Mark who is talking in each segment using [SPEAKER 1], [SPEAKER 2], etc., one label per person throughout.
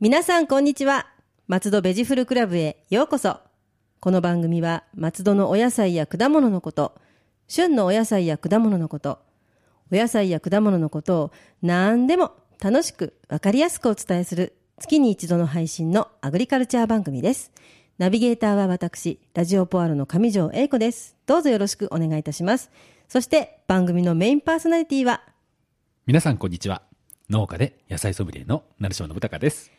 [SPEAKER 1] 皆さんこんにちは松戸ベジフルクラブへようこそこの番組は松戸のお野菜や果物のこと旬のお野菜や果物のことお野菜や果物のことを何でも楽しくわかりやすくお伝えする月に一度の配信のアグリカルチャー番組ですナビゲーターは私ラジオポアロの上条英子ですどうぞよろしくお願いいたしますそして番組のメインパーソナリティは
[SPEAKER 2] 皆さんこんにちは農家で野菜ソムリエの成島信孝です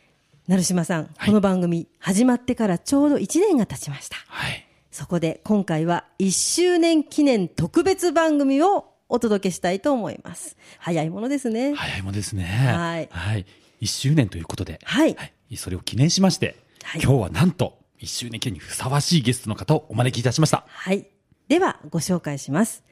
[SPEAKER 1] 成島さん、
[SPEAKER 2] はい
[SPEAKER 1] この番組始まってからちょうど1年が経ちました
[SPEAKER 2] はい
[SPEAKER 1] そこで今回は1周年記念特別番組をお届けしたいと思います早いものですね
[SPEAKER 2] 早いもんですね
[SPEAKER 1] はい
[SPEAKER 2] はい、1周年ということで、
[SPEAKER 1] はい
[SPEAKER 2] いそれを記念しまして、
[SPEAKER 1] はい
[SPEAKER 2] 今日はなんと1周年記念にふさわしいゲストの方をお招きいたしました
[SPEAKER 1] はい。では、ご紹介します。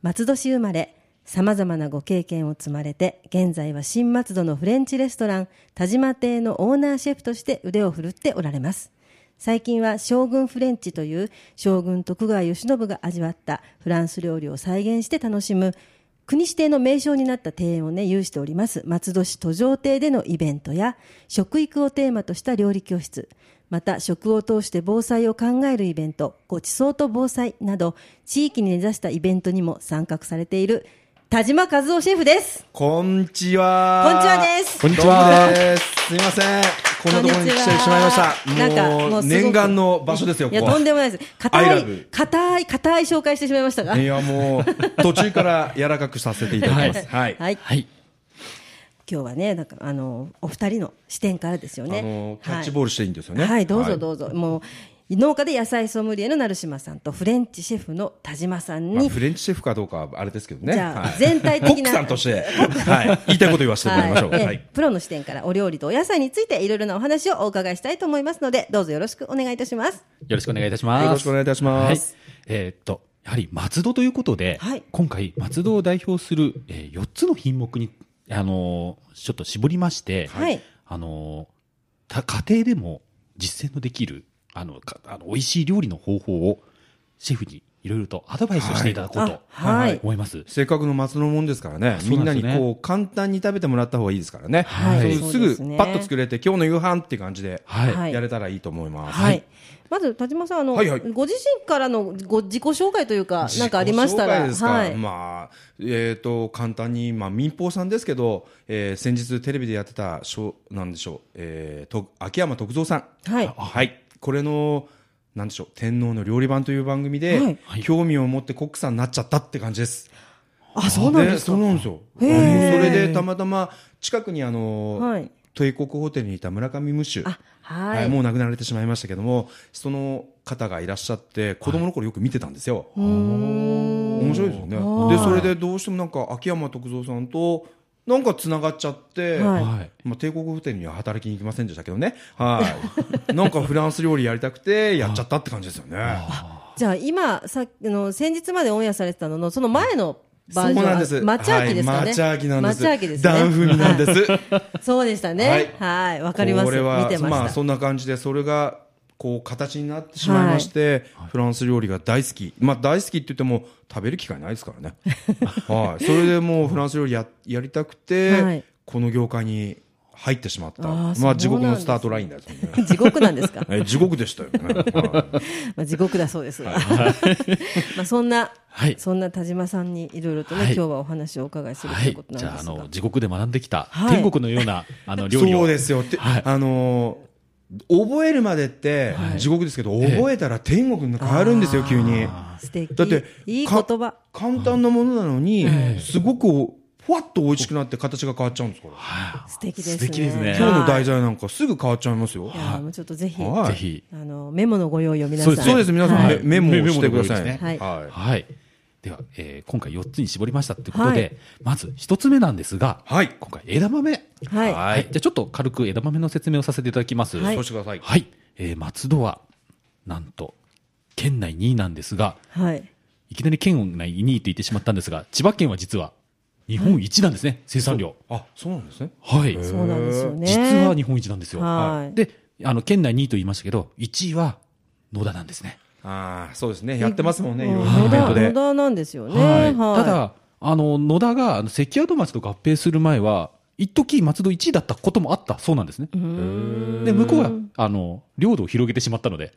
[SPEAKER 1] 松戸市生まれ、様々なご経験を積まれて、現在は新松戸のフレンチレストラン、田島亭のオーナーシェフとして腕を振るっておられます。最近は将軍フレンチという将軍徳川慶喜が味わったフランス料理を再現して楽しむ国指定の名称になった庭園をね、有しております、松戸市途上亭でのイベントや、食育をテーマとした料理教室、また食を通して防災を考えるイベント、ごちそうと防災など、地域に根ざしたイベントにも参画されている、田島和夫シェフです。
[SPEAKER 3] こんちは。
[SPEAKER 1] こんにちはです
[SPEAKER 2] こんにちは
[SPEAKER 3] どうもです。すみません。こんなところに来
[SPEAKER 1] こんに
[SPEAKER 3] て
[SPEAKER 1] ちは
[SPEAKER 3] しまいました。もう
[SPEAKER 1] すごく
[SPEAKER 3] 念願の場所ですよ、
[SPEAKER 1] い
[SPEAKER 3] こ
[SPEAKER 1] や、
[SPEAKER 3] こと
[SPEAKER 1] ん
[SPEAKER 3] は。
[SPEAKER 1] でもないです。硬
[SPEAKER 3] I
[SPEAKER 1] い
[SPEAKER 3] love、
[SPEAKER 1] 硬い、硬い紹介してしまいましたが。
[SPEAKER 3] いや、もう、途中から柔らかくさせていただきます。はい。
[SPEAKER 1] はい。
[SPEAKER 2] はい
[SPEAKER 1] 今日はね、なんか、あの、お二人の視点からですよね。
[SPEAKER 3] あの、キャッチボールしていいんですよね。
[SPEAKER 1] はい、どうぞ
[SPEAKER 3] う
[SPEAKER 1] どうぞ、もう。農家で野菜ソムリエの成島さんとフレンチシェフの田島さん
[SPEAKER 3] まあ
[SPEAKER 1] に、
[SPEAKER 3] フレンチシェフかどうかはあれですけどね。
[SPEAKER 1] じゃあ
[SPEAKER 3] はい
[SPEAKER 1] 全体的な
[SPEAKER 3] コックさんとして、はい。言いたいこと言わせてもらいましょう。
[SPEAKER 1] はいえ
[SPEAKER 3] はい。
[SPEAKER 1] プロの視点からお料理とお野菜についていろいろなお話をお伺いしたいと思いますのでどうぞよろしくお願いいたします
[SPEAKER 2] よろしくお願いいたします。
[SPEAKER 3] よろしくお願いいたします。
[SPEAKER 2] はい、えーっと、やはり松戸ということで、
[SPEAKER 1] はい
[SPEAKER 2] 今回、松戸を代表する、えー、4つの品目に、あのーちょっと絞りまして、
[SPEAKER 1] はい
[SPEAKER 2] あのーた家庭でも実践のできる、あの、かあの美味しい料理の方法を、シェフにいろいろとアドバイスをしていただこう
[SPEAKER 1] あ
[SPEAKER 2] と、
[SPEAKER 1] はい
[SPEAKER 2] 思います。
[SPEAKER 3] せっかくの松のもんですからね。
[SPEAKER 2] そう
[SPEAKER 3] みん
[SPEAKER 2] な
[SPEAKER 3] なん
[SPEAKER 2] で
[SPEAKER 3] に
[SPEAKER 2] すね
[SPEAKER 3] こう、簡単に食べてもらった方がいいですからね。
[SPEAKER 2] はい
[SPEAKER 3] そ
[SPEAKER 1] そ
[SPEAKER 3] うす
[SPEAKER 1] うで
[SPEAKER 3] ぐ
[SPEAKER 1] すね、
[SPEAKER 3] パッと作れて、今日の夕飯って感じで、
[SPEAKER 2] はい。
[SPEAKER 1] はい
[SPEAKER 3] やれたらいいと思います。
[SPEAKER 1] はい、まず田島さんあの、
[SPEAKER 3] はいはい
[SPEAKER 1] ご自身からのご自己紹介というか何かありましたら
[SPEAKER 3] 自己紹介ですか
[SPEAKER 1] はい、
[SPEAKER 3] まあ、えっ、と、簡単に、まあ、民放さんですけど、えー先日テレビでやってた、しょう、なんでしょう、えーと、秋山徳蔵さん。
[SPEAKER 1] はい
[SPEAKER 3] あはい。これの、なんでしょう、天皇の料理番という番組で、
[SPEAKER 1] はい
[SPEAKER 3] 興味を持ってコックさんになっちゃったって感じです。
[SPEAKER 1] あそうなんです
[SPEAKER 3] そう
[SPEAKER 1] か
[SPEAKER 3] なんですよ。あのそ
[SPEAKER 1] へー
[SPEAKER 3] れで、たまたま、近くにあの、
[SPEAKER 1] はい
[SPEAKER 3] 帝国ホテルにいた村上ムッシュ。
[SPEAKER 1] あはい、
[SPEAKER 3] はい、もう亡くなられてしまいましたけども、その方がいらっしゃって、子供の頃よく見てたんですよ。
[SPEAKER 1] うーん
[SPEAKER 3] 面白いですよね
[SPEAKER 1] はい
[SPEAKER 3] でそれでどうしてもなんか秋山徳蔵さんとなんかつながっちゃっ
[SPEAKER 1] は
[SPEAKER 3] て、
[SPEAKER 1] い
[SPEAKER 2] はい
[SPEAKER 3] まあ、帝国ホテルには働きに行きませんでしたけどね、はい、なんかフランス料理やりたくてやっちゃったって感じですよね。
[SPEAKER 1] じゃあ今さっきの先日までオンエアされてたののその前の
[SPEAKER 3] そ
[SPEAKER 1] バー
[SPEAKER 3] う
[SPEAKER 1] ジョン
[SPEAKER 3] なんです。
[SPEAKER 1] マチャーキですかね、
[SPEAKER 3] はい、抹茶秋なんで
[SPEAKER 1] マ
[SPEAKER 3] す。
[SPEAKER 1] チャーキですね
[SPEAKER 3] ダンフミなんです。
[SPEAKER 1] そうでしたね。はい、わ、かります。
[SPEAKER 3] これは
[SPEAKER 1] 見てま
[SPEAKER 3] まあ
[SPEAKER 1] した。
[SPEAKER 3] そんな感じでそれがこう形になってしまいまして、フランス料理が大好き、まあ、大好きって言っても食べる機会ないですか らね、はい、それでもうフランス料理ややりたくて、
[SPEAKER 1] はい
[SPEAKER 3] この業界に入ってしまった
[SPEAKER 1] あーそう
[SPEAKER 3] ま
[SPEAKER 1] なんで
[SPEAKER 3] あ、
[SPEAKER 1] す
[SPEAKER 3] 地獄のスタートラインですよね
[SPEAKER 1] 地獄なんですか。
[SPEAKER 3] え地獄でしたよね、はい
[SPEAKER 1] まあ地獄だそうですが。 まあそんな、
[SPEAKER 2] はい
[SPEAKER 1] そんな田島さんにいろいろとね、
[SPEAKER 2] はい
[SPEAKER 1] 今日はお話をお伺いすると
[SPEAKER 2] は
[SPEAKER 1] いう
[SPEAKER 2] い
[SPEAKER 1] こと。
[SPEAKER 2] じ
[SPEAKER 1] なん
[SPEAKER 2] ゃあ、
[SPEAKER 1] で
[SPEAKER 2] あ
[SPEAKER 1] すが。
[SPEAKER 2] の、地獄で学んできた、
[SPEAKER 1] はい
[SPEAKER 2] 天国のような、あの、料理を。
[SPEAKER 3] そうですよ、て
[SPEAKER 2] はい
[SPEAKER 3] あのー覚えるまでって地獄ですけど、覚えたら天国に変わるんですよ、急に。
[SPEAKER 1] 素敵。
[SPEAKER 3] だって
[SPEAKER 1] いい言
[SPEAKER 3] か
[SPEAKER 1] 葉。
[SPEAKER 3] 簡単なものなのに、すごくふわっと美味しくなって形が変わっちゃうんですから。
[SPEAKER 2] は
[SPEAKER 1] 素敵ですね。
[SPEAKER 2] 素敵ですね
[SPEAKER 3] 今日の題
[SPEAKER 1] 事。
[SPEAKER 3] 材なんかすぐ変わっちゃいますよ。
[SPEAKER 1] いやもうちょっとぜひ、
[SPEAKER 3] はい
[SPEAKER 2] い。ぜひ。
[SPEAKER 1] あのメモのご用意を皆さん。
[SPEAKER 2] そう
[SPEAKER 3] そうです、皆さん、
[SPEAKER 2] はい
[SPEAKER 3] メメモをしてください。
[SPEAKER 1] モのご用意
[SPEAKER 2] メ
[SPEAKER 1] ですね
[SPEAKER 3] はい
[SPEAKER 2] はい。では、えー今回4つに絞りましたということで、
[SPEAKER 1] はい
[SPEAKER 2] まず1つ目なんですが、
[SPEAKER 3] はい
[SPEAKER 2] 今回枝豆。
[SPEAKER 1] はい
[SPEAKER 2] じゃあちょっと軽く枝豆の説明をさせていただきます。
[SPEAKER 1] はい
[SPEAKER 3] そうしてください。
[SPEAKER 2] はいえー松戸は、なんと、県内2位なんですが、
[SPEAKER 1] はい。
[SPEAKER 2] いきなり県内2位と言ってしまったんですが、千葉県は実は日本一なんですね、生産量。
[SPEAKER 3] あ、そうなんですね。
[SPEAKER 2] はい。
[SPEAKER 1] そうなんですよね。
[SPEAKER 2] 実は日本一なんですよ。
[SPEAKER 1] はい
[SPEAKER 2] で、あの、県内2位と言いましたけど、1位は野田なんですね。
[SPEAKER 3] ああ、そうですね。やってますもんね、いろいろなイベント
[SPEAKER 1] 本
[SPEAKER 3] で。
[SPEAKER 1] 田なんですよね。
[SPEAKER 2] は
[SPEAKER 1] はいい。
[SPEAKER 2] ただ、あの、野田があの関宿町と合併する前は、一時松戸1位だったこともあったそうなんですね。で、向こうが、あの、領土を広げてしまったので、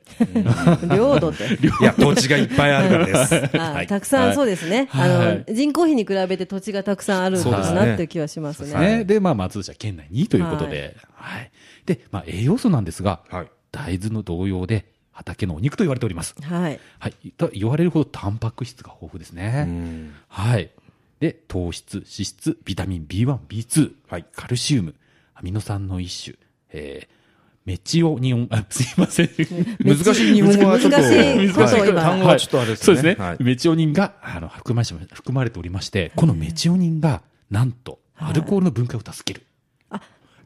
[SPEAKER 1] 領 土って。
[SPEAKER 3] いや、土地がいっぱいあるからです。
[SPEAKER 1] あ
[SPEAKER 2] はい
[SPEAKER 1] たくさん、そうですね、
[SPEAKER 2] は
[SPEAKER 1] あの。人口比に比べて土地がたくさんあるんだ
[SPEAKER 3] そうです
[SPEAKER 1] な
[SPEAKER 3] ね
[SPEAKER 1] っていう気はしますね。
[SPEAKER 2] ね。で、まあ、松戸市は県内2位ということで、はい。で、まあ、栄養素なんですが、
[SPEAKER 3] はい。
[SPEAKER 2] 大豆の同様で、畑のお肉と言われております。
[SPEAKER 1] はい。
[SPEAKER 2] はい。と言われるほど、タンパク質が豊富ですね。
[SPEAKER 3] うん
[SPEAKER 2] はい。で、糖質、脂質、ビタミン B1、B2、
[SPEAKER 3] はい
[SPEAKER 2] カルシウム、アミノ酸の一種、えー、メチオニオン、あ、 すいません。
[SPEAKER 3] 難しい日本語はちょっと、
[SPEAKER 1] 難しいことを
[SPEAKER 3] は
[SPEAKER 1] 今
[SPEAKER 3] 単語はちょっとあれですね。
[SPEAKER 2] そうですね。
[SPEAKER 3] はい
[SPEAKER 2] メチオニンが、あの、含まれて、含まれておりまして、このメチオニンが、なんと、アルコールの分解を助ける。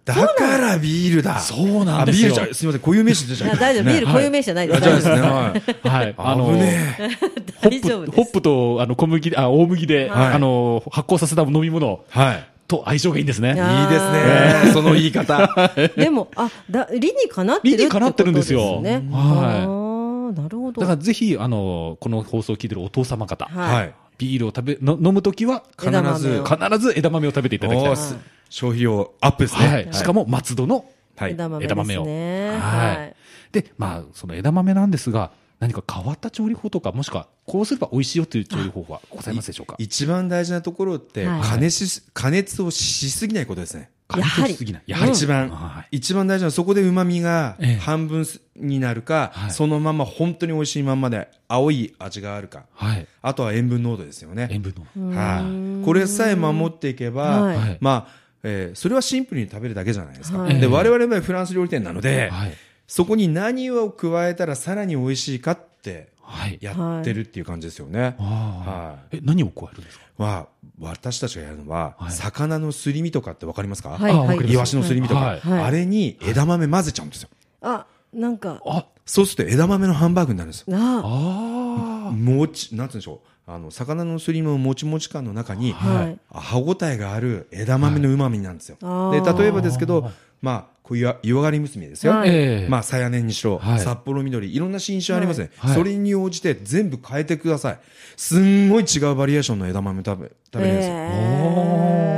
[SPEAKER 3] だからビールだ。
[SPEAKER 2] そうなん
[SPEAKER 3] あ、
[SPEAKER 2] で
[SPEAKER 3] ビ
[SPEAKER 2] す
[SPEAKER 3] ー
[SPEAKER 2] よ
[SPEAKER 3] ルじ。ゃ、すみません、固有名詞出ちゃい
[SPEAKER 1] あ
[SPEAKER 3] ました
[SPEAKER 1] 大丈夫、ビール
[SPEAKER 2] はい
[SPEAKER 1] こういう名詞じゃないです。
[SPEAKER 3] じゃあ
[SPEAKER 1] 大
[SPEAKER 3] です
[SPEAKER 1] 丈夫
[SPEAKER 3] ね。はい。
[SPEAKER 2] はい。 あの
[SPEAKER 3] 危、ねえ。
[SPEAKER 2] ホ
[SPEAKER 1] 大丈夫
[SPEAKER 2] ッ
[SPEAKER 1] で
[SPEAKER 2] プ、
[SPEAKER 1] す
[SPEAKER 2] ホップと、あの、小麦で、あ、大麦で、
[SPEAKER 3] はい
[SPEAKER 2] あの、発酵させた飲み物
[SPEAKER 3] はい。
[SPEAKER 2] と相性がいいんですね。
[SPEAKER 1] あー
[SPEAKER 3] いいです ね。その言い方。
[SPEAKER 1] でも、あ、だ、理にかなってるって
[SPEAKER 2] 理に
[SPEAKER 1] こ
[SPEAKER 2] か
[SPEAKER 1] と
[SPEAKER 2] なってるん
[SPEAKER 1] で
[SPEAKER 2] ですすよ
[SPEAKER 1] よね。
[SPEAKER 2] はい
[SPEAKER 1] ああ、なるほど。
[SPEAKER 2] だからぜひ、あの、この放送を聞いてるお父様方、
[SPEAKER 1] は
[SPEAKER 3] はいい。
[SPEAKER 2] ビールを食べ、の飲むときは、
[SPEAKER 3] 必
[SPEAKER 1] 枝豆
[SPEAKER 3] ず
[SPEAKER 1] を
[SPEAKER 2] 必ず枝豆を食べていただきたい
[SPEAKER 3] お
[SPEAKER 2] で
[SPEAKER 3] ー
[SPEAKER 2] す。
[SPEAKER 3] す消費量アップですね。
[SPEAKER 2] はい。しかも、松戸の
[SPEAKER 3] はい。
[SPEAKER 1] 枝豆
[SPEAKER 2] 枝
[SPEAKER 1] です
[SPEAKER 2] 豆を。
[SPEAKER 1] ね。
[SPEAKER 2] はい。で、まあ、その枝豆なんですが、何か変わった調理法とか、もしくは、こうすれば美味しいよという調理法はございますでしょうか
[SPEAKER 3] 一番大事なところって、
[SPEAKER 1] はい
[SPEAKER 3] 加熱し、加熱をしすぎないことですね。
[SPEAKER 1] やはり
[SPEAKER 2] すぎない。や
[SPEAKER 3] や
[SPEAKER 2] は
[SPEAKER 3] はり
[SPEAKER 2] り。
[SPEAKER 3] 一番、
[SPEAKER 2] は
[SPEAKER 3] 一番大事なのはそこで旨味が
[SPEAKER 2] ええ
[SPEAKER 3] 半分すになるか、
[SPEAKER 2] はい
[SPEAKER 3] そのまま本当に美味しいまんまで青い味があるか、
[SPEAKER 2] はい。
[SPEAKER 3] あとは塩分濃度ですよね。
[SPEAKER 2] 塩分の。
[SPEAKER 3] はい。これさえ守っていけば、
[SPEAKER 1] はい
[SPEAKER 3] まあ、えーそれはシンプルに食べるだけじゃないですか。
[SPEAKER 1] はい
[SPEAKER 3] で、我々はフランス料理店なので、
[SPEAKER 2] はい。
[SPEAKER 3] そこに何を加えたらさらに美味しいかって
[SPEAKER 2] はい。
[SPEAKER 3] やってるっていう感じですよね。
[SPEAKER 2] あ
[SPEAKER 3] は
[SPEAKER 2] あ。え、何を加えるんですか
[SPEAKER 3] い。は、私たちがやるのは、
[SPEAKER 2] はい
[SPEAKER 3] 魚のすり身とかってわかりますか、
[SPEAKER 1] はい
[SPEAKER 2] あわかりま
[SPEAKER 1] は
[SPEAKER 2] す
[SPEAKER 1] い。
[SPEAKER 3] イワシのすり身とか、
[SPEAKER 2] はい
[SPEAKER 1] はい
[SPEAKER 3] あれに枝豆混ぜちゃうんですよ。
[SPEAKER 1] あ、なんか、
[SPEAKER 2] あ、
[SPEAKER 3] そうすると枝豆のハンバーグになるんですよ。
[SPEAKER 2] あ
[SPEAKER 1] な
[SPEAKER 2] あ。
[SPEAKER 3] もち、なんつうんでしょう。あの、魚のすり身のもちもち感の中に、
[SPEAKER 1] あ、はい。
[SPEAKER 3] 歯ごたえがある枝豆の旨味なんですよ。
[SPEAKER 1] はいあー
[SPEAKER 3] で、例えばですけど、まあ、こういう湯上がり娘ですよ。
[SPEAKER 1] はい
[SPEAKER 2] ええ。
[SPEAKER 3] まあ、さやねんにしろ、
[SPEAKER 2] はい
[SPEAKER 3] 札幌緑、いろんな新種ありますね、
[SPEAKER 2] はい
[SPEAKER 3] それに応じて全部変えてください。すんごい違うバリエーションの枝豆食べ、食べれるんですよ。
[SPEAKER 1] えー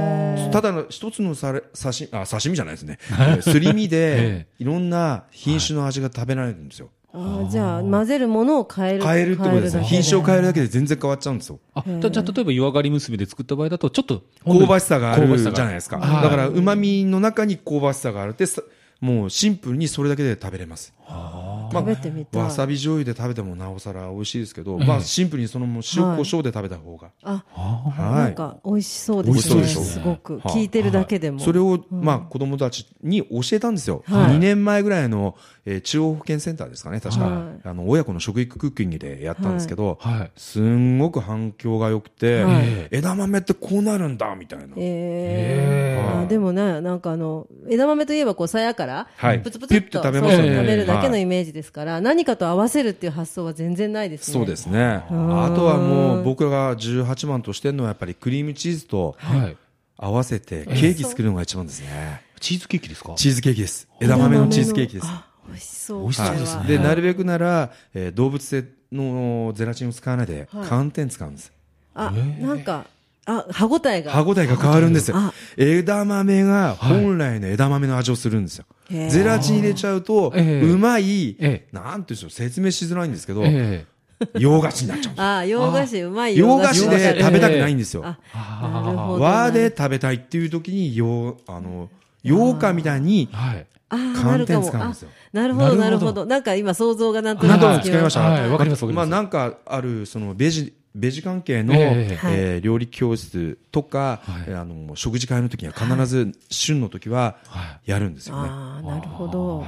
[SPEAKER 3] ただの一つのされ刺身、あ、刺身じゃないで すね。えーすり身で
[SPEAKER 2] え、
[SPEAKER 3] いろんな品種の味が食べられるんですよ。
[SPEAKER 1] あーじゃあ、混ぜるものを変える。
[SPEAKER 3] 変えるってことです
[SPEAKER 1] 変えるだ
[SPEAKER 3] ね。
[SPEAKER 1] け
[SPEAKER 3] 品種を変えるだけで全然変わっちゃうんですよ。
[SPEAKER 2] あ、じゃあじゃあ例えば湯上がり娘で作った場合だと、ちょっと
[SPEAKER 3] 香ばしさがあ
[SPEAKER 2] 香ば
[SPEAKER 3] る
[SPEAKER 2] し
[SPEAKER 3] じ
[SPEAKER 2] さ
[SPEAKER 3] ゃ
[SPEAKER 2] が
[SPEAKER 3] ないですか。
[SPEAKER 2] はい
[SPEAKER 3] だから、旨味の中に香ばしさがあるって、さもうシンプルにそれだけで食べれます。ま
[SPEAKER 1] 食べてみたい
[SPEAKER 3] わさび醤油で食べてもなおさら美味しいですけど、まあシンプルにそのまま塩
[SPEAKER 1] はい
[SPEAKER 3] 胡椒で食べた方が。
[SPEAKER 1] あ、
[SPEAKER 3] は
[SPEAKER 1] なん
[SPEAKER 3] い。
[SPEAKER 1] か、美味しそう
[SPEAKER 3] 美
[SPEAKER 1] で
[SPEAKER 3] 味
[SPEAKER 1] す
[SPEAKER 3] しそう
[SPEAKER 1] ね。
[SPEAKER 3] でしょ
[SPEAKER 1] すごく。
[SPEAKER 3] はい
[SPEAKER 1] 聞いてるだけでも。
[SPEAKER 3] それを、まあ子供たちに教えたんですよ。
[SPEAKER 1] はい
[SPEAKER 3] 2年前ぐらいの、えー中央保健センターですかね、確か。
[SPEAKER 1] はい
[SPEAKER 3] あの、親子の食育クッキングでやったんですけど、
[SPEAKER 2] はい。
[SPEAKER 3] すんごく反響が良くて、
[SPEAKER 1] はい
[SPEAKER 3] 枝豆ってこうなるんだ、みたいな。
[SPEAKER 1] えーあでもね、なんかあの、枝豆といえばこう、鞘から、
[SPEAKER 3] はい
[SPEAKER 1] プツプツっ
[SPEAKER 3] ピュッ
[SPEAKER 1] と
[SPEAKER 3] と食べますよ
[SPEAKER 2] ね
[SPEAKER 1] そう食べるだけの
[SPEAKER 3] はい
[SPEAKER 1] イメージですから、何かと合わせるっていう発想は全然ないですね。。
[SPEAKER 3] そうですすね。あとはもう僕が18番としてるのはやっぱりクリームチーズと
[SPEAKER 2] はい。
[SPEAKER 3] 合わせてケーキ作るのが一番ですね。
[SPEAKER 2] チーズケーキですか
[SPEAKER 3] チーズケーキです。枝豆のチーズケーキです。
[SPEAKER 1] あ、美味しそう。
[SPEAKER 2] 美味しそうですね
[SPEAKER 1] こ
[SPEAKER 2] は
[SPEAKER 1] れ
[SPEAKER 2] い
[SPEAKER 3] で、なるべくなら、えー動物性のゼラチンを使わないで
[SPEAKER 1] はい
[SPEAKER 3] 寒天使うんです。
[SPEAKER 1] はあ、なんか、あ、歯応えが。
[SPEAKER 3] 歯ごたえが変わるんですよ
[SPEAKER 1] あ。
[SPEAKER 3] 枝豆が本来の枝豆の味をするんですよ。
[SPEAKER 1] へー
[SPEAKER 3] ゼラチン入れちゃうと、
[SPEAKER 2] ええ
[SPEAKER 3] うまい、
[SPEAKER 2] え
[SPEAKER 3] なんていうんでしょう、説明しづらいんですけど、
[SPEAKER 2] ええ。
[SPEAKER 3] 洋菓子になっちゃうんですよ。
[SPEAKER 1] あ、 洋菓子、うまい
[SPEAKER 3] 洋菓子
[SPEAKER 1] わかる
[SPEAKER 3] で食べたくないんですよ。
[SPEAKER 1] あ、
[SPEAKER 2] あ
[SPEAKER 1] なるほど。
[SPEAKER 3] 和で食べたいっていう時に洋あの洋歌みたいに
[SPEAKER 2] はい。
[SPEAKER 1] あー
[SPEAKER 3] 寒天
[SPEAKER 1] なるか
[SPEAKER 3] 使
[SPEAKER 1] も
[SPEAKER 3] うんですよ
[SPEAKER 1] あなるほど、な
[SPEAKER 2] な
[SPEAKER 1] る
[SPEAKER 2] る
[SPEAKER 1] ほ
[SPEAKER 2] ほ
[SPEAKER 1] ど。
[SPEAKER 2] ど
[SPEAKER 1] なんか今想像がなんとな
[SPEAKER 3] なん
[SPEAKER 1] く
[SPEAKER 3] と
[SPEAKER 1] つ
[SPEAKER 3] なく
[SPEAKER 1] き
[SPEAKER 3] つかみ
[SPEAKER 1] ま
[SPEAKER 3] ま
[SPEAKER 1] し。
[SPEAKER 3] したた
[SPEAKER 2] はい、わかります、わかりま
[SPEAKER 3] まあ
[SPEAKER 2] す。
[SPEAKER 3] なんかあるそのベジベジ関係の、
[SPEAKER 2] ええ
[SPEAKER 3] え
[SPEAKER 1] はい
[SPEAKER 3] ー料理教室とか、
[SPEAKER 2] はい
[SPEAKER 3] えーあの食事会の時には必ず旬の時は
[SPEAKER 2] は
[SPEAKER 3] やるんですよね。
[SPEAKER 1] ああ、なるほど。
[SPEAKER 3] はい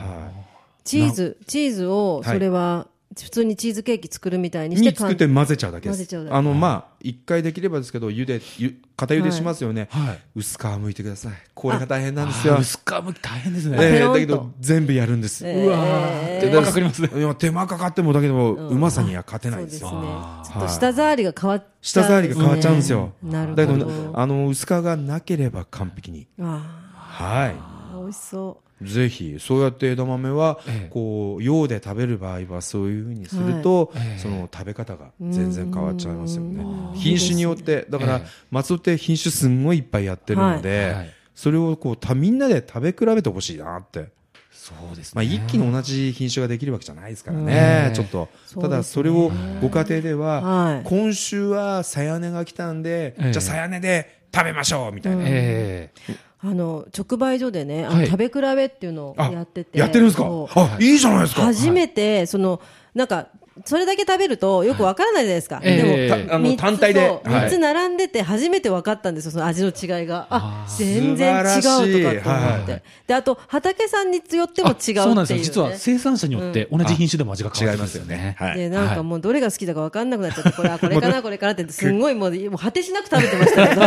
[SPEAKER 1] チーズ、チーズを、
[SPEAKER 3] はい
[SPEAKER 1] それは、普通にチーズケーキ作るみたいにして、
[SPEAKER 3] に作って混ぜちゃうだけで
[SPEAKER 1] 混ぜち
[SPEAKER 3] す
[SPEAKER 1] ゃうだ。け
[SPEAKER 3] あのまあ一回できればですけど茹でゆ片茹でしますよね。
[SPEAKER 2] はいはい
[SPEAKER 3] 薄皮剥いてください。これが大変
[SPEAKER 2] い。
[SPEAKER 3] なんですよ
[SPEAKER 2] あ。薄皮むき大変ですね。
[SPEAKER 3] え
[SPEAKER 1] ペロンと
[SPEAKER 3] ーだけど全部やるんです。
[SPEAKER 1] えー
[SPEAKER 2] うわー
[SPEAKER 1] えー
[SPEAKER 2] 手間かかりますね。
[SPEAKER 3] いや手間かかってもだけど、うまさには勝てな
[SPEAKER 1] そ
[SPEAKER 3] いう
[SPEAKER 1] で
[SPEAKER 3] で
[SPEAKER 1] すす
[SPEAKER 3] よ
[SPEAKER 1] ね。ち
[SPEAKER 2] あ
[SPEAKER 1] ょっと舌触りが変わっちゃう、
[SPEAKER 3] 舌触りが変わっちゃうんですよ
[SPEAKER 1] なるほ
[SPEAKER 3] だけ
[SPEAKER 1] ど。
[SPEAKER 3] どあの薄皮がなければ完璧に
[SPEAKER 1] あ
[SPEAKER 3] はい
[SPEAKER 1] あ、美味しそ
[SPEAKER 3] ぜひそうやって枝豆は
[SPEAKER 2] ええ
[SPEAKER 3] こう用で食べる場合はそういうふうにすると、その食べ方が全然変わっちゃいますよね品種によってだから
[SPEAKER 2] ええ
[SPEAKER 3] 松尾って品種すんごいいっぱいやってるので、
[SPEAKER 2] はい
[SPEAKER 3] それをこうたみんなで食べ比べてほしいなって、
[SPEAKER 2] そうですね。
[SPEAKER 3] まあ、一気に同じ品種ができるわけじゃないですから
[SPEAKER 2] う
[SPEAKER 3] ね
[SPEAKER 2] ん
[SPEAKER 3] ちょっと
[SPEAKER 1] そうですね
[SPEAKER 3] ただそれをご家庭で
[SPEAKER 1] は
[SPEAKER 3] はい今週はさやねが来たんで
[SPEAKER 2] ええ
[SPEAKER 3] じゃあさやねで食べましょうみたいな
[SPEAKER 2] ええ
[SPEAKER 1] あの直売所でね、あの
[SPEAKER 2] はい
[SPEAKER 1] 食べ比べっていうのを
[SPEAKER 3] あ
[SPEAKER 1] やってて
[SPEAKER 3] やってるんですか
[SPEAKER 1] そう
[SPEAKER 3] あいいじゃないですか
[SPEAKER 1] 初めてそのなんかそれだけ食べるとよくわからないじゃないですか、
[SPEAKER 2] はいええ
[SPEAKER 1] でも
[SPEAKER 3] たあの
[SPEAKER 1] 三つ
[SPEAKER 3] 単体で
[SPEAKER 1] そう
[SPEAKER 3] はい
[SPEAKER 1] 三つ並んでて初めて分かったんですよその味の違いがあ
[SPEAKER 2] あー
[SPEAKER 1] 全然違うとかって
[SPEAKER 3] 素
[SPEAKER 1] 思
[SPEAKER 3] 晴
[SPEAKER 1] っ、
[SPEAKER 3] らしていは
[SPEAKER 1] であと畑さんによっても違うっていう、ね、
[SPEAKER 2] あそうなんですよ。実は生産者によって同じ品種でも味が変わ
[SPEAKER 3] 違
[SPEAKER 2] っ
[SPEAKER 3] い
[SPEAKER 2] て
[SPEAKER 3] ますよね。はい
[SPEAKER 1] でなんかもうどれが好きだか分かんなくなっちゃってこ れはこれかなこれかなってすんごいもうもう果てしなく食べてましたけ ど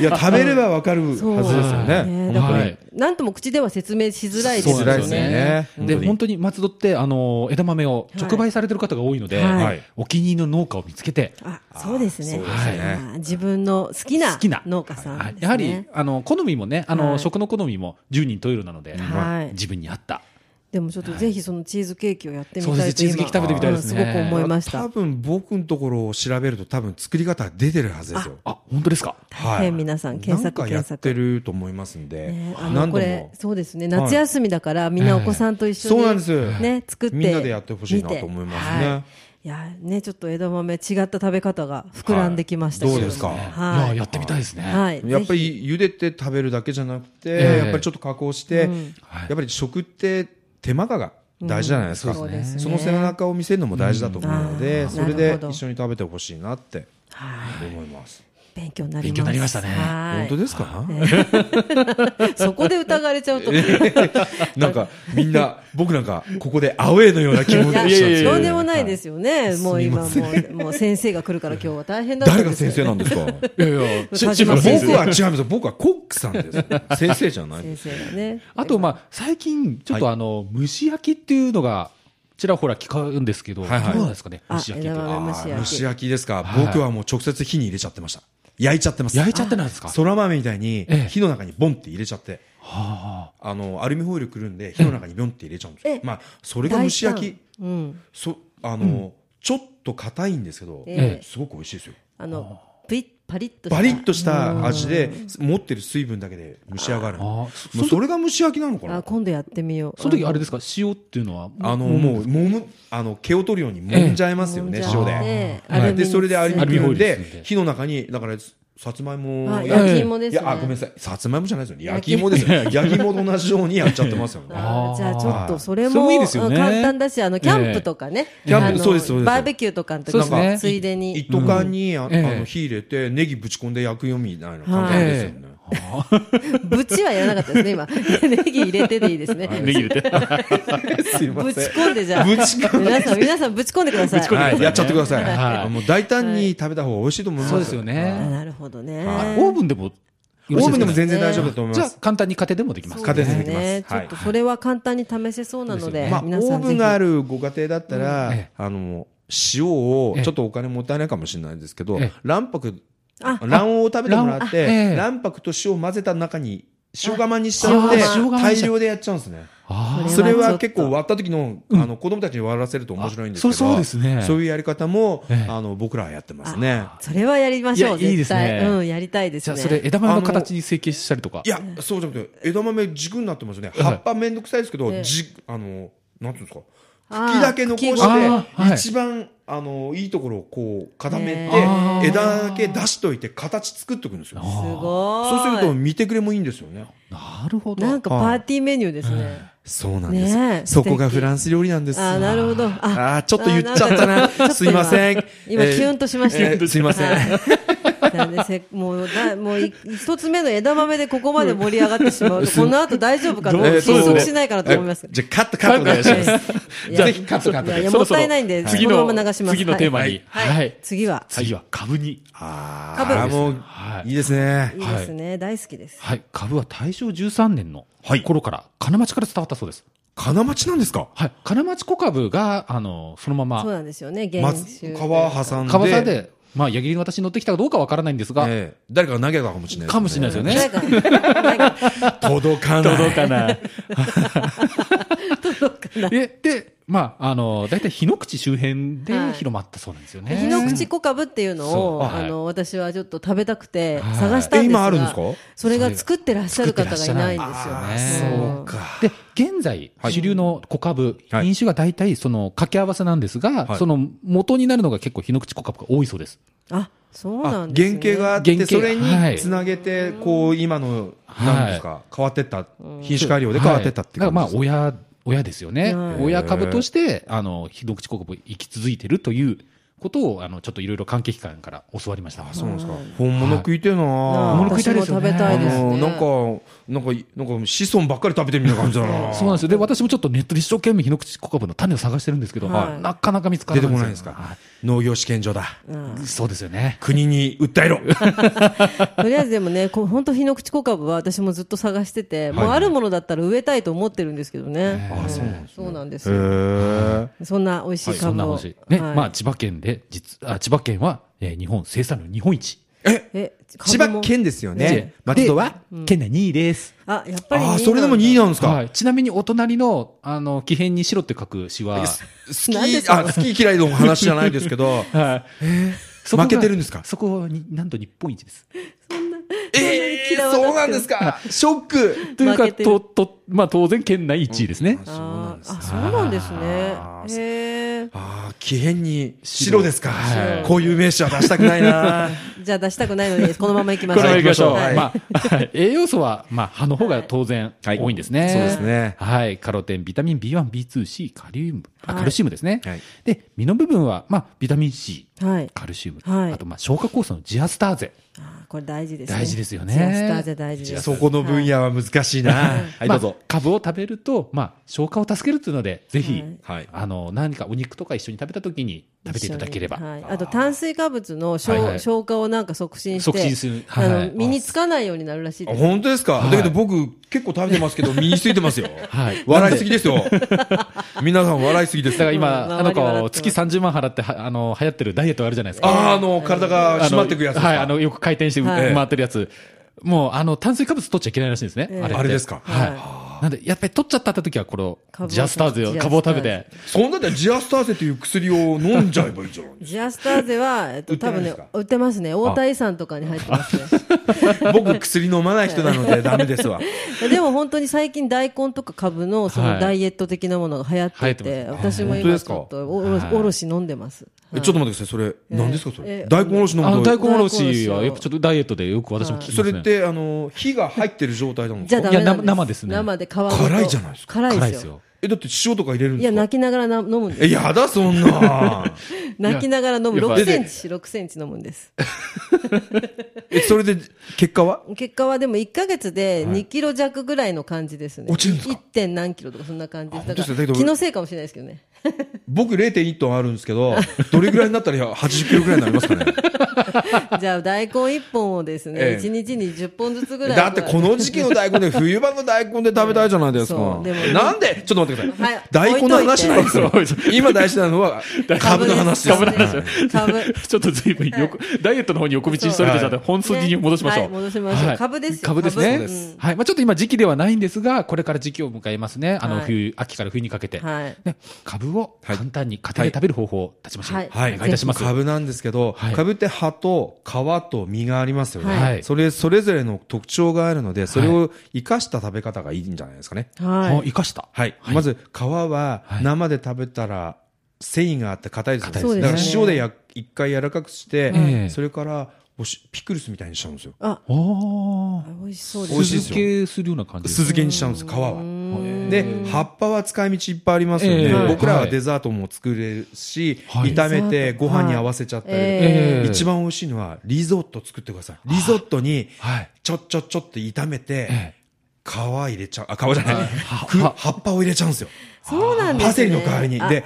[SPEAKER 3] いや食べればわかるはずです
[SPEAKER 1] そう
[SPEAKER 3] よね。
[SPEAKER 1] ね
[SPEAKER 3] 本
[SPEAKER 1] だ
[SPEAKER 3] 当
[SPEAKER 1] か
[SPEAKER 3] に
[SPEAKER 1] ら、
[SPEAKER 2] はい
[SPEAKER 1] なんとも口では説明しづらいです
[SPEAKER 2] そう
[SPEAKER 1] よ
[SPEAKER 2] な
[SPEAKER 1] ね
[SPEAKER 2] んですよね。
[SPEAKER 3] そうですよね
[SPEAKER 2] で、本当に松戸って、あの、枝豆を直売されてる方が多いので、
[SPEAKER 1] はい
[SPEAKER 3] はい
[SPEAKER 2] お気に入りの農家を見つけて、
[SPEAKER 1] あそうですね
[SPEAKER 3] そうですね
[SPEAKER 1] あー自分の好きな
[SPEAKER 2] 好きな
[SPEAKER 1] 農家さんです、
[SPEAKER 2] は
[SPEAKER 1] ね
[SPEAKER 2] い、やはり、あの、好みもね、
[SPEAKER 1] は
[SPEAKER 2] あの、
[SPEAKER 1] い
[SPEAKER 2] 食の好みも十人十色なので、
[SPEAKER 1] はい
[SPEAKER 2] 自分に合った。
[SPEAKER 1] でもちょっとぜひそのチーズケーキをやってみた
[SPEAKER 2] そうで
[SPEAKER 1] い
[SPEAKER 2] す
[SPEAKER 1] と
[SPEAKER 2] チーズケーキ食べてみたいですね
[SPEAKER 1] 今うんすごく思いまし
[SPEAKER 3] 多
[SPEAKER 1] た
[SPEAKER 3] 分僕のところを調べると多分作り方出てるはずですよ。
[SPEAKER 2] あ、本当ですか
[SPEAKER 1] 大変皆さん検索
[SPEAKER 3] なんかやってると思いますんで
[SPEAKER 1] ね、あの
[SPEAKER 3] 何
[SPEAKER 1] こ
[SPEAKER 3] 度
[SPEAKER 1] れ
[SPEAKER 3] も
[SPEAKER 1] そうですね夏休みだからみんなお子さんと一緒に
[SPEAKER 3] そうなんですよ
[SPEAKER 1] ね作って
[SPEAKER 3] みんなでやってほしいなと思いますね
[SPEAKER 1] はい、いやねちょっと枝豆違った食べ方が膨らんできましたけど
[SPEAKER 3] どうですか
[SPEAKER 1] はい
[SPEAKER 2] いや、やってみたいですね。
[SPEAKER 1] はい
[SPEAKER 3] やっぱ
[SPEAKER 1] ぜひ
[SPEAKER 3] り茹でて食べるだけじゃなくて、
[SPEAKER 2] ええ
[SPEAKER 3] やっぱりちょっと加工し
[SPEAKER 2] はい
[SPEAKER 3] て、やっぱり食って手間が大事じゃないですか、
[SPEAKER 1] うんそうですね
[SPEAKER 3] その背中を見せるのも大事だと思うの
[SPEAKER 1] う
[SPEAKER 3] で、
[SPEAKER 1] んあー
[SPEAKER 3] それ
[SPEAKER 1] なる
[SPEAKER 3] で
[SPEAKER 1] ほど
[SPEAKER 3] 一緒に食べてほしいなって
[SPEAKER 1] はい
[SPEAKER 3] 思います、
[SPEAKER 1] 勉強になります
[SPEAKER 2] 勉強になりましたね
[SPEAKER 1] はい
[SPEAKER 3] 本当ですか、
[SPEAKER 1] そこで疑われちゃうとい
[SPEAKER 3] なんかみんな僕なんかここでアウェーのような気持ちにな
[SPEAKER 1] や
[SPEAKER 3] っちゃって
[SPEAKER 1] とんでもないですよね、もう今もうもう先生が来るから今日は大変だったん
[SPEAKER 3] 誰
[SPEAKER 1] です
[SPEAKER 3] が先生なんですか
[SPEAKER 2] いや いや、
[SPEAKER 1] し
[SPEAKER 2] シ
[SPEAKER 1] し
[SPEAKER 2] ェフ
[SPEAKER 1] ま
[SPEAKER 2] の
[SPEAKER 1] す
[SPEAKER 2] 先生
[SPEAKER 3] 僕は違います僕はコックさんです先生じゃない
[SPEAKER 1] 先生がね
[SPEAKER 2] あと、まあ、最近、ちょっとあの、蒸し焼きっていうのが、ちらほら聞かうんですけど、
[SPEAKER 3] はいはい
[SPEAKER 2] どうなんですかね、
[SPEAKER 1] あ
[SPEAKER 2] 蒸し焼きっていうの
[SPEAKER 1] 枝
[SPEAKER 2] は。
[SPEAKER 1] 豆
[SPEAKER 3] あ
[SPEAKER 1] 蒸し
[SPEAKER 3] ー
[SPEAKER 1] 焼き
[SPEAKER 3] 蒸し焼きですか、
[SPEAKER 2] はい
[SPEAKER 3] 僕はもう直接火に入れちゃってました焼いちゃってます
[SPEAKER 2] 焼いちゃってなんですか
[SPEAKER 3] そら豆みたいに
[SPEAKER 2] ええ
[SPEAKER 3] 火の中にボンって入れちゃって、
[SPEAKER 2] は
[SPEAKER 3] あのアルミホイルくるんで火の中にビョンって入れちゃうんですよ
[SPEAKER 1] え、
[SPEAKER 3] まあ、それが蒸し焼き
[SPEAKER 1] 大胆うん、
[SPEAKER 3] そあの、ちょっと硬いんですけど、
[SPEAKER 1] え
[SPEAKER 2] え
[SPEAKER 3] すごく美味しいですよ
[SPEAKER 1] あのプリッパリッとした
[SPEAKER 3] バリッとした味で持ってる水分だけで蒸し上がる
[SPEAKER 2] あ
[SPEAKER 3] も
[SPEAKER 2] あー、そう
[SPEAKER 3] それが蒸し焼きなのか
[SPEAKER 1] あ
[SPEAKER 3] な
[SPEAKER 1] 今度やってみよう
[SPEAKER 2] その時あれですすか、塩っていうのは、
[SPEAKER 3] あのもう揉むあの毛を取るように揉んじゃいますよね、
[SPEAKER 1] ええ
[SPEAKER 3] 塩
[SPEAKER 1] 揉んじゃって
[SPEAKER 3] で、
[SPEAKER 1] あー
[SPEAKER 3] はいでそれでアルミ
[SPEAKER 2] アルミホ
[SPEAKER 3] ホ
[SPEAKER 2] イ
[SPEAKER 3] イ
[SPEAKER 2] ル
[SPEAKER 3] ル
[SPEAKER 2] ですね
[SPEAKER 3] で火の中にだからさつまいも
[SPEAKER 1] あ
[SPEAKER 3] や
[SPEAKER 1] 焼き芋ですね
[SPEAKER 3] いやあごめんなさいさつまいもじゃないですよね焼き芋ですよね焼き芋と同じようにやっちゃってますよね
[SPEAKER 1] あーじゃあちょっとそれ
[SPEAKER 2] それ
[SPEAKER 1] も
[SPEAKER 2] もいいですよね
[SPEAKER 1] うん簡単だしあのキャンプとかね、
[SPEAKER 3] キャンプ
[SPEAKER 1] あの
[SPEAKER 3] そうですそうです
[SPEAKER 1] バーベキューとかの時
[SPEAKER 2] そうですね
[SPEAKER 1] ついでに
[SPEAKER 3] 一斗缶にああ
[SPEAKER 2] ええ
[SPEAKER 3] の火入れてネギぶち込んで焼くよみたいな感じですよね
[SPEAKER 1] ぶちはやらなかったですね今 ネギ入れてでいいですね
[SPEAKER 2] ネギ入れて。
[SPEAKER 3] すいま
[SPEAKER 1] ぶち
[SPEAKER 3] せん
[SPEAKER 1] 込んでじゃあ
[SPEAKER 3] ぶち込ん
[SPEAKER 1] 皆さん皆さんぶち込んでください
[SPEAKER 2] ぶち込んで
[SPEAKER 3] はいやっちゃってください
[SPEAKER 2] はい
[SPEAKER 3] もう大胆に食べた方が美味しいと思いま す
[SPEAKER 2] そうですよ
[SPEAKER 1] あ
[SPEAKER 2] ね。
[SPEAKER 1] なるほどね、
[SPEAKER 3] は
[SPEAKER 2] オーブンでもよ
[SPEAKER 3] オ
[SPEAKER 2] ろしいすかね、
[SPEAKER 3] ーブンでも全然大丈夫だと思い
[SPEAKER 2] じゃ
[SPEAKER 3] ま
[SPEAKER 2] あ、
[SPEAKER 3] す
[SPEAKER 2] 簡単に家庭でもできます
[SPEAKER 1] そう
[SPEAKER 2] か。
[SPEAKER 1] で
[SPEAKER 3] 家
[SPEAKER 1] す
[SPEAKER 3] 庭ででき
[SPEAKER 1] ね
[SPEAKER 3] ます
[SPEAKER 1] ちょ
[SPEAKER 3] は
[SPEAKER 1] っ
[SPEAKER 3] い
[SPEAKER 1] とそれは簡単に試せそうなので、
[SPEAKER 2] です
[SPEAKER 3] まあ、オ
[SPEAKER 1] 皆さ
[SPEAKER 3] ー
[SPEAKER 1] ん
[SPEAKER 3] ブ
[SPEAKER 1] ぜ
[SPEAKER 3] ン
[SPEAKER 1] ひ
[SPEAKER 3] があるご家庭だった
[SPEAKER 2] うんえ
[SPEAKER 3] ら、あの、塩を
[SPEAKER 2] ええ、
[SPEAKER 3] ちょっとお金もったいないかもしれないですけど
[SPEAKER 2] ええ、
[SPEAKER 3] 卵白、
[SPEAKER 1] あ
[SPEAKER 3] 卵黄を食べてもらっ
[SPEAKER 2] ああええ
[SPEAKER 3] て、卵白と塩を混ぜた中に、塩釜にしちゃって
[SPEAKER 2] ああ塩釜にしちゃう、
[SPEAKER 3] 大量でやっちゃうんですね。
[SPEAKER 2] あ
[SPEAKER 1] これは
[SPEAKER 3] それ
[SPEAKER 1] ちょっと
[SPEAKER 3] は結構割った時の、あの、子供たちに割らせると面白いんですけど、
[SPEAKER 2] あそそうですね
[SPEAKER 3] そういうやり方も
[SPEAKER 2] え、え
[SPEAKER 3] あの、僕らはやってますね。
[SPEAKER 1] それはやりましょう
[SPEAKER 2] いやいいで
[SPEAKER 1] 絶
[SPEAKER 2] す
[SPEAKER 1] 対
[SPEAKER 2] ね
[SPEAKER 1] うんやりたいです
[SPEAKER 2] じゃ
[SPEAKER 1] ね
[SPEAKER 2] あ、それ枝豆の形に成形したりとか。
[SPEAKER 3] いや、そうじゃなくて、枝豆軸になってますよね。
[SPEAKER 2] ええ
[SPEAKER 3] 葉っぱめんどくさいですけど
[SPEAKER 1] ええ、
[SPEAKER 3] じ、あの、なんていうんですか。
[SPEAKER 1] あー
[SPEAKER 3] 茎だけ残
[SPEAKER 1] 茎
[SPEAKER 3] し
[SPEAKER 1] ご
[SPEAKER 3] て、
[SPEAKER 1] と
[SPEAKER 2] あーはい
[SPEAKER 3] 一番、あの、いいところをこう固め
[SPEAKER 1] ね
[SPEAKER 2] え
[SPEAKER 3] て、枝だけ出しといて形作っておくんですよ。
[SPEAKER 1] すごい
[SPEAKER 3] そうすると見てくれもいいんですよね。
[SPEAKER 2] なるほど。
[SPEAKER 1] なんかパーティーメニューですね。
[SPEAKER 3] そうなん
[SPEAKER 1] ですねえ
[SPEAKER 3] そこが
[SPEAKER 1] 素敵
[SPEAKER 3] フランス料理なんです。
[SPEAKER 1] あーなるほど。あ、
[SPEAKER 3] ああ、ちょっと言っちゃった
[SPEAKER 1] あーな
[SPEAKER 3] なん
[SPEAKER 1] かちょっと今。
[SPEAKER 3] すいません。
[SPEAKER 1] 今
[SPEAKER 3] えー
[SPEAKER 1] キュンとしました
[SPEAKER 3] えーすいません。
[SPEAKER 1] はいなんでせもうだもうい一つ目の枝豆でここまで盛り上がってし まうとこの後大丈夫かと
[SPEAKER 2] どう
[SPEAKER 1] 失
[SPEAKER 2] そう
[SPEAKER 1] 速
[SPEAKER 2] です
[SPEAKER 1] しないかなと思います
[SPEAKER 3] え。じゃあカットカットお願いします。
[SPEAKER 1] いや
[SPEAKER 2] ぜひカットカット
[SPEAKER 1] い
[SPEAKER 2] で。
[SPEAKER 1] や
[SPEAKER 2] そろそろ
[SPEAKER 1] もったいないんで
[SPEAKER 2] 次
[SPEAKER 1] この
[SPEAKER 2] の
[SPEAKER 1] まま流します
[SPEAKER 2] 次のテーマに。
[SPEAKER 1] はい
[SPEAKER 2] はい。
[SPEAKER 1] 次は
[SPEAKER 2] 次は株に。
[SPEAKER 3] あ
[SPEAKER 1] カブ
[SPEAKER 3] ーもう
[SPEAKER 2] は、い
[SPEAKER 3] いいですね
[SPEAKER 1] い。いですね、大好きです。
[SPEAKER 2] はい。株は大正13年の
[SPEAKER 3] はい
[SPEAKER 2] 頃から、金町から伝わったそうです。
[SPEAKER 3] 金町なんですか
[SPEAKER 2] はい。金町小株が、あの、そのま
[SPEAKER 1] そう
[SPEAKER 2] ま、
[SPEAKER 1] なんですよね。原
[SPEAKER 3] ま
[SPEAKER 1] 種
[SPEAKER 3] ず川挟んで
[SPEAKER 2] 川沢でまあ、矢切が私に乗ってきたかどうかわからないんですが、
[SPEAKER 3] ええ誰かが投げたかもしれない、
[SPEAKER 2] かもしれないですよね。
[SPEAKER 1] なんか、なんか
[SPEAKER 3] 届かない。
[SPEAKER 2] 届かない。
[SPEAKER 1] 届かない。
[SPEAKER 2] え、で、まあ、あの、大体日の口周辺
[SPEAKER 1] は
[SPEAKER 2] で
[SPEAKER 1] い
[SPEAKER 2] 広まったそうなんですよね。
[SPEAKER 1] 日の口小株っていうのを、
[SPEAKER 2] そうはい
[SPEAKER 1] あの、私はちょっと食べたくて
[SPEAKER 2] はい
[SPEAKER 1] 探したんですが、
[SPEAKER 3] え今あるんですか
[SPEAKER 1] それが作ってらっしゃる方がいないんですよ。
[SPEAKER 2] あ
[SPEAKER 1] ーそう
[SPEAKER 3] か。
[SPEAKER 2] で、現在、主流の小株、
[SPEAKER 3] はい
[SPEAKER 2] 品種が大体その掛け合わせなんですが、
[SPEAKER 3] はい
[SPEAKER 2] その元になるのが結構日の口小株が多いそうです。
[SPEAKER 1] あ、そう
[SPEAKER 3] あ
[SPEAKER 1] なんです
[SPEAKER 3] 原
[SPEAKER 1] ね。
[SPEAKER 3] 型があって、
[SPEAKER 2] 原型
[SPEAKER 3] それ
[SPEAKER 2] はい
[SPEAKER 3] につなげて、こう、今の、なんですか、変わってった、品種改良で変わってったって
[SPEAKER 2] はいだから
[SPEAKER 3] 感
[SPEAKER 2] まあ
[SPEAKER 3] じです
[SPEAKER 2] 親、親ですよね。
[SPEAKER 1] はい
[SPEAKER 2] 親株として、あの、日の口小株生き続いてるということを、あの、ちょっといろいろ関係機関から教わりました。
[SPEAKER 3] あそうなんですか。本物食いてえな
[SPEAKER 1] なあ
[SPEAKER 3] 本
[SPEAKER 2] 物食いたいですよね
[SPEAKER 1] 私も食べた
[SPEAKER 3] あ
[SPEAKER 1] いです
[SPEAKER 3] の
[SPEAKER 1] ね。
[SPEAKER 3] なんか、なんか、なんか、子孫ばっかり食べてるみたいな感じだな。
[SPEAKER 2] そうなんですよ。で、私もちょっとネットで一生懸命日の口小株の種を探してるんですけど、
[SPEAKER 1] はい
[SPEAKER 2] なかなか見つから
[SPEAKER 3] 出
[SPEAKER 2] な
[SPEAKER 3] て
[SPEAKER 2] い
[SPEAKER 3] こないんですか、
[SPEAKER 2] は
[SPEAKER 3] 農業試験所だ。
[SPEAKER 1] うん
[SPEAKER 2] いそうですよね。
[SPEAKER 3] 国に 訴えろ。
[SPEAKER 1] とりあえずでもね、こう本当、日の口小株は私もずっと探してて、もうあるものだったら植えたいと思ってるんですけどね、うんそうなんですよ、
[SPEAKER 3] へ
[SPEAKER 1] そんな美味しい
[SPEAKER 2] そ
[SPEAKER 1] 株
[SPEAKER 2] んな
[SPEAKER 1] を、
[SPEAKER 2] 話。ね、
[SPEAKER 1] はい
[SPEAKER 2] まあ、千葉県で、実、あ、千葉県は、えー日本生産量日本一。
[SPEAKER 3] え。
[SPEAKER 1] え
[SPEAKER 3] 千葉県ですよね
[SPEAKER 2] で。
[SPEAKER 3] 松戸は
[SPEAKER 2] 県内2位です。
[SPEAKER 1] 株もあやっぱり
[SPEAKER 3] ああ、それでも2位
[SPEAKER 1] 位
[SPEAKER 3] なんですか。
[SPEAKER 2] はい。ちなみに、お隣の、あの、木片に白って書く詩は、
[SPEAKER 3] 好
[SPEAKER 1] なんで
[SPEAKER 3] き、
[SPEAKER 1] すか
[SPEAKER 3] あ、好き嫌いの話じゃないですけど、
[SPEAKER 2] はい。そこが
[SPEAKER 3] 負けてるんですか
[SPEAKER 2] そこはに、なんと日本一です。
[SPEAKER 3] ええ
[SPEAKER 1] 嫌わなくて
[SPEAKER 3] そうなんですか。ショック。
[SPEAKER 2] という
[SPEAKER 1] 負
[SPEAKER 2] か、
[SPEAKER 1] けてる
[SPEAKER 2] と、と、まあ、当然県内1位ですね。
[SPEAKER 1] あーあそうなんですね
[SPEAKER 3] あ、
[SPEAKER 1] へえ
[SPEAKER 3] ああ、奇変に白ですか
[SPEAKER 2] は。い
[SPEAKER 3] こういう名詞は出したくないな。
[SPEAKER 1] じゃあ出したくないので、このままいきまし
[SPEAKER 2] こ
[SPEAKER 1] ょう。
[SPEAKER 2] れはいきましょう。
[SPEAKER 1] はい
[SPEAKER 2] まあ、はい 栄養素は、まあ、葉の方が当然
[SPEAKER 3] はい
[SPEAKER 2] 多いんですね。
[SPEAKER 3] そうですね
[SPEAKER 2] はい。カロテン、ビタミン B1、B2、C、カリウム、あ
[SPEAKER 1] はい
[SPEAKER 2] カルシウムですね。
[SPEAKER 3] はい
[SPEAKER 2] で、実の部分は、まあ、ビタミン C、
[SPEAKER 1] はい
[SPEAKER 2] カルシウム、
[SPEAKER 1] はい
[SPEAKER 2] あと、まあ、消化酵素のジアスターゼ。
[SPEAKER 1] あーこれ大事ですね。
[SPEAKER 2] 大事ですよね
[SPEAKER 1] ジアスターゼ大事です
[SPEAKER 3] そ。この分野は難しいな。は
[SPEAKER 2] ま
[SPEAKER 3] い、ど
[SPEAKER 2] あ
[SPEAKER 3] うぞ。
[SPEAKER 2] 株を食べると、まあ、消化を助けるというので、ぜひ、
[SPEAKER 3] はい。
[SPEAKER 2] あの、何かお肉とか一緒に食べたときに食べていただければ。
[SPEAKER 1] はい、あと炭水化物の消,、
[SPEAKER 2] はいはい
[SPEAKER 1] 消化をなんか促進して
[SPEAKER 2] 促進するはいはい
[SPEAKER 1] あの身につかないようになるらしい
[SPEAKER 3] あ
[SPEAKER 1] です
[SPEAKER 3] 本当ですか
[SPEAKER 2] はい
[SPEAKER 3] だけど僕、結構食べてますけど、身についてますよ。
[SPEAKER 2] はい
[SPEAKER 3] 笑いすぎですよ。皆さん笑いすぎで
[SPEAKER 2] だ
[SPEAKER 3] す
[SPEAKER 2] か
[SPEAKER 3] よ
[SPEAKER 2] ら。今、
[SPEAKER 1] うん
[SPEAKER 2] あの
[SPEAKER 1] 周り笑って
[SPEAKER 2] 子、
[SPEAKER 1] ます
[SPEAKER 2] 月30万払っては、あの、流行ってるダイエットあるじゃないですか。
[SPEAKER 3] ああ、あの、体が締まってくやつですか
[SPEAKER 2] はい、あの、よく回転し
[SPEAKER 1] は
[SPEAKER 2] て
[SPEAKER 1] い
[SPEAKER 2] 回ってるやつ。もう、あの、炭水化物取っちゃいけないらしいんですね。
[SPEAKER 1] ええ
[SPEAKER 2] あれって
[SPEAKER 3] あれですか
[SPEAKER 2] はい。なんで、やっぱり取っちゃった時は、この
[SPEAKER 1] カブ、を
[SPEAKER 2] ジャスターズを、
[SPEAKER 1] ジャスターゼ
[SPEAKER 2] カブを食べて。
[SPEAKER 3] そんなんでジアスターゼという薬を飲んじゃえばいいじゃん。
[SPEAKER 1] ジアスターゼは、えっ
[SPEAKER 3] 売
[SPEAKER 1] と、
[SPEAKER 3] ってな
[SPEAKER 1] 多
[SPEAKER 3] い
[SPEAKER 1] 分
[SPEAKER 3] で
[SPEAKER 1] ね
[SPEAKER 3] すか、
[SPEAKER 1] 売ってますね。大田遺産とかに入って ますね。
[SPEAKER 3] 僕、薬飲まない人なのでダメですわ。
[SPEAKER 1] でも本当に最近大根とか株のそ
[SPEAKER 2] は
[SPEAKER 1] の
[SPEAKER 2] い
[SPEAKER 1] ダイエット的なものが流行っていて、
[SPEAKER 2] 流行って
[SPEAKER 1] 私も
[SPEAKER 3] 本当で
[SPEAKER 1] 今
[SPEAKER 3] す
[SPEAKER 1] ち
[SPEAKER 3] か
[SPEAKER 1] ょっとおろ,、おろし飲んでます。
[SPEAKER 3] えちょっと待ってください、それ、何ですか、そ
[SPEAKER 1] え
[SPEAKER 3] れ。大根おろし飲
[SPEAKER 2] あの、
[SPEAKER 3] む
[SPEAKER 2] 大
[SPEAKER 3] と。
[SPEAKER 2] 根おろしは、やっぱちょっとダイエットでよく私も聞きますね。
[SPEAKER 3] それって、あの、火が入ってる状態なの
[SPEAKER 1] じゃあダメなんです
[SPEAKER 2] いや生ですね
[SPEAKER 1] 生で皮ごと
[SPEAKER 3] 辛いじゃないですか
[SPEAKER 1] 辛い
[SPEAKER 2] 辛
[SPEAKER 1] で
[SPEAKER 2] いですす
[SPEAKER 1] よ。
[SPEAKER 2] よ。
[SPEAKER 3] え、だって塩とか入れるん
[SPEAKER 1] い
[SPEAKER 3] で
[SPEAKER 1] や、
[SPEAKER 3] すか
[SPEAKER 1] 泣きながらな飲むんです。
[SPEAKER 3] え、やだ、そんな。
[SPEAKER 1] 泣きながら飲む。
[SPEAKER 2] いや
[SPEAKER 1] 6セン
[SPEAKER 3] で
[SPEAKER 1] チ、6センチ飲むんです。
[SPEAKER 3] え、それで、結果は
[SPEAKER 1] 結果はでも1ヶ月で2キロ弱ぐらいの感じですね。
[SPEAKER 3] 落ちるんですか
[SPEAKER 1] ?1 点何キロとかそんな感じです。だ
[SPEAKER 3] あ
[SPEAKER 1] から
[SPEAKER 3] 本当ですよだけど
[SPEAKER 1] 気のせいかもしれないですけど ね。
[SPEAKER 3] 僕0.1トンあるんですけど、どれぐらいになったら80キロぐらいになりますかね。
[SPEAKER 1] じゃあ大根1本をです
[SPEAKER 3] ええ
[SPEAKER 1] ね、1日に10本ずつぐらい。
[SPEAKER 3] だってこの時期の大根で、冬場の大根で食べたいじゃないです
[SPEAKER 1] そ
[SPEAKER 3] か
[SPEAKER 1] うでも。
[SPEAKER 3] なんで、ちょっと待ってくださ
[SPEAKER 1] はい
[SPEAKER 3] い。大根の話なんですよ
[SPEAKER 2] 置いとい。
[SPEAKER 3] 今大事なのは、株の話です。
[SPEAKER 1] 株の話
[SPEAKER 3] はい
[SPEAKER 1] 株。
[SPEAKER 2] ちょっと随分横、ダイエットの方に横道にそれてちゃって、
[SPEAKER 3] は
[SPEAKER 2] 本筋に戻しましょ
[SPEAKER 1] ねはい
[SPEAKER 2] う。
[SPEAKER 1] 戻しましょう
[SPEAKER 2] はい
[SPEAKER 1] 株ですよ
[SPEAKER 2] 株です
[SPEAKER 1] 株
[SPEAKER 2] ね。
[SPEAKER 1] です
[SPEAKER 2] はい。まあちょっと今時期ではないんですが、これから時期を迎えますね。あの
[SPEAKER 1] はい
[SPEAKER 2] 冬、秋から冬にかけて。
[SPEAKER 1] はい
[SPEAKER 2] ね株を簡単に家庭
[SPEAKER 3] はい
[SPEAKER 2] で食べる方法を立ちましょう。
[SPEAKER 1] はい
[SPEAKER 2] お願いいたします。
[SPEAKER 3] 株なんですけど、
[SPEAKER 2] はい
[SPEAKER 3] 株って葉と皮と実がありますよね、
[SPEAKER 2] はい
[SPEAKER 3] それそれぞれの特徴があるのでそれを生かした食べ方がいいんじゃないですかね、
[SPEAKER 2] あ
[SPEAKER 1] は
[SPEAKER 2] 生かした。
[SPEAKER 3] はいまず皮は生で食べたら繊維があって硬いですよね
[SPEAKER 1] 硬いですね
[SPEAKER 3] だから塩でや一回柔らかくして、
[SPEAKER 2] ええ
[SPEAKER 3] それからおしピクルスみたいにしちゃうんですよ
[SPEAKER 2] おー
[SPEAKER 1] い。。美味しそうで
[SPEAKER 3] 美味
[SPEAKER 1] す。
[SPEAKER 3] しいで
[SPEAKER 2] 酢
[SPEAKER 3] す
[SPEAKER 2] 漬
[SPEAKER 3] よ
[SPEAKER 2] けするような感じ
[SPEAKER 3] 酢
[SPEAKER 2] です。
[SPEAKER 3] 漬けにしちゃうんです皮は
[SPEAKER 2] ん
[SPEAKER 3] で葉っぱは使い道いっぱいありますよね、
[SPEAKER 2] ええ
[SPEAKER 3] 僕ら
[SPEAKER 2] は
[SPEAKER 3] はいデザートも作れるし、
[SPEAKER 2] はい
[SPEAKER 3] 炒めてご飯に合わせちゃったり、
[SPEAKER 1] はい
[SPEAKER 2] ええ
[SPEAKER 3] 一番美味しいのはリゾット作ってくださいリゾットに
[SPEAKER 2] はい。
[SPEAKER 3] ちょっちょっちょって炒めて、
[SPEAKER 2] え
[SPEAKER 3] 皮入れちゃう、あ、皮じゃない、く
[SPEAKER 2] は
[SPEAKER 3] 葉っぱを入れちゃうんですよ。
[SPEAKER 1] そうなんですね。
[SPEAKER 3] パセリの代わりに。
[SPEAKER 1] あ
[SPEAKER 3] で、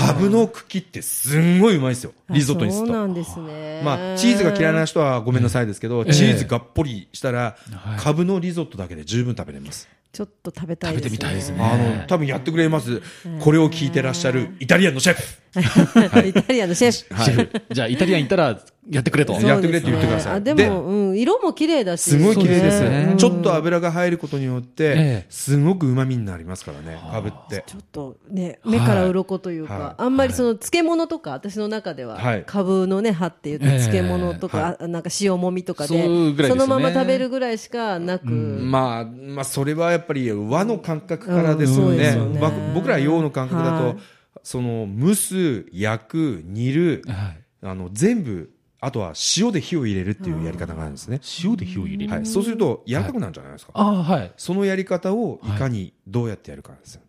[SPEAKER 3] 株の茎ってすんごいうまいんですよ。リゾットにす
[SPEAKER 1] そう
[SPEAKER 3] ると。
[SPEAKER 1] なんですね。
[SPEAKER 3] まあ、チーズが嫌いな人はごめんなさいですけど、
[SPEAKER 2] ええ
[SPEAKER 3] チーズがっぽりしたら
[SPEAKER 2] はい、
[SPEAKER 3] 株のリゾットだけで十分食べれます。
[SPEAKER 1] ちょっと食べたいですね。
[SPEAKER 2] 食べてみたいですね
[SPEAKER 3] あの、多分やってくれます。これを聞いてらっしゃるイタリアンのシェフ。
[SPEAKER 1] イタリアのシェフ。
[SPEAKER 2] シェフじゃあ、イタリアン行ったらやってくれと。
[SPEAKER 3] やってくれって言ってくださ
[SPEAKER 1] そ
[SPEAKER 3] い
[SPEAKER 1] うですねあでも、うん、色も綺麗だし。
[SPEAKER 3] すごい綺麗です
[SPEAKER 2] そうですね
[SPEAKER 3] ね。ちょっと油が入ることによっ
[SPEAKER 2] え
[SPEAKER 3] て
[SPEAKER 2] え、
[SPEAKER 3] すごく旨味になりますからね、かぶって。
[SPEAKER 1] ちょっとね、目から鱗というか、
[SPEAKER 3] はい
[SPEAKER 1] あんまりその漬物とか、私の中では、
[SPEAKER 3] はい
[SPEAKER 1] 株のね、葉って言って、
[SPEAKER 2] ええ
[SPEAKER 1] 漬物とか、あなんか塩もみとかで
[SPEAKER 2] そうぐらいで
[SPEAKER 1] そ
[SPEAKER 2] すよね
[SPEAKER 1] のまま食べるぐらいしかなく、
[SPEAKER 3] まあ、まあ、それはやっぱり和の感覚からです
[SPEAKER 1] うんそう
[SPEAKER 3] よ
[SPEAKER 1] で
[SPEAKER 3] ね
[SPEAKER 1] すよね。
[SPEAKER 3] ば僕ら洋の感覚だ
[SPEAKER 1] はい
[SPEAKER 3] と、その、蒸す、焼く、煮る、
[SPEAKER 2] はい
[SPEAKER 3] あの、全部、あとは塩で火を入れるっていうやり方があるんですね。
[SPEAKER 2] 塩で火を入れる。
[SPEAKER 3] はい。そうすると、やりたくなるんじゃないですか。
[SPEAKER 2] ああ、はい。
[SPEAKER 3] そのやり方をいかにどうやってやるかなんですよ。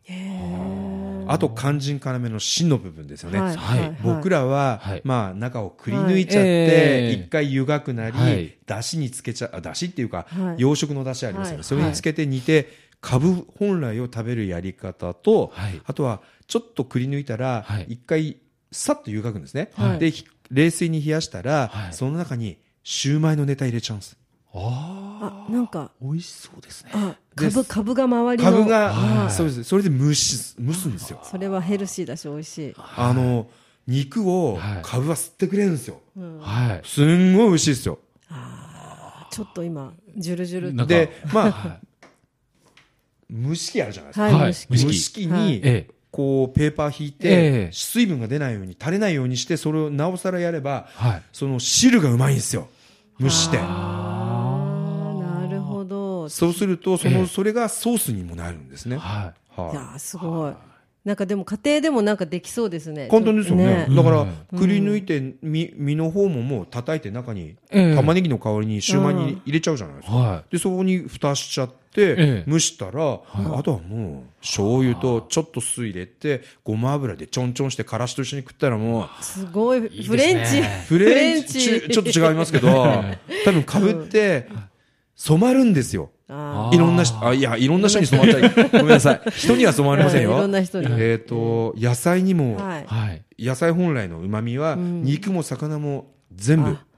[SPEAKER 3] あと肝心要の芯の部分ですよね。
[SPEAKER 1] はい
[SPEAKER 2] はい
[SPEAKER 3] 僕らは、
[SPEAKER 2] はい
[SPEAKER 3] まあ中をくり抜いちゃっ
[SPEAKER 2] はいえ
[SPEAKER 3] て、
[SPEAKER 2] え
[SPEAKER 3] 一回湯がくなり、
[SPEAKER 2] はい
[SPEAKER 3] だしにつけちゃ、あだしっていうか、
[SPEAKER 1] はい
[SPEAKER 3] 養殖のだしありますよね。
[SPEAKER 1] はい
[SPEAKER 3] それにつけて煮て、かぶ本来を食べるやり方と、
[SPEAKER 2] はい
[SPEAKER 3] あとはちょっとくり抜いたら
[SPEAKER 2] はい、
[SPEAKER 3] 一回さっと湯がくんですね。
[SPEAKER 1] はい
[SPEAKER 3] で、ひ冷水に冷やしたら、
[SPEAKER 2] はい
[SPEAKER 3] その中にシューマイのネタ入れちゃうんです。
[SPEAKER 2] ああ、
[SPEAKER 1] あ、なんか、
[SPEAKER 2] 美味しそうですね。
[SPEAKER 1] あ、
[SPEAKER 3] で
[SPEAKER 1] 株、株が周りの。
[SPEAKER 3] 株が、
[SPEAKER 1] はい
[SPEAKER 3] そうです。それで蒸し、蒸すんですよ。
[SPEAKER 1] それはヘルシーだし、美味しい。
[SPEAKER 3] あの、肉を
[SPEAKER 2] はい、
[SPEAKER 3] カブは吸ってくれるんですよ。
[SPEAKER 2] はい。
[SPEAKER 3] すんごい美味しいですよ。
[SPEAKER 1] ちょっと今、ジュルジュル
[SPEAKER 2] なん
[SPEAKER 1] と。
[SPEAKER 2] か
[SPEAKER 3] で、まあ、
[SPEAKER 2] は
[SPEAKER 3] 蒸し器あるじゃないですか。
[SPEAKER 1] はいい、
[SPEAKER 2] は
[SPEAKER 1] 蒸
[SPEAKER 2] い
[SPEAKER 1] し器
[SPEAKER 2] 蒸し器
[SPEAKER 3] 蒸し器
[SPEAKER 1] はい
[SPEAKER 3] に、
[SPEAKER 2] ええ。
[SPEAKER 3] こう、ペーパー引い
[SPEAKER 2] え
[SPEAKER 3] て
[SPEAKER 2] え、
[SPEAKER 3] 水分が出ないように、垂れないようにして、それをなおさらやれば、
[SPEAKER 2] はい。
[SPEAKER 3] その汁がうまいんですよ。蒸して。
[SPEAKER 1] あーなるほど。い
[SPEAKER 3] そうすると、そ
[SPEAKER 2] え
[SPEAKER 3] の、
[SPEAKER 2] え
[SPEAKER 3] それがソースにもなるんですね。
[SPEAKER 2] は
[SPEAKER 1] や
[SPEAKER 3] は
[SPEAKER 1] ー、すごい。なんかでも家庭でもなんかできそうですね。
[SPEAKER 3] い。簡単ですよね。
[SPEAKER 2] ね
[SPEAKER 3] だから
[SPEAKER 2] う、
[SPEAKER 3] くり抜いて、身、身の方ももう叩いて中に、
[SPEAKER 2] ええ
[SPEAKER 3] 玉ねぎの代わりにシューマイに入れちゃうじゃないです
[SPEAKER 2] い。
[SPEAKER 3] か。
[SPEAKER 2] は
[SPEAKER 3] で、そこに蓋しちゃっ
[SPEAKER 2] え
[SPEAKER 3] て、
[SPEAKER 2] え
[SPEAKER 3] 蒸したら、あとはもう、醤油とちょっと酢入れて、ごま油でちょんちょんして、からしと一緒に食ったらもう、
[SPEAKER 1] すごい、
[SPEAKER 2] いです
[SPEAKER 1] フ
[SPEAKER 2] ね
[SPEAKER 1] レンチ。
[SPEAKER 3] フレンチ、ちょちょっと違いま すけど、多分かぶって、染まるんですよ。
[SPEAKER 1] あ
[SPEAKER 2] あー
[SPEAKER 3] いろんな人、あ、いや、いろんな人に染まっちゃ い、ごめんなさい。人には染まりませんよ。
[SPEAKER 1] いろんな人に
[SPEAKER 3] えっと、野菜に
[SPEAKER 1] ー
[SPEAKER 3] も、
[SPEAKER 1] はい
[SPEAKER 2] い。。はい。
[SPEAKER 3] 野菜本来の旨味は、肉も魚も全部。
[SPEAKER 1] あ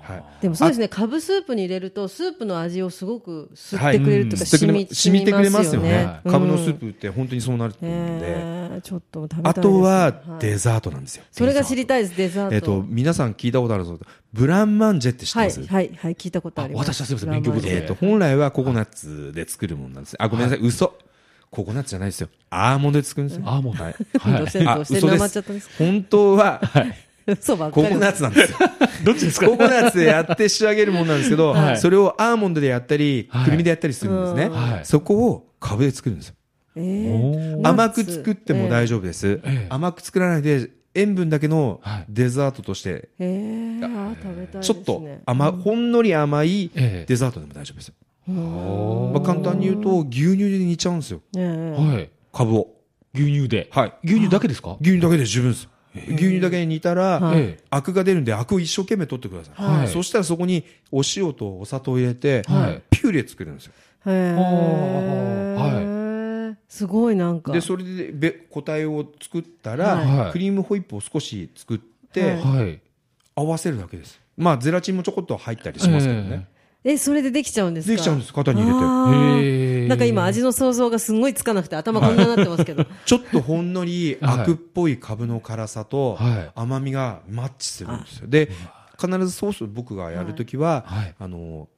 [SPEAKER 3] はい。
[SPEAKER 1] でもそうですね、カブスープに入れると、スープの味をすごく吸
[SPEAKER 3] は
[SPEAKER 1] っ
[SPEAKER 3] い
[SPEAKER 1] てくれるというか、
[SPEAKER 3] うん吸って
[SPEAKER 1] 染
[SPEAKER 3] くれ
[SPEAKER 1] み
[SPEAKER 3] 染みてくれますよね。
[SPEAKER 1] うん
[SPEAKER 3] カブのスープって本当にそうなるんで。
[SPEAKER 1] えーちょっと食べたい
[SPEAKER 3] あ
[SPEAKER 1] です
[SPEAKER 3] とは
[SPEAKER 1] はい
[SPEAKER 3] デザートなんですよ。
[SPEAKER 1] それが知りたいです、デザート。
[SPEAKER 3] えっと、皆さん聞いたことあるそうブランマンジェって知って
[SPEAKER 1] は
[SPEAKER 3] ま
[SPEAKER 1] い、
[SPEAKER 3] す、
[SPEAKER 1] はい、はい、聞いたことあります。
[SPEAKER 2] あ私はすいません勉強不足で
[SPEAKER 3] えっと、本来はココナッツで作るものなんです。あ、ごめんなさい、嘘。ココナッツじゃないですよ。アーモンドで作るんですよ。
[SPEAKER 2] アーモンド。
[SPEAKER 3] は
[SPEAKER 2] はい い。
[SPEAKER 1] どうせどうして
[SPEAKER 3] 嘘
[SPEAKER 1] な
[SPEAKER 3] で。
[SPEAKER 1] まっちゃったんです
[SPEAKER 3] 本当は、
[SPEAKER 1] す。 そうばっか
[SPEAKER 3] コ
[SPEAKER 1] り
[SPEAKER 3] コ
[SPEAKER 1] です。
[SPEAKER 3] ナッツなんですよ。
[SPEAKER 2] どっちですか
[SPEAKER 3] ココナッツでやって仕上げるものなんですけど、
[SPEAKER 2] はい
[SPEAKER 3] それをアーモンドでやったり、
[SPEAKER 2] はい
[SPEAKER 3] くるみでやったりするんですね。
[SPEAKER 2] はい
[SPEAKER 3] そこを株で作るんですよ。
[SPEAKER 1] えー
[SPEAKER 2] お
[SPEAKER 1] ナッ
[SPEAKER 3] 甘
[SPEAKER 1] ツ
[SPEAKER 3] く作っても大丈夫です、
[SPEAKER 2] ええ
[SPEAKER 3] 甘く作らないで塩分だけの
[SPEAKER 2] はい
[SPEAKER 3] デザートとして
[SPEAKER 1] えー、あー食べたいですね。
[SPEAKER 3] ちょっと甘、ほんのり甘い
[SPEAKER 2] ええ
[SPEAKER 3] デザートでも大丈夫ですよ、
[SPEAKER 2] お。
[SPEAKER 3] まあ、簡単に言うと牛乳で煮ちゃうんですよ
[SPEAKER 1] えー
[SPEAKER 2] はい。
[SPEAKER 3] かぶを
[SPEAKER 2] 牛乳で。
[SPEAKER 3] はい
[SPEAKER 2] 牛乳だけですか
[SPEAKER 3] 牛乳だけで十分です牛乳だけで煮たら、
[SPEAKER 1] はい
[SPEAKER 2] ええ
[SPEAKER 3] アクが出るんでアクを一生懸命取ってください、
[SPEAKER 2] はい
[SPEAKER 3] そしたらそこにお塩とお砂糖を入れて、
[SPEAKER 2] はい
[SPEAKER 3] ピューレ作るんですよ
[SPEAKER 1] へえ。
[SPEAKER 2] は
[SPEAKER 1] すごいなんか。
[SPEAKER 3] でそれでべ個体を作ったら、
[SPEAKER 2] はい
[SPEAKER 3] クリームホイップを少し作って、
[SPEAKER 1] は
[SPEAKER 2] はい。
[SPEAKER 3] 合わせるだけですまあゼラチンもちょこっと入ったりしますけどね、
[SPEAKER 1] え、それでできちゃうんですか
[SPEAKER 3] できちゃうんです型に入れて
[SPEAKER 1] あー
[SPEAKER 2] へー
[SPEAKER 1] なんか今味の想像がすんごいつかなくて頭こんなになってます けど。
[SPEAKER 3] ちょっとほんのり
[SPEAKER 2] はい
[SPEAKER 3] アクっぽい株の辛さと
[SPEAKER 2] はい
[SPEAKER 3] 甘みがマッチするんですよで必ずソースを僕がやるときは、
[SPEAKER 2] はい
[SPEAKER 3] あの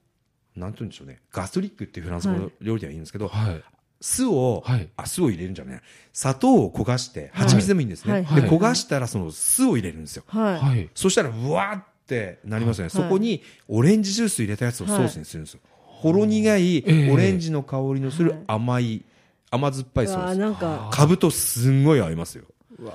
[SPEAKER 3] なんて言うんでしょうねガスリックっていうフランス語の料理ではいいんですけど、
[SPEAKER 2] はい。
[SPEAKER 3] 酢を、
[SPEAKER 2] はい
[SPEAKER 3] あ酢を入れるんじゃない砂糖を焦がして
[SPEAKER 1] はい
[SPEAKER 3] 蜂蜜でもいいんですね、
[SPEAKER 1] はい
[SPEAKER 2] はい
[SPEAKER 3] で焦がしたらその酢を入れるんですよ
[SPEAKER 1] は
[SPEAKER 2] はい。
[SPEAKER 3] そしたらうわーってなりますよね、
[SPEAKER 1] はい
[SPEAKER 3] そこにオレンジジュース入れたやつをソースにするんですよ、ほろ苦い
[SPEAKER 2] ええ
[SPEAKER 3] オレンジの香りのする甘い甘酸っぱ
[SPEAKER 1] い。
[SPEAKER 3] いソ
[SPEAKER 1] わ
[SPEAKER 3] ー
[SPEAKER 1] あ
[SPEAKER 3] ス
[SPEAKER 1] なんか。
[SPEAKER 3] 株とすんごい合いますよ。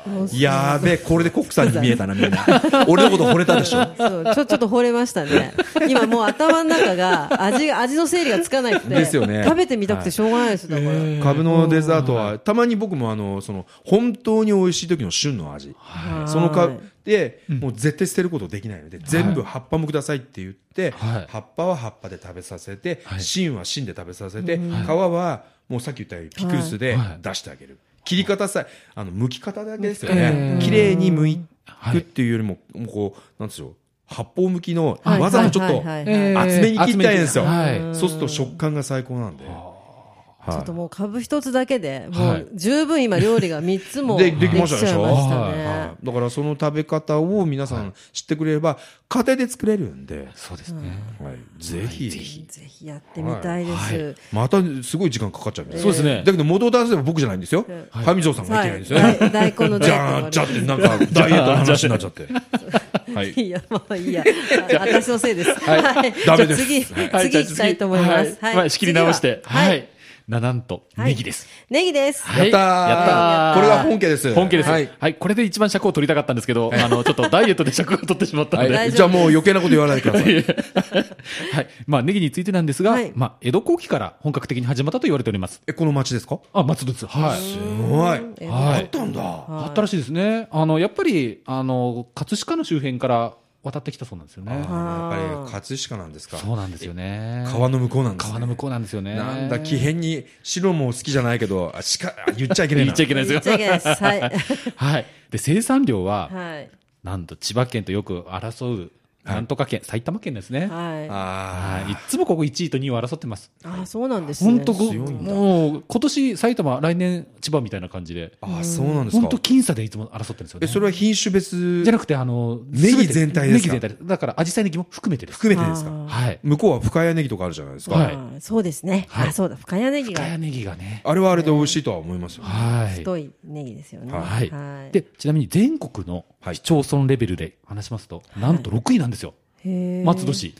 [SPEAKER 1] もう
[SPEAKER 3] やーべえ、これでコックさんに見えたな、みんな。俺のこと惚れたでしょ。
[SPEAKER 1] そうちょち ょっと惚れましたね。今もう頭の中が味が味の整理がつかないくて。
[SPEAKER 3] ですよね
[SPEAKER 1] 食べてみたくてしょうがないですだから。
[SPEAKER 3] 株のデザートは、たまに僕もあの、その、本当に美味しい時の旬の味。
[SPEAKER 1] はい
[SPEAKER 3] その株で、もう絶対捨てることできないので、全部葉っぱもくださいって言って、
[SPEAKER 2] はい
[SPEAKER 3] 葉っぱは葉っぱで食べさせて、
[SPEAKER 2] はい
[SPEAKER 3] 芯は芯で食べさせて、皮はもうさっき言ったようにピクルスで
[SPEAKER 2] はい
[SPEAKER 3] 出してあげる。切り方さえ、あの、剥き方だけですよ
[SPEAKER 2] え
[SPEAKER 3] ね。
[SPEAKER 2] え
[SPEAKER 3] 綺麗に剥い
[SPEAKER 2] はい
[SPEAKER 3] くっていうよりも、もうこう、なんでしょう。八方向きの、
[SPEAKER 1] はい
[SPEAKER 3] わざとちょっ
[SPEAKER 1] はい
[SPEAKER 3] と
[SPEAKER 1] はいはい
[SPEAKER 3] 厚めに切ったいんですよ
[SPEAKER 2] 厚めに切っ。
[SPEAKER 3] そうすると食感が最高なんで。はい
[SPEAKER 1] ちょっともう株一つだけで、も
[SPEAKER 2] はいう
[SPEAKER 1] 十分今料理が3つも
[SPEAKER 3] でできましたで
[SPEAKER 1] できち
[SPEAKER 3] し
[SPEAKER 1] ゃ
[SPEAKER 3] ょ
[SPEAKER 1] いました
[SPEAKER 2] はい
[SPEAKER 1] ね
[SPEAKER 3] はいだからその食べ方を皆さん知ってくれれば家庭で作れるんで、
[SPEAKER 2] そうですね。
[SPEAKER 3] はい、ぜひ
[SPEAKER 2] ぜひ
[SPEAKER 1] ぜひやってみたいです。
[SPEAKER 3] またすごい時間かかっちゃう、ね
[SPEAKER 2] そうですね
[SPEAKER 3] だけど元を出せば僕じゃないんですよ
[SPEAKER 1] え
[SPEAKER 3] 上条さんがいけないんですよ
[SPEAKER 1] はい
[SPEAKER 3] ね
[SPEAKER 1] 大大根の
[SPEAKER 3] じ
[SPEAKER 1] ダイエット
[SPEAKER 3] ゃあじゃあって
[SPEAKER 1] も
[SPEAKER 3] な
[SPEAKER 1] あ
[SPEAKER 3] んか ダイエットの話になっちゃって
[SPEAKER 1] りま
[SPEAKER 3] は
[SPEAKER 1] すいや、まあいいや。あ私のせいです。はい。
[SPEAKER 3] ダ
[SPEAKER 1] じ
[SPEAKER 3] メで
[SPEAKER 1] ゃあ
[SPEAKER 3] す
[SPEAKER 1] 次、
[SPEAKER 2] はい
[SPEAKER 1] 次行きたいと思います。
[SPEAKER 2] はいはい仕切り直して。
[SPEAKER 1] 次は
[SPEAKER 2] は
[SPEAKER 1] はいい。。
[SPEAKER 2] な、なんと、
[SPEAKER 1] はい
[SPEAKER 2] ネギです。
[SPEAKER 1] ネギです。
[SPEAKER 2] はい
[SPEAKER 3] やったー
[SPEAKER 2] やったー
[SPEAKER 3] これが本家です
[SPEAKER 2] 本家です。は
[SPEAKER 3] はいい。
[SPEAKER 2] これで一番尺を取りたかったんですけど、あの、ちょっとダイエットで尺を取ってしまったの
[SPEAKER 3] い、
[SPEAKER 2] で。
[SPEAKER 1] は
[SPEAKER 2] はい
[SPEAKER 1] 大
[SPEAKER 2] い。
[SPEAKER 3] じ
[SPEAKER 1] 丈
[SPEAKER 3] ゃ
[SPEAKER 1] 夫
[SPEAKER 3] あもう余計なこと言わないでください
[SPEAKER 2] まあ、ネギについてなんですが、
[SPEAKER 1] はい
[SPEAKER 2] まあ、江戸後期から本格的に始まったと言われております。
[SPEAKER 3] えこの町ですか
[SPEAKER 2] あ、松戸です。はい。
[SPEAKER 3] すごい
[SPEAKER 1] え
[SPEAKER 2] は
[SPEAKER 3] あ
[SPEAKER 2] い
[SPEAKER 3] ったんだ
[SPEAKER 2] あったらしいですね。あの、やっぱり、あの、葛飾の周辺から渡ってきたそうなんですよね。
[SPEAKER 3] あーやっぱり葛飾なんですか
[SPEAKER 2] そうなんですよね。
[SPEAKER 3] 川の向こうなんです、ね、
[SPEAKER 2] 川の向こうなんですよね。
[SPEAKER 3] なんだ奇変に白も好きじゃないけどあしかあ言っちゃいけない
[SPEAKER 2] 言
[SPEAKER 3] な
[SPEAKER 2] っちゃいけない
[SPEAKER 1] 言
[SPEAKER 2] で
[SPEAKER 1] っち
[SPEAKER 2] す
[SPEAKER 1] ゃ
[SPEAKER 2] よ
[SPEAKER 1] い。けないです。はい。
[SPEAKER 2] はい。で、生産量は、
[SPEAKER 1] はい。
[SPEAKER 2] なんと千葉県とよく争う、
[SPEAKER 3] はい
[SPEAKER 2] なんとか県、埼玉県です
[SPEAKER 1] は
[SPEAKER 2] ね。
[SPEAKER 1] い。
[SPEAKER 3] あ
[SPEAKER 2] はい。いっつもここ1位と2位を争ってます。
[SPEAKER 1] ああ、そうなんですね。
[SPEAKER 2] 本当、ご
[SPEAKER 3] 強いんだ
[SPEAKER 2] もう、今年埼玉、来年千葉みたいな感じで、
[SPEAKER 3] ーあーそうなんです
[SPEAKER 2] 本
[SPEAKER 3] か
[SPEAKER 2] 当僅差でいつも争ってるんですよね。
[SPEAKER 3] えそれは品種別
[SPEAKER 2] じゃなくて、あの、
[SPEAKER 3] ネギ全体ですか
[SPEAKER 2] ネギ全体だから、紫陽花ネギも含めてです。
[SPEAKER 3] 含めてですか
[SPEAKER 1] あ
[SPEAKER 2] はい。
[SPEAKER 3] 向こうは深谷ネギとかあるじゃないですか、
[SPEAKER 2] はい
[SPEAKER 1] あーそうですね。
[SPEAKER 2] はい
[SPEAKER 1] あ、そうだ。深谷ネギ
[SPEAKER 2] 深
[SPEAKER 1] が
[SPEAKER 2] 谷ネギがね。
[SPEAKER 3] あれはあれで美味しいとは思いますよ、
[SPEAKER 2] はい。
[SPEAKER 1] 太いネギですよね。
[SPEAKER 2] はい、
[SPEAKER 1] はい。
[SPEAKER 2] で、ちなみに全国の
[SPEAKER 3] はい
[SPEAKER 2] 市町村レベルで話しますと、なんと6位なんですよ。
[SPEAKER 1] へー
[SPEAKER 2] 松戸。市。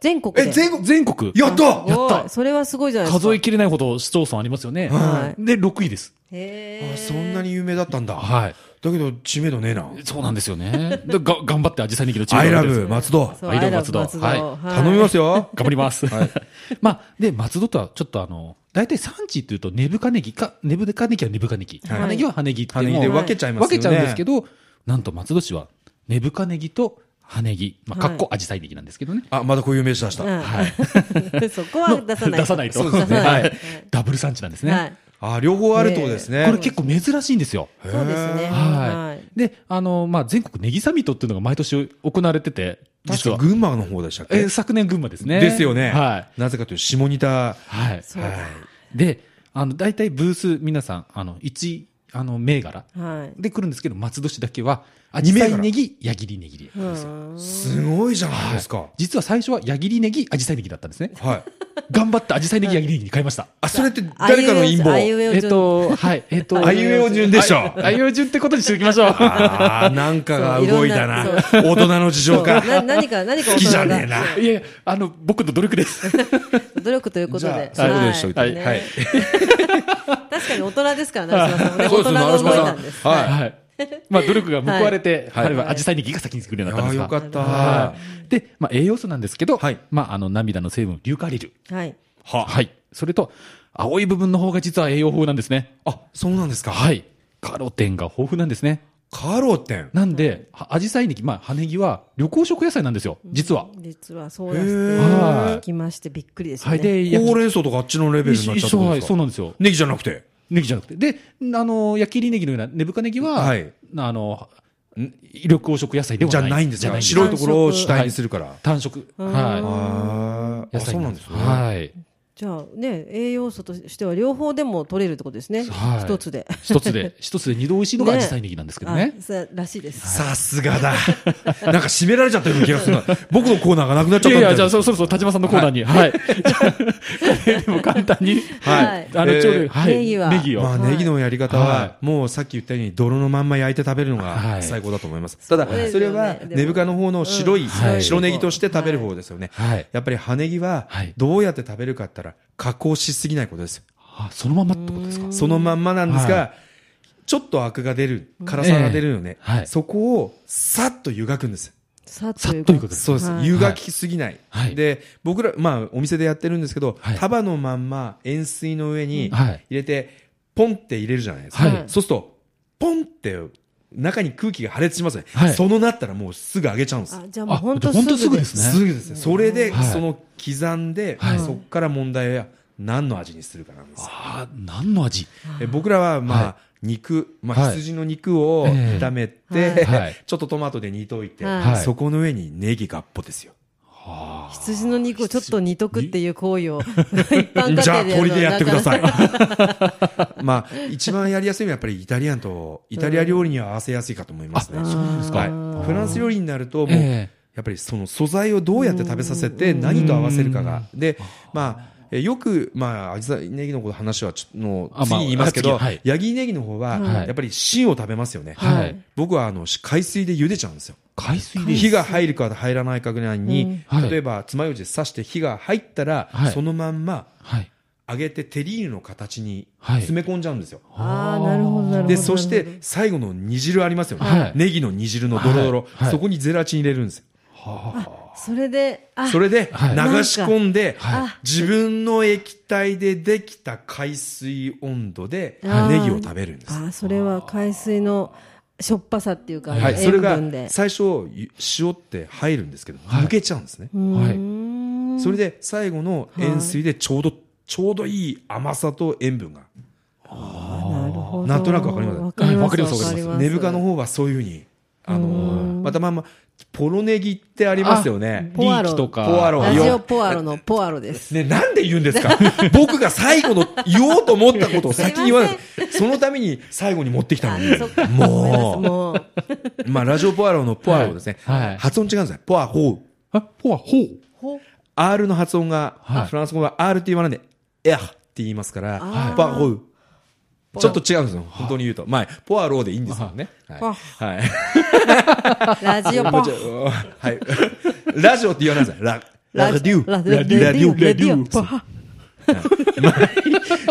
[SPEAKER 1] 全国で。
[SPEAKER 3] え全国
[SPEAKER 2] 全国。
[SPEAKER 3] やった
[SPEAKER 1] や
[SPEAKER 2] やった
[SPEAKER 1] それはすごいじゃないですか。
[SPEAKER 2] 数えきれないほど市町村ありますよね。
[SPEAKER 1] は
[SPEAKER 2] で、6位です。
[SPEAKER 1] へ
[SPEAKER 3] あ
[SPEAKER 1] え。
[SPEAKER 3] そんなに有名だったんだ、
[SPEAKER 2] はい。
[SPEAKER 3] だけど知名度ねえな
[SPEAKER 2] そうなんですよね。でが頑張って、アジサイネギのチ
[SPEAKER 3] アイラ
[SPEAKER 2] です
[SPEAKER 3] ブ松戸
[SPEAKER 1] そう
[SPEAKER 2] アイラブ
[SPEAKER 1] ア
[SPEAKER 2] 松戸はい
[SPEAKER 3] 頼みますよ
[SPEAKER 2] 頑張ります。 まあ、で、松戸とはちょっとあの、大体産地っていうと、根深ネギか、根深ネギは根深ネギ、
[SPEAKER 1] はい
[SPEAKER 2] 葉ネギは葉ネギって
[SPEAKER 3] 羽
[SPEAKER 2] いう
[SPEAKER 3] 根
[SPEAKER 2] の
[SPEAKER 3] で
[SPEAKER 2] を
[SPEAKER 3] 分けちゃいますよ
[SPEAKER 2] 分け
[SPEAKER 3] ね
[SPEAKER 2] ちゃうんですけど、なんと松戸市は根深ネギと葉ネギ、まあ、
[SPEAKER 1] は
[SPEAKER 2] か
[SPEAKER 1] い
[SPEAKER 2] っこアジサイネギなんですけどね。
[SPEAKER 3] あまだこういう名詞出した、
[SPEAKER 1] うん
[SPEAKER 2] はい。
[SPEAKER 1] そこは出さない。
[SPEAKER 2] 出さないと。
[SPEAKER 1] そうですね
[SPEAKER 2] は
[SPEAKER 1] はい
[SPEAKER 2] い。ダブル産地なんですね。
[SPEAKER 1] はい。
[SPEAKER 3] あ両方あるってことですね、
[SPEAKER 2] これ結構珍しいんですよ。
[SPEAKER 1] そうですね。
[SPEAKER 2] は
[SPEAKER 1] はい。
[SPEAKER 2] い。で、あの、まあ、全国ネギサミットっていうのが毎年行われてて、実
[SPEAKER 3] 確か
[SPEAKER 2] は。
[SPEAKER 3] 群馬の方でしたっ
[SPEAKER 2] え
[SPEAKER 3] け
[SPEAKER 2] ー昨年群馬ですね。
[SPEAKER 3] ですよね、
[SPEAKER 2] はい。
[SPEAKER 3] なぜかというと下仁田
[SPEAKER 2] はい。
[SPEAKER 1] そうだ。
[SPEAKER 2] で、あの、大体ブース、皆さん、あの、1、あの、銘柄
[SPEAKER 1] はい。
[SPEAKER 2] で来るんですけど、松戸市だけは、あ、
[SPEAKER 3] 二銘柄
[SPEAKER 2] サイネギ、矢切ネギで。
[SPEAKER 1] うん
[SPEAKER 3] すごいじゃないですか、
[SPEAKER 2] 実は最初は矢切ネギ、アジサイネギだったんですね。
[SPEAKER 3] はい。
[SPEAKER 2] 頑張ってアジサイネギ、矢切ネギに変えました。
[SPEAKER 3] あ、それって誰かの陰謀。
[SPEAKER 1] あいうえお
[SPEAKER 2] えっ
[SPEAKER 1] 順
[SPEAKER 2] と、はい、えっ と、
[SPEAKER 3] あいうえお順でしょ
[SPEAKER 2] はいあいうえお順ってことにしておきましょう。
[SPEAKER 3] ああ、なんかが動いたな。
[SPEAKER 1] そういろんな
[SPEAKER 3] 大人の事情か。
[SPEAKER 1] な何か、何か
[SPEAKER 3] 好きじゃねえな。
[SPEAKER 2] いやいや、あの、僕の努力です。
[SPEAKER 1] そう努力ということ
[SPEAKER 3] じゃあ
[SPEAKER 1] で。
[SPEAKER 3] そういうことにしといて
[SPEAKER 1] はい。
[SPEAKER 3] はい
[SPEAKER 1] ね確かに大人ですから、成島さんもね。
[SPEAKER 3] そう
[SPEAKER 1] 大
[SPEAKER 3] です
[SPEAKER 1] 人が動いたんです。
[SPEAKER 3] 成島さんはい
[SPEAKER 2] はい。まあ、努力が報われて、
[SPEAKER 3] はい
[SPEAKER 2] あれはアジサイネギが先に作るようになったん
[SPEAKER 3] あ
[SPEAKER 2] で
[SPEAKER 3] あ、
[SPEAKER 2] すが。
[SPEAKER 3] よかった。
[SPEAKER 2] は。
[SPEAKER 3] はい
[SPEAKER 2] で、まあ、栄養素なんですけど、
[SPEAKER 3] はい
[SPEAKER 2] まあ、あの、涙の成分、硫化リル。
[SPEAKER 1] はい。
[SPEAKER 2] は。い。それと、青い部分の方が実は栄養豊富なんですね。
[SPEAKER 3] あ、そうなんですか。
[SPEAKER 2] はい。カロテンが豊富なんですね。
[SPEAKER 3] カロテン。
[SPEAKER 2] なんで、はアジサイネギ、まあ、葉ネギは旅行食野菜なんですよ、実は。
[SPEAKER 1] 実はそうだし
[SPEAKER 3] へ
[SPEAKER 1] て、
[SPEAKER 2] ー
[SPEAKER 1] 聞きましてびっくりですよ
[SPEAKER 2] は
[SPEAKER 1] ね。
[SPEAKER 2] い。で、
[SPEAKER 3] ほ
[SPEAKER 2] 焼
[SPEAKER 3] うれん草とかあっちのレベルに
[SPEAKER 2] き
[SPEAKER 3] なっ
[SPEAKER 2] 一
[SPEAKER 3] ちゃった
[SPEAKER 2] 緒、
[SPEAKER 3] ん
[SPEAKER 2] は
[SPEAKER 3] で
[SPEAKER 2] い、
[SPEAKER 3] す
[SPEAKER 2] そう
[SPEAKER 3] か。
[SPEAKER 2] なんですよ。
[SPEAKER 3] ネギじゃなくて。
[SPEAKER 2] ネギじゃなくて。で、あの、焼きりネギのような根深ネギは、
[SPEAKER 3] はい
[SPEAKER 2] あの、緑黄色野菜では
[SPEAKER 3] じ
[SPEAKER 2] ない。
[SPEAKER 3] ゃないんです
[SPEAKER 2] じゃ
[SPEAKER 3] か。
[SPEAKER 2] です
[SPEAKER 3] 白いところを主体にするから。
[SPEAKER 2] 単色。は
[SPEAKER 3] あ
[SPEAKER 2] い。
[SPEAKER 3] ーあ、そうなんですね。
[SPEAKER 2] はい。
[SPEAKER 1] じゃあね、栄養素としては両方でも取れるってことですね。
[SPEAKER 2] はい
[SPEAKER 1] 一つで。
[SPEAKER 2] 一つ で、一つで二度美味しいのが
[SPEAKER 1] ね
[SPEAKER 2] アジサイネギなんですけどね
[SPEAKER 1] あ。そうらしいです。
[SPEAKER 3] さすがだ。 なんか締められちゃったような気がするな。僕のコーナーがなくなっちゃ
[SPEAKER 2] い
[SPEAKER 3] った
[SPEAKER 2] や
[SPEAKER 3] み
[SPEAKER 2] い
[SPEAKER 3] た
[SPEAKER 2] や、
[SPEAKER 3] い
[SPEAKER 2] じゃあ
[SPEAKER 3] な
[SPEAKER 2] そろそろ田島さんのコーナーに。はい。じゃあこれでも簡単に。
[SPEAKER 1] はい
[SPEAKER 2] あの、
[SPEAKER 3] えー
[SPEAKER 2] ちょうど、はい。
[SPEAKER 1] ネギは
[SPEAKER 2] ネギを。
[SPEAKER 3] まあ、ネギのやり方
[SPEAKER 2] は
[SPEAKER 3] は、もうさっき言ったように、泥のまんま焼いて食べるの
[SPEAKER 2] はい
[SPEAKER 3] が最高だと思います。
[SPEAKER 1] う
[SPEAKER 3] た
[SPEAKER 1] ですよ
[SPEAKER 3] だ、
[SPEAKER 1] ね
[SPEAKER 3] それは、
[SPEAKER 1] でも
[SPEAKER 3] 根深の方の白い、
[SPEAKER 2] はい
[SPEAKER 3] 白ネギとして食べる方ですよね。
[SPEAKER 2] はい。
[SPEAKER 3] やっぱり、葉ネギは
[SPEAKER 2] はい、
[SPEAKER 3] どうやって食べるかって言ったら、加工しすぎないことですよ。
[SPEAKER 2] あそのままってことですか。
[SPEAKER 3] そのまんまなんです
[SPEAKER 2] は
[SPEAKER 3] が、ちょっとアクが出る、辛さが出るよね
[SPEAKER 2] ええはい。
[SPEAKER 3] そこを、さっと湯がくんです。
[SPEAKER 1] さっと
[SPEAKER 2] さ
[SPEAKER 1] い
[SPEAKER 2] っ
[SPEAKER 1] う
[SPEAKER 2] と
[SPEAKER 1] か
[SPEAKER 2] いうことです。
[SPEAKER 3] そうです
[SPEAKER 1] は。い
[SPEAKER 3] 湯がきすぎない
[SPEAKER 2] はい。
[SPEAKER 3] で、僕ら、まあ、お店でやってるんですけど
[SPEAKER 2] はい、
[SPEAKER 3] 束のまんま塩水の上に
[SPEAKER 2] はい
[SPEAKER 3] 入れて、ポンって入れるじゃないですか。
[SPEAKER 2] はい
[SPEAKER 1] はい
[SPEAKER 3] そうすると、ポンって中に空気が破裂しますね。
[SPEAKER 2] はい
[SPEAKER 3] そのなったらもうすぐ上げちゃうんです。
[SPEAKER 1] あじゃあもう
[SPEAKER 2] あ
[SPEAKER 1] 本当
[SPEAKER 2] ほんとすぐ
[SPEAKER 1] で
[SPEAKER 2] ですね
[SPEAKER 3] すぐですね。それで、
[SPEAKER 2] はい
[SPEAKER 3] その刻んで、
[SPEAKER 2] はい
[SPEAKER 3] そこから問題は何の味にするかなんですよ。
[SPEAKER 2] ああ、何の味
[SPEAKER 3] え僕らは、まあ、
[SPEAKER 2] は
[SPEAKER 3] 肉、ま
[SPEAKER 2] は
[SPEAKER 3] あ、
[SPEAKER 2] い
[SPEAKER 3] 羊の肉を
[SPEAKER 2] ええ
[SPEAKER 3] 炒めて、
[SPEAKER 2] はい
[SPEAKER 3] ちょっとトマトで煮といて、
[SPEAKER 1] はい
[SPEAKER 3] そこの上にネギがっぽですよ。
[SPEAKER 2] あ
[SPEAKER 1] 羊の肉をちょっと煮とくっていう行 為を一般家庭で
[SPEAKER 3] じゃあ鳥でやってくださ
[SPEAKER 1] い
[SPEAKER 3] い。 まあ一番やりやすいのはやっぱりイタリアンとイタリア料理には合わせやすいかと思いますね。
[SPEAKER 1] そうですか
[SPEAKER 3] はい。フランス料理になるともう
[SPEAKER 2] ええ
[SPEAKER 3] やっぱりその素材をどうやって食べさせて何と合わせるかが。で、まあ、えーよく、まあ、アジサイネギの話はちょっとの
[SPEAKER 2] あまあ
[SPEAKER 3] 次に言いますけど、
[SPEAKER 2] 次はい
[SPEAKER 3] ヤギネギの方は、
[SPEAKER 2] はい
[SPEAKER 3] やっぱり芯を食べますよね。
[SPEAKER 2] はい。
[SPEAKER 3] 僕はあのし海水で茹でちゃうんですよ。
[SPEAKER 2] 海水で。
[SPEAKER 3] 火が入るか入らないかぐらいに、
[SPEAKER 2] うんはい
[SPEAKER 3] 例えば爪楊枝で刺して火が入ったら、
[SPEAKER 2] はい
[SPEAKER 3] そのまんま
[SPEAKER 2] はい。
[SPEAKER 3] 揚げてテリーヌの形に
[SPEAKER 2] はい
[SPEAKER 3] 詰め込んじゃうんですよ。
[SPEAKER 1] ああなるほどなるほど
[SPEAKER 3] で、そして最後の煮汁ありますよね。
[SPEAKER 2] はい
[SPEAKER 3] ネギの煮汁のドロドロ、
[SPEAKER 2] はいはい
[SPEAKER 3] そこにゼラチン入れるんですよ。
[SPEAKER 1] それであ
[SPEAKER 3] それで流
[SPEAKER 2] はい
[SPEAKER 3] し込んで、
[SPEAKER 1] はいあ
[SPEAKER 3] 自分の液体でできた海水温度でネ
[SPEAKER 1] はい
[SPEAKER 3] ギを食べるんです。
[SPEAKER 1] あそれは海水のしょっぱさっていうか、
[SPEAKER 2] ー
[SPEAKER 3] はい、それ
[SPEAKER 1] 塩
[SPEAKER 3] が
[SPEAKER 1] 分で
[SPEAKER 3] 最初ゆ塩って入るんですけど、
[SPEAKER 2] はい
[SPEAKER 3] 抜けちゃうんですね。
[SPEAKER 1] う
[SPEAKER 2] はい
[SPEAKER 1] ーん
[SPEAKER 3] それで最後の塩水でちょうど、ちょうどいい甘さと塩分が。
[SPEAKER 1] なるほど
[SPEAKER 3] なんとなくわかります
[SPEAKER 1] わかります
[SPEAKER 2] わかりますわかりま
[SPEAKER 3] ネブカの方はそういうふうに、あの、またまあまあ、ポロネギってありますよね。
[SPEAKER 2] リーキとか。
[SPEAKER 3] ポワロ
[SPEAKER 1] ラジオ
[SPEAKER 3] よ
[SPEAKER 1] ポアロのポアロです
[SPEAKER 3] ね、なんで言うんですか 僕が最後の言おうと思ったことを先に言わない。そのために最後に持ってきたの
[SPEAKER 1] あ
[SPEAKER 3] に
[SPEAKER 1] そっか。ごめんなさい
[SPEAKER 3] も
[SPEAKER 1] もう
[SPEAKER 3] う、まあ、ラジオポアロのポアロですね。
[SPEAKER 2] はいはい
[SPEAKER 3] 発音違うんですね。ポアホー。
[SPEAKER 2] あポワ、ほう。
[SPEAKER 1] ほ
[SPEAKER 3] R の発音が、
[SPEAKER 2] はい
[SPEAKER 3] フランス語は R って言わないんで、エアって言いますから、
[SPEAKER 1] はい
[SPEAKER 3] ポアホー。ちょっと違うんですよ。本当に言うと。まあ、ポアローでいいんですよね。はい。
[SPEAKER 1] ポ
[SPEAKER 3] はい。
[SPEAKER 1] ラジオポ
[SPEAKER 3] もうちょはい。 ラジオって言わないんですよ。ラ、ラデュー。
[SPEAKER 1] ラデュー
[SPEAKER 3] ラデュー。
[SPEAKER 1] ラデュー
[SPEAKER 3] そう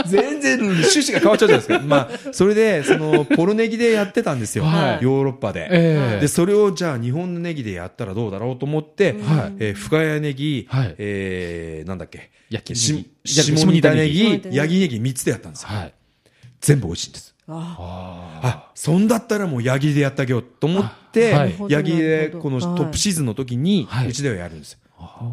[SPEAKER 3] 全然趣旨が変わっちゃうじゃないですか。まあ、それで、その、ポロネギでやってたんですよ。ヨ
[SPEAKER 2] はい
[SPEAKER 3] ーロッパで。
[SPEAKER 2] え
[SPEAKER 3] で、それをじゃあ日本のネギでやったらどうだろうと思って、えー深谷ネギ
[SPEAKER 2] はい、
[SPEAKER 3] えーなんだっけ、
[SPEAKER 2] 焼きネ
[SPEAKER 3] し
[SPEAKER 2] ギ
[SPEAKER 3] 下仁田ネ
[SPEAKER 1] 下仁
[SPEAKER 3] ギ
[SPEAKER 1] 田ネ、ギ
[SPEAKER 3] ヤギネギ3つでやったんですよ。
[SPEAKER 2] はい。
[SPEAKER 3] 全部美味しいんです。
[SPEAKER 1] あ
[SPEAKER 3] あ、そんだったらもうヤギでやってあげようと思って、
[SPEAKER 2] あはい
[SPEAKER 3] ヤギでこの
[SPEAKER 1] なるほど
[SPEAKER 3] トップシーズンの時に
[SPEAKER 2] は、いう
[SPEAKER 3] ちではやるんですよ。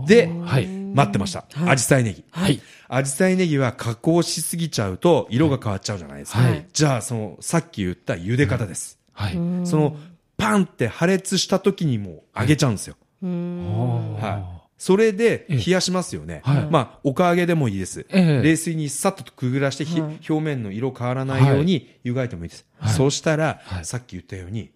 [SPEAKER 3] で、
[SPEAKER 2] はい。
[SPEAKER 3] 待ってました。アジサイネギ。
[SPEAKER 2] はい。
[SPEAKER 3] アジサイネギは加工しすぎちゃうと色が変わっちゃうじゃないですか。
[SPEAKER 1] はい
[SPEAKER 3] じゃあ、その、さっき言った茹で方です。
[SPEAKER 2] はい。
[SPEAKER 3] その、パンって破裂した時にもう揚げちゃうんですよ。
[SPEAKER 1] うーん
[SPEAKER 3] はい。それで、冷やしますよね。
[SPEAKER 2] はい
[SPEAKER 3] まあ、おか揚げでもいいです。
[SPEAKER 2] ええ
[SPEAKER 3] 冷水にさっとくぐらして、ひ
[SPEAKER 1] はい
[SPEAKER 3] 表面の色変わらないように湯がいてもいいです。
[SPEAKER 2] はい
[SPEAKER 3] そうしたら、
[SPEAKER 2] はい
[SPEAKER 3] さっき言ったように、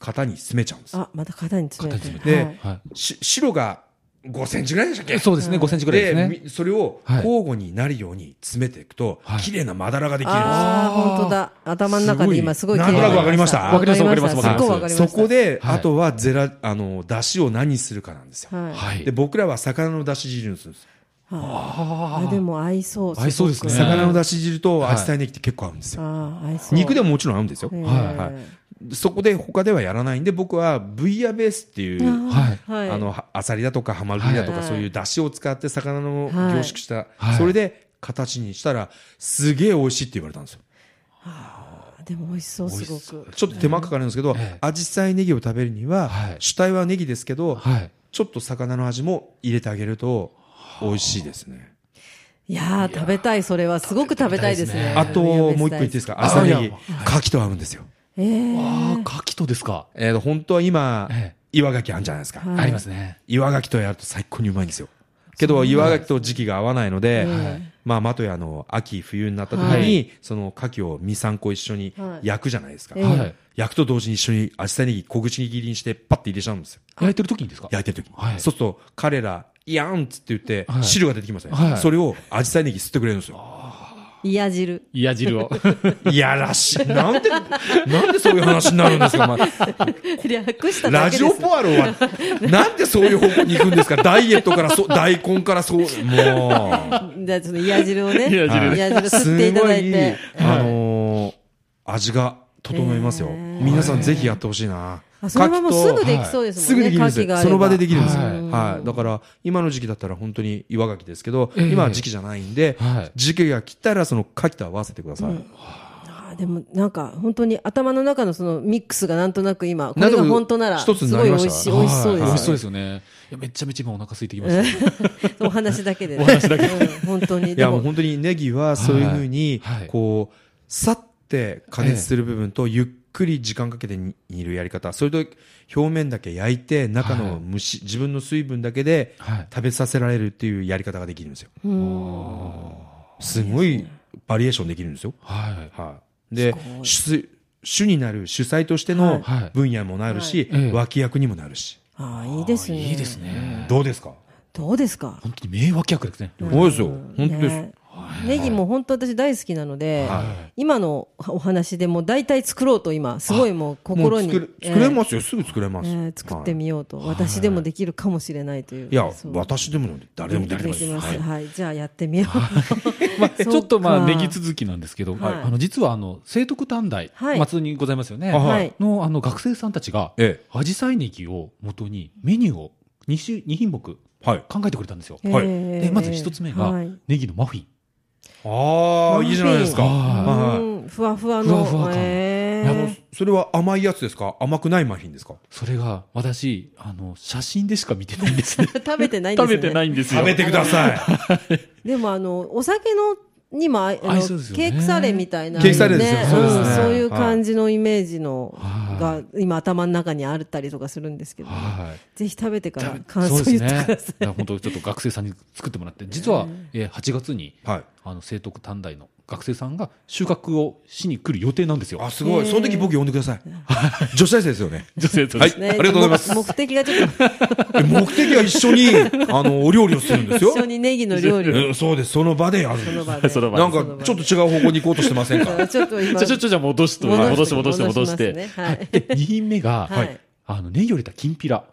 [SPEAKER 3] 型に詰めちゃうんです。
[SPEAKER 1] あまた肩に詰めて
[SPEAKER 2] 肩に
[SPEAKER 3] 詰めて
[SPEAKER 1] はい
[SPEAKER 2] は
[SPEAKER 3] し白が5センチぐらいでしたっけ
[SPEAKER 2] い。そうですね、5センチぐらいですね。
[SPEAKER 3] みそれを
[SPEAKER 2] はい
[SPEAKER 3] 交互になるように詰めていくと、
[SPEAKER 2] はい
[SPEAKER 3] 綺麗なまだらができるんですよ。
[SPEAKER 1] ああ本当だ頭の中で今すごい
[SPEAKER 3] すごいなんとなくわかりました
[SPEAKER 1] わかりました
[SPEAKER 2] わかります
[SPEAKER 1] わかりましたすっごいわかりました
[SPEAKER 3] そこで、
[SPEAKER 2] はい
[SPEAKER 3] あとはゼラ、あの、だしを何するかなんですよ。
[SPEAKER 1] はい
[SPEAKER 2] はい。
[SPEAKER 3] で、僕らは魚のだし汁にするんですよ。
[SPEAKER 1] あでも合いそう
[SPEAKER 2] 合いそうですね
[SPEAKER 1] ごく
[SPEAKER 3] 魚のだし汁と
[SPEAKER 2] はい
[SPEAKER 3] アジサイネギって結構合うんですよ。
[SPEAKER 1] ああ合いそう
[SPEAKER 3] 肉で
[SPEAKER 1] も
[SPEAKER 3] ももちろん合うんですよ。
[SPEAKER 1] はい
[SPEAKER 3] はい。そこで他ではやらないんで、僕はブイヤベースっていう、
[SPEAKER 2] はい。
[SPEAKER 1] はい
[SPEAKER 3] あの、はアサリだとかハマグリだとか、
[SPEAKER 1] はい
[SPEAKER 3] そういうだしを使って魚の凝
[SPEAKER 1] はい
[SPEAKER 3] 縮した、
[SPEAKER 2] はい
[SPEAKER 3] それで形にしたら、すげえ美味しいって言われたんですよ。
[SPEAKER 1] でも美味しそうすごく
[SPEAKER 3] ちょっと手間かかるんですけど
[SPEAKER 2] ええ、
[SPEAKER 3] アジサイネギを食べるには
[SPEAKER 2] はい、
[SPEAKER 3] 主体はネギですけど、
[SPEAKER 2] はい。
[SPEAKER 3] ちょっと魚の味も入れてあげると、美味しいですね。
[SPEAKER 1] いやー食べたいそれはすごく食べたいですね
[SPEAKER 3] あと、もう一個言っていいですか、アジサイネギ。牡蠣と合うんですよ。
[SPEAKER 1] ええ
[SPEAKER 2] ああ、牡蠣とですか。
[SPEAKER 3] えーと、本当は今
[SPEAKER 2] え、
[SPEAKER 3] 岩牡蠣あるじゃないですか。
[SPEAKER 1] はい
[SPEAKER 2] ありますね。
[SPEAKER 3] 岩牡蠣とやると最高にうまいんですよ。けど、岩牡蠣と時期が合わないので、まあ、まとやの秋、冬になった時
[SPEAKER 2] は
[SPEAKER 3] に
[SPEAKER 2] い、
[SPEAKER 3] その牡蠣を2、3個一緒に焼くじゃないですか
[SPEAKER 1] は。ええ
[SPEAKER 2] はい。
[SPEAKER 3] 焼くと同時に一緒にアジサイネギ小口切りにして、パッて入れちゃうんですよ。
[SPEAKER 2] 焼いてる時にですか
[SPEAKER 3] 焼いてる時に、
[SPEAKER 2] はい
[SPEAKER 3] そうすると彼らいやんっつって言って、
[SPEAKER 2] はい
[SPEAKER 3] 汁が出てきますね、
[SPEAKER 2] はい
[SPEAKER 3] それをアジサイネギ吸ってくれるんですよ
[SPEAKER 1] いや汁
[SPEAKER 2] いや汁を。
[SPEAKER 3] いやらしいなんでなんでそういう話になるんです か、お前
[SPEAKER 1] 略しただ
[SPEAKER 3] ラ
[SPEAKER 1] け
[SPEAKER 3] ジ
[SPEAKER 1] で
[SPEAKER 3] オ
[SPEAKER 1] す
[SPEAKER 3] ポアロはなんでそういう方向に行くんですかダイエットからそう大根からそうも
[SPEAKER 1] じゃあちょっといや汁を ね
[SPEAKER 2] いや汁
[SPEAKER 1] いや汁
[SPEAKER 3] う
[SPEAKER 1] 吸っていただいて
[SPEAKER 3] すごいあのー味が整いますよ、
[SPEAKER 1] へー
[SPEAKER 3] 皆さんぜひやってほしいな
[SPEAKER 1] あそれはもう
[SPEAKER 3] 牡蠣
[SPEAKER 1] す
[SPEAKER 3] と
[SPEAKER 1] ぐできそうです
[SPEAKER 3] す
[SPEAKER 1] も
[SPEAKER 3] ぐ
[SPEAKER 1] んね
[SPEAKER 3] できるんです
[SPEAKER 1] 牡蠣があ
[SPEAKER 3] よ。
[SPEAKER 1] れば
[SPEAKER 3] その場でできるんですよ。
[SPEAKER 2] は
[SPEAKER 3] はいい。だから、今の時期だったら本当に岩牡蠣ですけど、
[SPEAKER 2] ええ
[SPEAKER 3] 今は時期じゃないんで、
[SPEAKER 2] はい
[SPEAKER 3] 時期が来たらその牡蠣と合わせてください。
[SPEAKER 1] あーでもなんか本当に頭の中のそのミックスがなんとなく今こ
[SPEAKER 3] なん
[SPEAKER 1] れ
[SPEAKER 3] とな
[SPEAKER 1] が
[SPEAKER 3] く
[SPEAKER 1] 本当ならす
[SPEAKER 3] 一
[SPEAKER 1] ご
[SPEAKER 3] つになり
[SPEAKER 1] い美
[SPEAKER 3] ました
[SPEAKER 1] 味 しい美味しそう
[SPEAKER 2] 美味
[SPEAKER 1] で
[SPEAKER 2] し
[SPEAKER 1] す
[SPEAKER 2] そう
[SPEAKER 1] よ
[SPEAKER 2] ですよね。いやめちゃめちゃ今お腹空いてきました。
[SPEAKER 1] お話だけでお話だけ本当に
[SPEAKER 3] いや、
[SPEAKER 1] で
[SPEAKER 3] も
[SPEAKER 1] も
[SPEAKER 3] う本当にネギはそういうふうに
[SPEAKER 2] はいはい、
[SPEAKER 3] こう、さって加熱する部分と、ゆっくり時間かけて煮煮るやり方それと表面だけ焼いて中の蒸し、自分の水分だけで
[SPEAKER 2] はい
[SPEAKER 3] 食べさせられるっていうやり方ができるんですよすごいバリエーションできるんですよ
[SPEAKER 2] はい。
[SPEAKER 3] はい、で主主になる主催としての
[SPEAKER 2] はい
[SPEAKER 3] 分野もなるし、
[SPEAKER 2] はいええ
[SPEAKER 3] 脇役にもなるし、
[SPEAKER 1] ああ、いいですね。
[SPEAKER 2] いいです。ね。
[SPEAKER 3] どうですか
[SPEAKER 1] どうですか
[SPEAKER 2] 本当に名脇役で すね。
[SPEAKER 3] そうですよ本当です、
[SPEAKER 1] ねネギも本当私大好きなので、今のお話でもう大体作ろうと今、すごいもう
[SPEAKER 3] も
[SPEAKER 1] 心
[SPEAKER 3] う
[SPEAKER 1] に。
[SPEAKER 3] 作れ
[SPEAKER 1] ええ
[SPEAKER 3] 作れますよ、すぐ作れます、
[SPEAKER 1] ええ作って
[SPEAKER 3] はい
[SPEAKER 1] みようと、私でもできるかもしれないという。
[SPEAKER 3] いや
[SPEAKER 1] そう
[SPEAKER 3] 私でもなんで誰でもでき
[SPEAKER 1] で
[SPEAKER 3] ま
[SPEAKER 1] き
[SPEAKER 3] す
[SPEAKER 1] ます。
[SPEAKER 3] はい
[SPEAKER 1] はい。じゃあやってみよ
[SPEAKER 2] まあ、
[SPEAKER 1] う。
[SPEAKER 2] ちょっとまあ、ネギ
[SPEAKER 1] つ
[SPEAKER 2] 続きなんですけど、
[SPEAKER 1] はい
[SPEAKER 2] あの、実はあの、聖徳短大、
[SPEAKER 1] はい
[SPEAKER 2] 松戸にございますよね。
[SPEAKER 3] あはい
[SPEAKER 1] はい。
[SPEAKER 2] の、あの、学生さんたちが、
[SPEAKER 3] え
[SPEAKER 2] アジサイネギを元にメニューを 2, 種2品目考
[SPEAKER 3] えはい
[SPEAKER 2] えてくれたんですよ。
[SPEAKER 3] はい
[SPEAKER 1] ええ
[SPEAKER 2] で、まず一つ目が
[SPEAKER 1] はい、
[SPEAKER 2] ネギのマフィン。
[SPEAKER 3] ああいいじゃないですか、
[SPEAKER 2] マフィン
[SPEAKER 3] はいはい
[SPEAKER 1] うんふわふわの。
[SPEAKER 2] ふわふわ感
[SPEAKER 1] ええ
[SPEAKER 3] あのそれは甘いやつですか甘くないマフィンですか
[SPEAKER 2] それが、私、あの、写真でしか見てないんですね。
[SPEAKER 1] 食べて ないんです
[SPEAKER 2] 食
[SPEAKER 1] よね
[SPEAKER 2] べてないんですよ。
[SPEAKER 3] 食べてください
[SPEAKER 1] でもあのお酒のにもああの
[SPEAKER 2] 合いそうですよね
[SPEAKER 1] ケークサレみたいな
[SPEAKER 3] ケークサレですよ
[SPEAKER 2] そうですね
[SPEAKER 1] ん
[SPEAKER 2] はい
[SPEAKER 1] そういう感じのイメージの
[SPEAKER 2] は
[SPEAKER 1] が今頭の中にあったりとかするんですけど、
[SPEAKER 2] はい。
[SPEAKER 1] ぜひ食べてから感
[SPEAKER 2] そ
[SPEAKER 1] 想言
[SPEAKER 2] うです
[SPEAKER 1] っ
[SPEAKER 2] ね。
[SPEAKER 1] てくだ
[SPEAKER 2] だ
[SPEAKER 1] さ
[SPEAKER 2] から本当ちょっと学生さんに作ってもらって、実は、えー8月に、
[SPEAKER 3] はい
[SPEAKER 2] あの、聖徳短大の学生さんが収穫をしに来る予定なんですよ。
[SPEAKER 3] あすごい、その時僕呼んでください女子大生ですよね
[SPEAKER 2] 女性と
[SPEAKER 3] はい
[SPEAKER 1] い、ね
[SPEAKER 3] ありがとうございます
[SPEAKER 1] 目目的がちょっと
[SPEAKER 3] え目的は一緒にあのお料理をするんですよ
[SPEAKER 1] 一緒にネギの料 理を
[SPEAKER 3] えそうですその場でやるんです
[SPEAKER 1] その 場で
[SPEAKER 2] その場で
[SPEAKER 3] なんかちょっと違う方向に行こうとしてませ んか
[SPEAKER 1] ちょっと今
[SPEAKER 2] じゃあちょっとじゃあ戻して、戻して、戻して、戻し
[SPEAKER 1] 戻
[SPEAKER 2] て
[SPEAKER 1] し。ますねはい
[SPEAKER 2] で、2品目が、
[SPEAKER 1] はい
[SPEAKER 2] あの、ネギよりたきんぴら。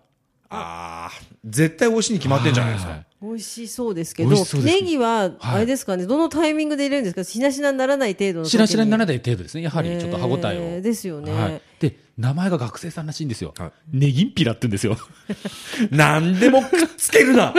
[SPEAKER 3] ああ絶対美味しいに決まってんじゃないです
[SPEAKER 2] は
[SPEAKER 3] か
[SPEAKER 1] 美味しそうですけど
[SPEAKER 2] 美味しそうです
[SPEAKER 1] ネ
[SPEAKER 2] ね
[SPEAKER 1] ギはあれですかね、どのタイミングで入れるんですかしなしなにならない程度の時
[SPEAKER 2] しらしらになら
[SPEAKER 1] ない
[SPEAKER 2] ない程度ですね。やはりちょっと歯応えを。
[SPEAKER 1] ですよね、
[SPEAKER 2] はい。で、名前が学生さんらしいんですよ。
[SPEAKER 3] はい
[SPEAKER 2] ネギンピラって言うん ですよ。
[SPEAKER 3] 何でもくっつけるな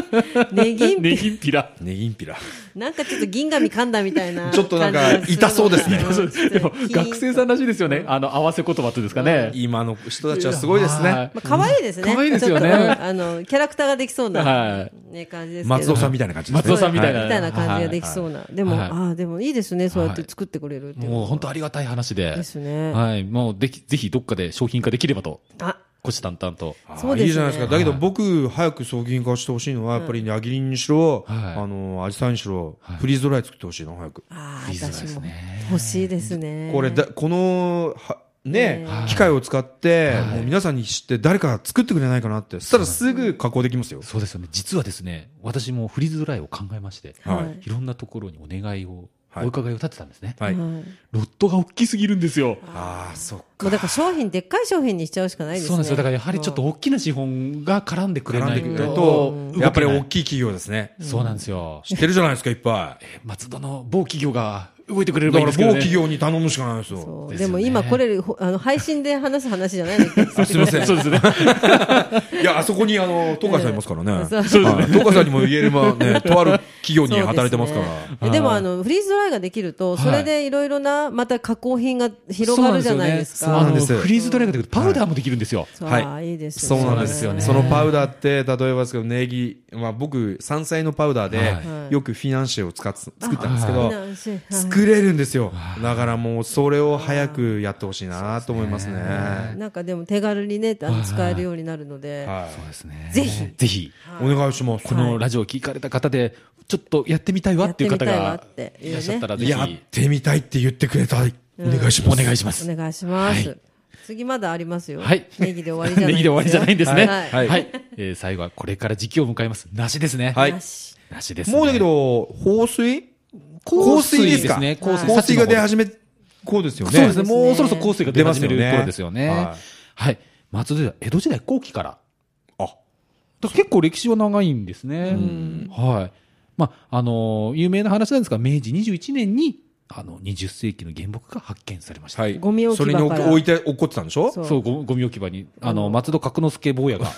[SPEAKER 1] ネギ
[SPEAKER 2] ネギンピラ。
[SPEAKER 3] ネギンピラ
[SPEAKER 1] なんかちょっと銀紙噛んだみたいな。
[SPEAKER 3] ちょっとなんか
[SPEAKER 1] 感じが
[SPEAKER 3] 痛そ うですね
[SPEAKER 1] ん
[SPEAKER 3] そ
[SPEAKER 2] でも、学生さん
[SPEAKER 1] ま
[SPEAKER 2] らしいですよね。あの、合わせ言葉っていうんですかね。
[SPEAKER 3] 今の人たちはすごいです
[SPEAKER 2] は
[SPEAKER 3] ね
[SPEAKER 1] あ可愛いですね。
[SPEAKER 2] 可愛いですよね
[SPEAKER 1] ちょっとうんあの、キャラクターができそう
[SPEAKER 2] は
[SPEAKER 1] な、
[SPEAKER 2] い
[SPEAKER 1] ね、感じですけど。
[SPEAKER 3] 松尾さんみたいな感じです
[SPEAKER 2] 松尾さんみたいな
[SPEAKER 1] みたいな感じができそうな。でも、
[SPEAKER 2] はい
[SPEAKER 1] ああ、でもいいですね。そうやって作ってくれるっていうのは。
[SPEAKER 2] もう本当ありがたい話で。
[SPEAKER 1] ですね
[SPEAKER 2] はい。もうでき、ぜひどっかで商品化できればと、
[SPEAKER 1] あ、
[SPEAKER 2] 虎視眈々と。
[SPEAKER 3] あー
[SPEAKER 1] そうですね
[SPEAKER 3] いいじゃないですか。だけど僕、早く送金化してほしいのは、やっぱり、矢切にしろ、
[SPEAKER 2] はい
[SPEAKER 3] あの、アジサイにしろ、フリーズドライ作ってほしいの、早く。
[SPEAKER 1] ああ、
[SPEAKER 2] リーズナブルで
[SPEAKER 1] 私
[SPEAKER 2] す
[SPEAKER 1] も
[SPEAKER 2] ね
[SPEAKER 1] 欲しいですね。
[SPEAKER 3] これだ、この、はね、
[SPEAKER 2] はい
[SPEAKER 3] 機械を使って、
[SPEAKER 2] はい
[SPEAKER 3] もう皆さんに知って、誰か作ってくれないかなって。そしたらすぐ加工できますよ。
[SPEAKER 2] そうですよね。実はですね、私もフリーズドライを考えまして、
[SPEAKER 1] はい
[SPEAKER 3] はい
[SPEAKER 2] いろんなところにお願いを、
[SPEAKER 3] はい
[SPEAKER 2] お伺いを立てたんですね。
[SPEAKER 3] はい。
[SPEAKER 1] はい
[SPEAKER 2] ロットが大きすぎるんですよ。
[SPEAKER 3] ああ、そっ
[SPEAKER 1] もうだから商品、でっかい商品にしちゃうしかないですね。
[SPEAKER 2] そうなんですよ。だからやはりちょっと大きな資本が絡んでくれ
[SPEAKER 3] 絡ん
[SPEAKER 2] な
[SPEAKER 3] で
[SPEAKER 2] い
[SPEAKER 3] くれ
[SPEAKER 2] と
[SPEAKER 3] ると、やっぱり
[SPEAKER 2] 動けな
[SPEAKER 3] 大
[SPEAKER 2] い
[SPEAKER 3] きい企業ですね。
[SPEAKER 2] そうなんですよ。
[SPEAKER 3] 知ってるじゃないですか、いっぱい。
[SPEAKER 2] 松戸の某企業が動いてくれ
[SPEAKER 3] だ
[SPEAKER 2] れ
[SPEAKER 3] か
[SPEAKER 2] ばいいんで
[SPEAKER 3] ら某
[SPEAKER 2] すけどね。
[SPEAKER 3] 企業に頼むしかないですよ。
[SPEAKER 1] そう
[SPEAKER 2] で
[SPEAKER 1] です
[SPEAKER 2] よね
[SPEAKER 1] も今これ、ほあの、配信で話す話じゃない の
[SPEAKER 3] あすみません。
[SPEAKER 2] そうですね。
[SPEAKER 3] いや、あそこに、あの、東海さんいますからね。
[SPEAKER 1] ええそう
[SPEAKER 3] はい東海さんにも言えればね、とある企業に働いてますから。
[SPEAKER 1] そうですねでもあのフリーズドライができると、
[SPEAKER 2] はい
[SPEAKER 1] それでいろいろなまた加工品が広がるじゃないです
[SPEAKER 2] そうな
[SPEAKER 1] か。
[SPEAKER 2] んです
[SPEAKER 3] そう
[SPEAKER 2] よねあの
[SPEAKER 3] なんです
[SPEAKER 2] フリーズドライができるとパウダーもできるんですよ。
[SPEAKER 1] そう
[SPEAKER 3] はい
[SPEAKER 1] あーいいですね。
[SPEAKER 3] そうなんで
[SPEAKER 2] そ
[SPEAKER 3] す
[SPEAKER 2] うなんで
[SPEAKER 3] よね。
[SPEAKER 2] す
[SPEAKER 3] そ
[SPEAKER 2] よね
[SPEAKER 3] のパウダーって、例えばですけど、ネギ、まあ僕、山菜のパウダー
[SPEAKER 2] は
[SPEAKER 3] で、よくフィナンシェを使っ作ったんですけ
[SPEAKER 1] みん
[SPEAKER 3] ど
[SPEAKER 1] な、安心はい
[SPEAKER 3] 作れるんですよ。だからもう、それを早くやってほしいなと思いますね。
[SPEAKER 1] なんかでも手軽にねあの使えるようになるので、
[SPEAKER 3] はい。
[SPEAKER 2] ですね
[SPEAKER 1] ぜひ
[SPEAKER 2] ぜひ、
[SPEAKER 3] お願いします。
[SPEAKER 2] このラジオを聞かれた方で、ちょっとやってみたいわっていう方
[SPEAKER 1] や
[SPEAKER 2] が
[SPEAKER 1] ってみたいわっていうね
[SPEAKER 2] いらっしゃったら、ぜひ、
[SPEAKER 3] やってみたいって言ってくれたい。お願いし
[SPEAKER 2] お
[SPEAKER 3] ます。
[SPEAKER 2] 願いします。
[SPEAKER 1] お願いします。
[SPEAKER 2] はい
[SPEAKER 1] 次まだありますよ。
[SPEAKER 2] はい。
[SPEAKER 1] ネギで終わりじゃない。
[SPEAKER 2] ネギで終わりじゃないんですね。
[SPEAKER 1] はい
[SPEAKER 2] は。
[SPEAKER 3] はいい
[SPEAKER 2] えー最後はこれから時期を迎えます。梨ですね。
[SPEAKER 3] はい
[SPEAKER 1] な。し
[SPEAKER 2] 梨です、ね。
[SPEAKER 3] もうだけど、放水
[SPEAKER 2] 香水ですか
[SPEAKER 3] 香
[SPEAKER 2] はい
[SPEAKER 3] 水香水が出始め、こうですよね。
[SPEAKER 2] そうですね。
[SPEAKER 1] ね
[SPEAKER 2] もうそろそろ香水が出始める
[SPEAKER 3] 出ますよね
[SPEAKER 2] 頃ですよね。は。
[SPEAKER 3] はい
[SPEAKER 2] 松戸では江戸時代後期から。
[SPEAKER 3] あ
[SPEAKER 2] だから結構歴史は長いんですね。はい。まあ、あのー有名な話なんですが、明治21年に、あの、20世紀の原木が発見されました。
[SPEAKER 3] はい。
[SPEAKER 1] ゴミ置き場
[SPEAKER 3] それに置
[SPEAKER 1] から
[SPEAKER 3] 置いて、落っこってたんでしょ
[SPEAKER 1] そう
[SPEAKER 2] そう、ごゴミ置き場に、あの、松戸角之助坊やが、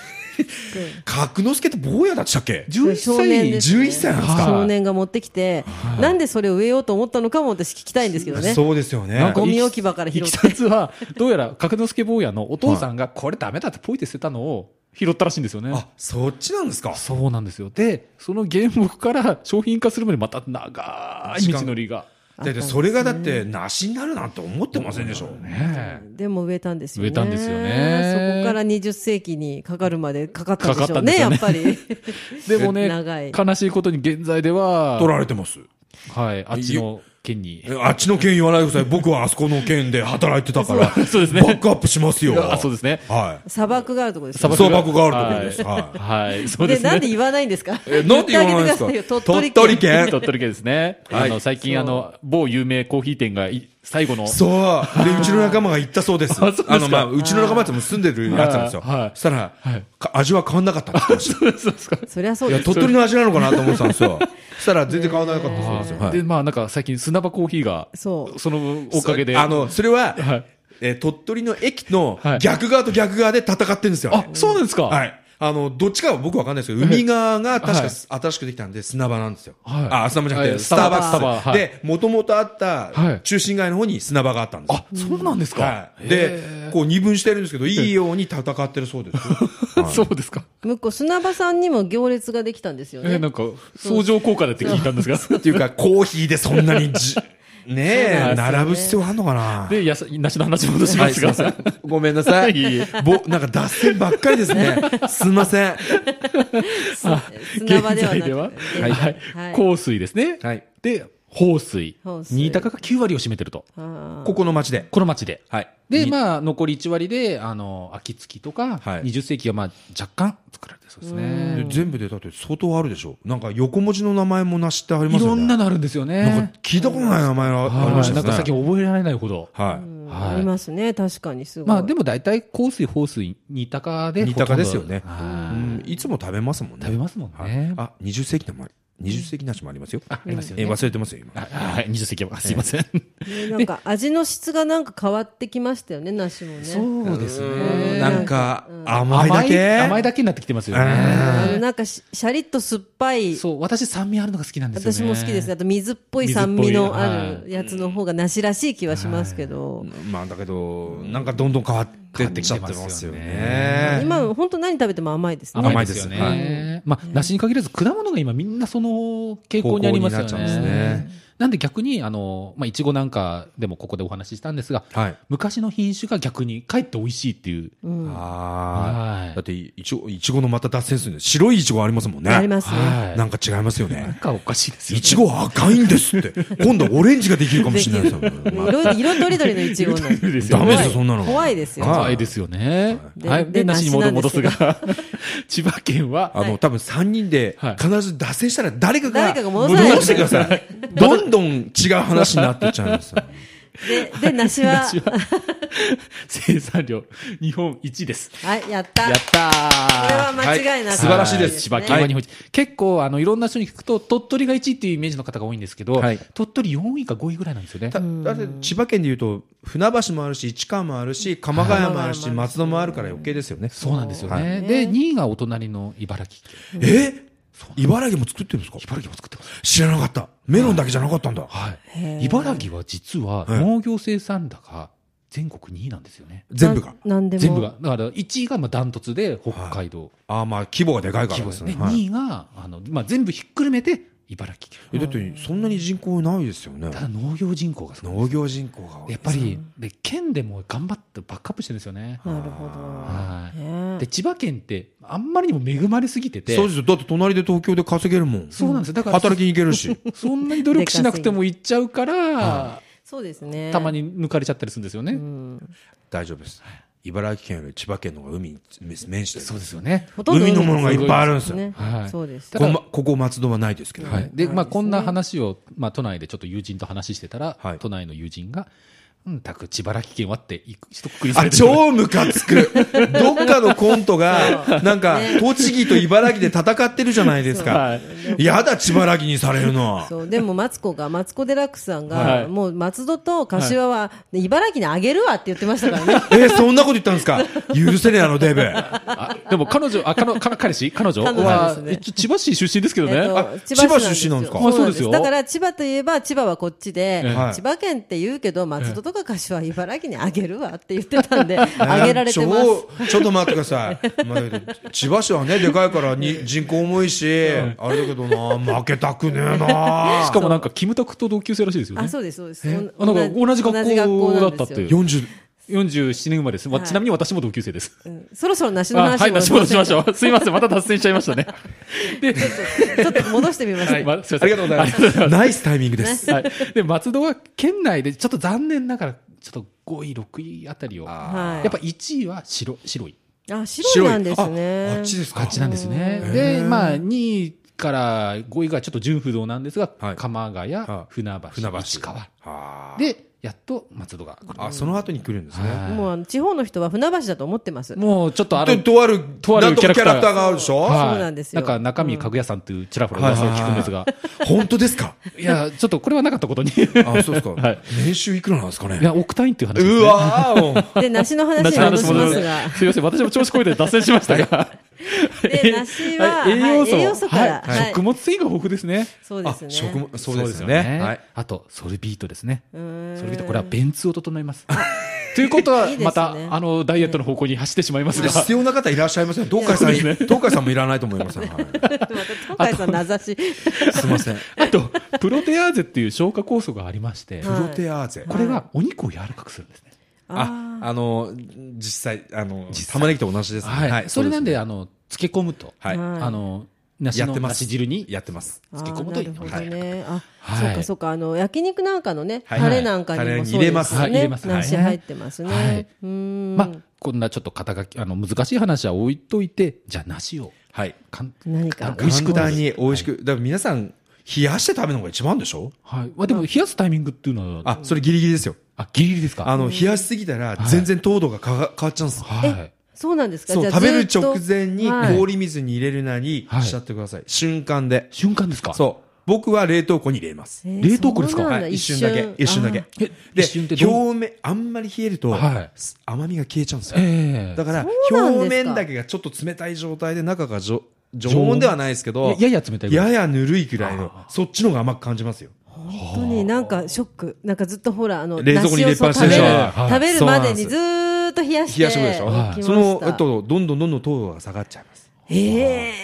[SPEAKER 3] 角之助って坊やだったっけ
[SPEAKER 2] 11
[SPEAKER 1] 少年で
[SPEAKER 2] 歳、
[SPEAKER 1] す
[SPEAKER 3] 11歳なんです
[SPEAKER 2] はい
[SPEAKER 3] か
[SPEAKER 1] 少年が持ってきて、なんでそれを植えようと思ったのかも私聞きたいんですけどね。
[SPEAKER 3] そうですよ
[SPEAKER 2] なん
[SPEAKER 3] ね
[SPEAKER 2] か。
[SPEAKER 1] ゴミ置き場から拾って
[SPEAKER 2] いきさつは、どうやら、角之助坊やのお父さんが、これダメだってポイって捨てたのを拾ったらしいんですよね。
[SPEAKER 3] あ、そっちなんですか。
[SPEAKER 2] そうなんですよ。で、その原木から商品化するまでまた長い道のりが。
[SPEAKER 1] ああったん
[SPEAKER 3] だっ
[SPEAKER 1] で
[SPEAKER 3] て
[SPEAKER 1] すね
[SPEAKER 3] それがだって梨になるなんて思ってませんでしょ
[SPEAKER 2] ね
[SPEAKER 1] でも植えたんですよね。
[SPEAKER 2] 植えたんですよね
[SPEAKER 1] そこから20世紀にかかるまでかかったんでしょうね、や
[SPEAKER 2] か
[SPEAKER 1] っぱ り。
[SPEAKER 2] でもね、
[SPEAKER 1] 長い
[SPEAKER 2] 悲しいことに現在では、
[SPEAKER 3] 取られてます
[SPEAKER 2] はい、あっちの県に。
[SPEAKER 3] えあっちの件言わないでください僕はあそこの件で働いてたか ら
[SPEAKER 2] そうそうですね
[SPEAKER 3] バックアップしますよ
[SPEAKER 2] あそうですね。
[SPEAKER 3] はい
[SPEAKER 1] 砂漠があるところです
[SPEAKER 2] 砂
[SPEAKER 1] よ。
[SPEAKER 2] 漠
[SPEAKER 3] 砂
[SPEAKER 2] が
[SPEAKER 3] 漠があるところですはい
[SPEAKER 2] はい、そうで
[SPEAKER 1] ですなん
[SPEAKER 2] ね
[SPEAKER 1] で。言わないんですか
[SPEAKER 3] えなんで言わないんですか
[SPEAKER 1] 言ってあげてくださいよ鳥
[SPEAKER 3] 鳥取
[SPEAKER 1] 取県。
[SPEAKER 3] 県
[SPEAKER 2] 鳥取県ですね。
[SPEAKER 3] はい
[SPEAKER 2] あの、最近、あの、某有名コーヒー店がい最後の、
[SPEAKER 3] そうでうちの仲間が言ったそうです
[SPEAKER 2] あそうですか
[SPEAKER 3] あのまあうちの仲間っても住んでるやつなんですよ
[SPEAKER 2] はいはい
[SPEAKER 3] そしたらか味は変わんなかったって言ってま した
[SPEAKER 2] そうですか。
[SPEAKER 1] そりゃそう
[SPEAKER 3] い
[SPEAKER 1] で
[SPEAKER 3] や
[SPEAKER 1] す。
[SPEAKER 3] 鳥取の味なのかなと思ってたん ですよそしたら全然変わらなかったそうですよはい
[SPEAKER 2] で、まあ、なんか最近、砂場コーヒーが、
[SPEAKER 1] そう
[SPEAKER 2] そのおかげで。
[SPEAKER 3] あの、それは、
[SPEAKER 2] はい
[SPEAKER 3] えー鳥取の駅の
[SPEAKER 2] はい
[SPEAKER 3] 逆側と逆側で戦ってるんですよ、
[SPEAKER 2] あ、そうなんですか。
[SPEAKER 3] はい。あの、どっちかは僕わかんないですけど、海側が確
[SPEAKER 2] は
[SPEAKER 3] か
[SPEAKER 2] い
[SPEAKER 3] 新しくできたんで砂場なんですよ。
[SPEAKER 2] はい
[SPEAKER 3] あ、砂場じゃなく
[SPEAKER 2] は
[SPEAKER 3] て、
[SPEAKER 2] い
[SPEAKER 3] スターバックス。
[SPEAKER 2] スタバスタバはい
[SPEAKER 3] で、もともとあった
[SPEAKER 2] はい
[SPEAKER 3] 中心街の方に砂場があったんですよ
[SPEAKER 2] あ、そうなんですか。
[SPEAKER 3] は。い。で、こう二分してるんですけど、いいように戦ってるそうですよ
[SPEAKER 2] そうですか。
[SPEAKER 1] 向こう砂場さんにも行列ができたんですよ
[SPEAKER 2] え、
[SPEAKER 1] ね
[SPEAKER 2] な。んか、相乗効果だって聞いたんですが。
[SPEAKER 3] っていうか、コーヒーでそんなにじ、ね
[SPEAKER 1] そ
[SPEAKER 3] え、
[SPEAKER 1] うなんですよね
[SPEAKER 3] 並ぶ必要あんのかな
[SPEAKER 2] で、やさ、梨の話戻しますが。
[SPEAKER 3] はいませんごめんなさ
[SPEAKER 2] いえいえ
[SPEAKER 3] い。ぼ、なんか脱線ばっかりですね。すいません。
[SPEAKER 1] 砂場ではな
[SPEAKER 2] 現在では
[SPEAKER 1] くて。
[SPEAKER 2] はい、
[SPEAKER 1] は
[SPEAKER 2] はいい
[SPEAKER 1] はい
[SPEAKER 2] 香水ですね。
[SPEAKER 3] はい
[SPEAKER 2] で、放水。
[SPEAKER 1] 豊水
[SPEAKER 2] 新高が9割を占めてると。
[SPEAKER 1] あ
[SPEAKER 3] ここの町で。
[SPEAKER 2] この町で。
[SPEAKER 3] はい。
[SPEAKER 2] で、
[SPEAKER 3] あ、
[SPEAKER 2] まあ、残り1割で、あの、秋月とか、
[SPEAKER 3] はい
[SPEAKER 2] 20世紀は、まあ、若干作られてそうですね。
[SPEAKER 3] で全部でだって相当あるでしょ。なんか横文字の名前もなしってありま
[SPEAKER 2] い
[SPEAKER 3] すよ
[SPEAKER 2] ろ
[SPEAKER 3] ね。
[SPEAKER 2] んなのあるんですよね。
[SPEAKER 3] なんか聞いたことない名前がありま
[SPEAKER 2] は
[SPEAKER 3] し
[SPEAKER 2] い
[SPEAKER 3] た
[SPEAKER 2] なんか最
[SPEAKER 3] ね。
[SPEAKER 2] 近覚えられないほど。
[SPEAKER 3] は
[SPEAKER 1] ー
[SPEAKER 2] はい
[SPEAKER 1] ありますね、確かにすごい。
[SPEAKER 2] まあ、でも大体、香水、放水、新高でほとんど。
[SPEAKER 3] 新高ですよねい。
[SPEAKER 2] は
[SPEAKER 3] う
[SPEAKER 2] い
[SPEAKER 3] んいつも食べますもんね。
[SPEAKER 2] 食べますもんね
[SPEAKER 3] はいあ、二十世紀のもあり二十世紀なしもありますよ。
[SPEAKER 2] あありますよ
[SPEAKER 3] え
[SPEAKER 2] ね。
[SPEAKER 3] 忘れてますよ、今。
[SPEAKER 2] はい、20世紀は、すいません。
[SPEAKER 1] ね なんか味の質がなんか変わってきましたよね、梨もね。
[SPEAKER 2] そうです
[SPEAKER 3] う
[SPEAKER 2] ね。
[SPEAKER 3] んなんか、甘
[SPEAKER 2] 甘
[SPEAKER 3] い
[SPEAKER 2] い
[SPEAKER 3] だけ
[SPEAKER 2] 甘いだけになってきてますよね。
[SPEAKER 1] あのなんかしシャリッと酸っぱい
[SPEAKER 2] そう、私酸味あるのが好きなんですよね。
[SPEAKER 1] 私も好きですね。あと水っぽい酸味
[SPEAKER 2] 水っ
[SPEAKER 1] の
[SPEAKER 2] ぽい
[SPEAKER 1] あるやつの方が梨らしい気はしますけど。
[SPEAKER 3] まあ、だけど、なんかどんどん変わってっちゃってますよね。
[SPEAKER 1] 今、本当何食べても甘いですね。
[SPEAKER 2] 甘いですよ
[SPEAKER 3] 甘い
[SPEAKER 2] ね。まあ、梨に限らず果物が今みんなその傾向にありますよ
[SPEAKER 3] 方向になっちゃうんです
[SPEAKER 2] ね。なんで逆に、あの、まあ、いちごなんかでもここでお話ししたんですが、
[SPEAKER 3] はい。
[SPEAKER 2] 昔の品種が逆にかえって美味しいっていう。
[SPEAKER 3] あ
[SPEAKER 2] は
[SPEAKER 3] あ。
[SPEAKER 2] い
[SPEAKER 3] だって、いちご、いちごのまた脱線するんです。白いいちごありますもんね。
[SPEAKER 1] ありますね。
[SPEAKER 2] はい。
[SPEAKER 3] な
[SPEAKER 2] なん
[SPEAKER 3] んか違いますよね。
[SPEAKER 2] かおかしいですよね。
[SPEAKER 3] いちご赤いんです って。今度オレンジができるかもしれないですよ。まあ
[SPEAKER 1] 色色とりどりのいちごなんで
[SPEAKER 2] ですよ
[SPEAKER 3] ダ
[SPEAKER 2] ね
[SPEAKER 3] メですよ、そんなの。
[SPEAKER 1] 怖いですよ。
[SPEAKER 2] 怖い
[SPEAKER 3] す。
[SPEAKER 2] ですよね。
[SPEAKER 1] で
[SPEAKER 2] はい。
[SPEAKER 1] で
[SPEAKER 2] で、梨に戻
[SPEAKER 1] 梨なんで
[SPEAKER 2] 戻
[SPEAKER 1] す
[SPEAKER 2] す
[SPEAKER 1] が
[SPEAKER 2] が、 千葉県は、
[SPEAKER 3] あの、多分3人で
[SPEAKER 2] はい、
[SPEAKER 3] 必ず脱線したら誰かが、
[SPEAKER 1] 誰かが戻さないと
[SPEAKER 3] してくださ い。どんどん違う話になってっちゃうんですよ。
[SPEAKER 1] で、で、梨は、
[SPEAKER 2] 梨は生産量日本一です。
[SPEAKER 1] はい、やった。こ
[SPEAKER 2] やったー
[SPEAKER 1] れは間違いなく、
[SPEAKER 3] はい素晴らしいです
[SPEAKER 2] 千
[SPEAKER 1] は
[SPEAKER 2] 葉
[SPEAKER 1] い
[SPEAKER 2] 県は日本一。結構、あの、いろんな人に聞くと、鳥取が1位っていうイメージの方が多いんですけど、
[SPEAKER 3] はい
[SPEAKER 2] 鳥取4位か5位ぐらいなんですよね。
[SPEAKER 3] ただって千葉県でいうと、船橋もあるし、市川もあるし、鎌ヶ谷もあるし、
[SPEAKER 1] はい
[SPEAKER 3] 松戸もあるから余計ですよね。
[SPEAKER 2] そうなんですよ
[SPEAKER 3] はい
[SPEAKER 2] ね。で、2位がお隣の茨城県。
[SPEAKER 3] え茨城も作ってるんですか
[SPEAKER 2] 茨城も作ってます。
[SPEAKER 3] 知らなかった。メロンだけじゃなかったんだ。
[SPEAKER 2] はい。茨城は実は
[SPEAKER 3] はい
[SPEAKER 2] 農業生産高、全国2位なんですよね。
[SPEAKER 3] 全部が。。
[SPEAKER 1] ななんでも。
[SPEAKER 2] 全部が。だから1位がまあダントツで北海道
[SPEAKER 3] ああ、まあ、規模がでかいから
[SPEAKER 2] 規模
[SPEAKER 3] で
[SPEAKER 2] ですすね。
[SPEAKER 3] ね。はい
[SPEAKER 2] 2位が、あの、まあ全部ひっくるめて茨城県。
[SPEAKER 3] えだって、そんなに人口ないですよね。
[SPEAKER 2] ただ農業人口がすごい
[SPEAKER 3] 農業人口が多い
[SPEAKER 2] やっぱり、で、県でも頑張ってバックアップしてるんですよね。
[SPEAKER 1] なるほ
[SPEAKER 2] はい
[SPEAKER 1] ど。ね
[SPEAKER 2] で、千葉県って、あんまりにも恵まれすぎてて、
[SPEAKER 3] そうですよ。だって隣で東京で稼げるもん。
[SPEAKER 2] そうなんですよ。だから、
[SPEAKER 3] 働きに行け るし。
[SPEAKER 2] そんなに努力しなくても行っちゃうから、
[SPEAKER 1] そうですね。
[SPEAKER 2] たま。に抜かれちゃったりするんですよね。
[SPEAKER 3] 大丈夫です。茨城県より千葉県の方が海に面してる。
[SPEAKER 2] そうですよね。
[SPEAKER 1] ほとんど
[SPEAKER 3] 海のものがいっぱいあるんですよ。
[SPEAKER 1] ね
[SPEAKER 2] はい
[SPEAKER 1] そうです。
[SPEAKER 3] こまここ松戸はないですけどね。
[SPEAKER 2] はい。で、まあ、こ
[SPEAKER 1] そ
[SPEAKER 2] ん
[SPEAKER 1] うです
[SPEAKER 2] な
[SPEAKER 1] ね
[SPEAKER 2] 話を、まあ、都内でちょっと友人と話してたら、
[SPEAKER 3] はい
[SPEAKER 2] 都内の友人が、うん、たく、千葉県県はって、いく一括りさ
[SPEAKER 3] あ、
[SPEAKER 2] れてる
[SPEAKER 3] 超ムカ つく。どっかのコントが、なんか、栃木と茨城で戦ってるじゃないです
[SPEAKER 2] は
[SPEAKER 3] か
[SPEAKER 2] い。
[SPEAKER 3] やだ、千葉らぎにされるの。
[SPEAKER 1] そうでもマツコがマツコ・デラックスさんが、
[SPEAKER 2] はい
[SPEAKER 1] もう松戸と柏は、茨城にあげるわって言ってましたからね
[SPEAKER 3] え、そんなこと言ったんですか許せねえ、あのデブ。
[SPEAKER 2] あでも、彼女、あ、彼女、彼彼氏彼女
[SPEAKER 1] 彼女で
[SPEAKER 2] は
[SPEAKER 1] すね
[SPEAKER 2] 一応千葉市出身ですけどね。
[SPEAKER 1] えっと
[SPEAKER 2] あ
[SPEAKER 1] 市
[SPEAKER 3] 千葉出身なんですか
[SPEAKER 1] そうなん
[SPEAKER 2] あそうですよ
[SPEAKER 1] だから千葉といえば千葉はこっちで、
[SPEAKER 2] え
[SPEAKER 3] えはい
[SPEAKER 1] 千葉県って言うけど松戸ととかかしは茨城にあげるわって言ってたんで、あげられてます。
[SPEAKER 3] すちょっと待ってください、まあだけど千葉市はねでかいからに人口重いし、あれだけどな負けたくねえな
[SPEAKER 2] しかもなんか、キムタクと同級生らしいですよ
[SPEAKER 1] あ、
[SPEAKER 2] ね。
[SPEAKER 1] そうです、そうです。
[SPEAKER 2] あなんか同じ学
[SPEAKER 1] 同
[SPEAKER 2] 校
[SPEAKER 1] なんです
[SPEAKER 2] だったっていう
[SPEAKER 3] 40
[SPEAKER 2] 47年生まれです。わ
[SPEAKER 1] はい
[SPEAKER 2] ちなみに私も同級生です。
[SPEAKER 1] うんそろそろ梨の
[SPEAKER 2] あ
[SPEAKER 1] 話
[SPEAKER 2] はい、
[SPEAKER 1] 戻
[SPEAKER 2] 話
[SPEAKER 1] し
[SPEAKER 2] 戻し ましょう。すいません、また脱線しちゃいましたね。で、
[SPEAKER 1] ちょっと戻してみましょう。
[SPEAKER 2] まあすいません
[SPEAKER 3] ありがとうございますナイスタイミングです
[SPEAKER 2] はい、で松戸は県内でちょっと残念ながらちょっと5位6位あたりをや
[SPEAKER 1] は
[SPEAKER 2] っ
[SPEAKER 1] い
[SPEAKER 2] ぱ1位は白白い
[SPEAKER 1] あ、白いなんですね。
[SPEAKER 3] ああっちですか
[SPEAKER 2] あっちなんですね
[SPEAKER 3] うんへ
[SPEAKER 2] で
[SPEAKER 3] ー
[SPEAKER 2] まあ2位から5位がちょっと純不動なんですが、
[SPEAKER 3] はい
[SPEAKER 2] 鎌ヶ谷、
[SPEAKER 3] はい
[SPEAKER 2] 船橋
[SPEAKER 3] 船橋
[SPEAKER 2] 市川
[SPEAKER 3] あー
[SPEAKER 2] でやっと松戸が来る
[SPEAKER 3] あその後に来るんです
[SPEAKER 2] は
[SPEAKER 3] ね
[SPEAKER 1] もうあの地方の人は船橋だと思ってます。
[SPEAKER 2] もうちょっとあ
[SPEAKER 3] で
[SPEAKER 2] る
[SPEAKER 3] とある
[SPEAKER 2] とある
[SPEAKER 3] なんとかキャラクターがあるでしょ
[SPEAKER 2] はい
[SPEAKER 1] そうなんですよ
[SPEAKER 2] なんか中身かぐやさんっていうちらほら噂を聞くんですが、
[SPEAKER 3] 本当ですか
[SPEAKER 2] いやちょっとこれはなかったことに い
[SPEAKER 3] あそうですか、
[SPEAKER 2] はい
[SPEAKER 3] 年収いくらなんですかね
[SPEAKER 2] や億単位っていう話ですね
[SPEAKER 3] うわー
[SPEAKER 1] で、梨の話
[SPEAKER 2] 同
[SPEAKER 1] に戻
[SPEAKER 2] じ話
[SPEAKER 1] し
[SPEAKER 2] も
[SPEAKER 1] ます
[SPEAKER 2] ね
[SPEAKER 1] が。
[SPEAKER 2] すいません、私も調子こいて脱線しましたが。
[SPEAKER 1] で梨は
[SPEAKER 2] い栄養素、
[SPEAKER 1] はい栄養素から
[SPEAKER 2] はい
[SPEAKER 1] はい
[SPEAKER 2] 食物繊維が豊富ですね。
[SPEAKER 1] そうで
[SPEAKER 3] あ
[SPEAKER 1] すね。
[SPEAKER 3] 食物そうですよ
[SPEAKER 2] よ
[SPEAKER 3] ねはい
[SPEAKER 2] あと、ソルビートですね。
[SPEAKER 1] うーん
[SPEAKER 2] ソルビート、こ れは便通を整えます。 ということはい
[SPEAKER 1] い、ですね
[SPEAKER 2] また、あの、ダイエットの方向に走ってしまいますが。
[SPEAKER 3] 必要な方いらっしゃいません東海さん、東海さんもいらないと思います、はい、
[SPEAKER 1] また東海さん名指し。
[SPEAKER 3] すいませんプ
[SPEAKER 2] あと、プロテアーゼっていう消化酵素がありまして、
[SPEAKER 1] はい
[SPEAKER 3] ロテアーゼ、
[SPEAKER 2] これがお肉を柔らかくするんですね。
[SPEAKER 3] あ
[SPEAKER 1] あ
[SPEAKER 3] あの実際あの
[SPEAKER 2] 実際
[SPEAKER 3] 玉ねぎと同じですね
[SPEAKER 2] はい。それなんで、
[SPEAKER 3] う
[SPEAKER 2] あの、漬け込むと、
[SPEAKER 3] すはい、
[SPEAKER 1] はい
[SPEAKER 2] あの、梨
[SPEAKER 3] やっ
[SPEAKER 2] の
[SPEAKER 3] てます
[SPEAKER 2] 梨汁に
[SPEAKER 3] やってます
[SPEAKER 1] ー
[SPEAKER 2] 漬け込む
[SPEAKER 1] あ
[SPEAKER 2] とい
[SPEAKER 1] ー
[SPEAKER 2] い
[SPEAKER 1] なるほど
[SPEAKER 2] はい
[SPEAKER 1] ね。あ、
[SPEAKER 2] は
[SPEAKER 1] そ
[SPEAKER 2] い
[SPEAKER 1] うかそうか。あの、焼肉なんかのね、
[SPEAKER 3] はい
[SPEAKER 1] タレなんかにもそう
[SPEAKER 3] タレに入れ
[SPEAKER 1] で
[SPEAKER 3] ますす
[SPEAKER 1] よ
[SPEAKER 2] はい入
[SPEAKER 1] ね。
[SPEAKER 2] れますはい
[SPEAKER 1] 梨入ってますね。
[SPEAKER 2] はいう
[SPEAKER 1] ーん。
[SPEAKER 2] まあ、こんなちょっと肩書き、あの、難しい話は置いといて、じゃあ、梨を、
[SPEAKER 3] はい
[SPEAKER 2] かん
[SPEAKER 1] 何か。
[SPEAKER 2] 美味しく
[SPEAKER 3] 簡単に美味しく、だから皆さん冷やして食べるのが一番でしょ
[SPEAKER 2] はい。まあ、でも、冷やすタイミングっていうのは、
[SPEAKER 3] あそれギリギリですよ
[SPEAKER 2] あ、ギリギリですか
[SPEAKER 3] あの冷やしすぎたら
[SPEAKER 2] はい
[SPEAKER 3] 全然糖度がかが変わっちゃうんです、
[SPEAKER 2] はい。
[SPEAKER 1] そうなんですか。
[SPEAKER 3] そう
[SPEAKER 1] じゃあ
[SPEAKER 3] 食べる
[SPEAKER 1] ずっと
[SPEAKER 3] 直前に
[SPEAKER 1] はい
[SPEAKER 3] 氷水に入れるなり
[SPEAKER 2] はい
[SPEAKER 3] しちゃってください、瞬間で
[SPEAKER 2] 瞬間ですか
[SPEAKER 3] そう僕は冷凍庫に入れます
[SPEAKER 1] えー
[SPEAKER 2] 冷凍庫ですか
[SPEAKER 1] そうなん
[SPEAKER 3] は
[SPEAKER 1] だ
[SPEAKER 3] い、一瞬だけ、一瞬だけ。。
[SPEAKER 2] え
[SPEAKER 3] で
[SPEAKER 2] 一瞬って、どう
[SPEAKER 3] 表面、あんまり冷えると
[SPEAKER 2] はい、
[SPEAKER 3] す甘みが消えちゃうんですよ。
[SPEAKER 2] ええ
[SPEAKER 3] だから
[SPEAKER 1] そうなんですか
[SPEAKER 3] 表面だけがちょっと冷たい状態で中がじょ常温ではないですけど
[SPEAKER 2] いややや冷たいぐら
[SPEAKER 3] ややぬるいくらいのそっちの方が甘く感じますよ
[SPEAKER 1] 本当になんかショック。なんかずっとほら、あの、
[SPEAKER 3] 冷蔵庫に入れっぱなしでし
[SPEAKER 1] 梨
[SPEAKER 3] ょ
[SPEAKER 1] を
[SPEAKER 2] はい
[SPEAKER 1] 食べる食べる
[SPEAKER 3] そう
[SPEAKER 1] ま
[SPEAKER 3] なん
[SPEAKER 1] で
[SPEAKER 3] です
[SPEAKER 1] にずーっと冷やして。
[SPEAKER 3] 冷やしてくでしょ
[SPEAKER 1] はい
[SPEAKER 3] その
[SPEAKER 1] 来ました
[SPEAKER 3] とどんどんどんどん糖度が下がっちゃいます
[SPEAKER 1] え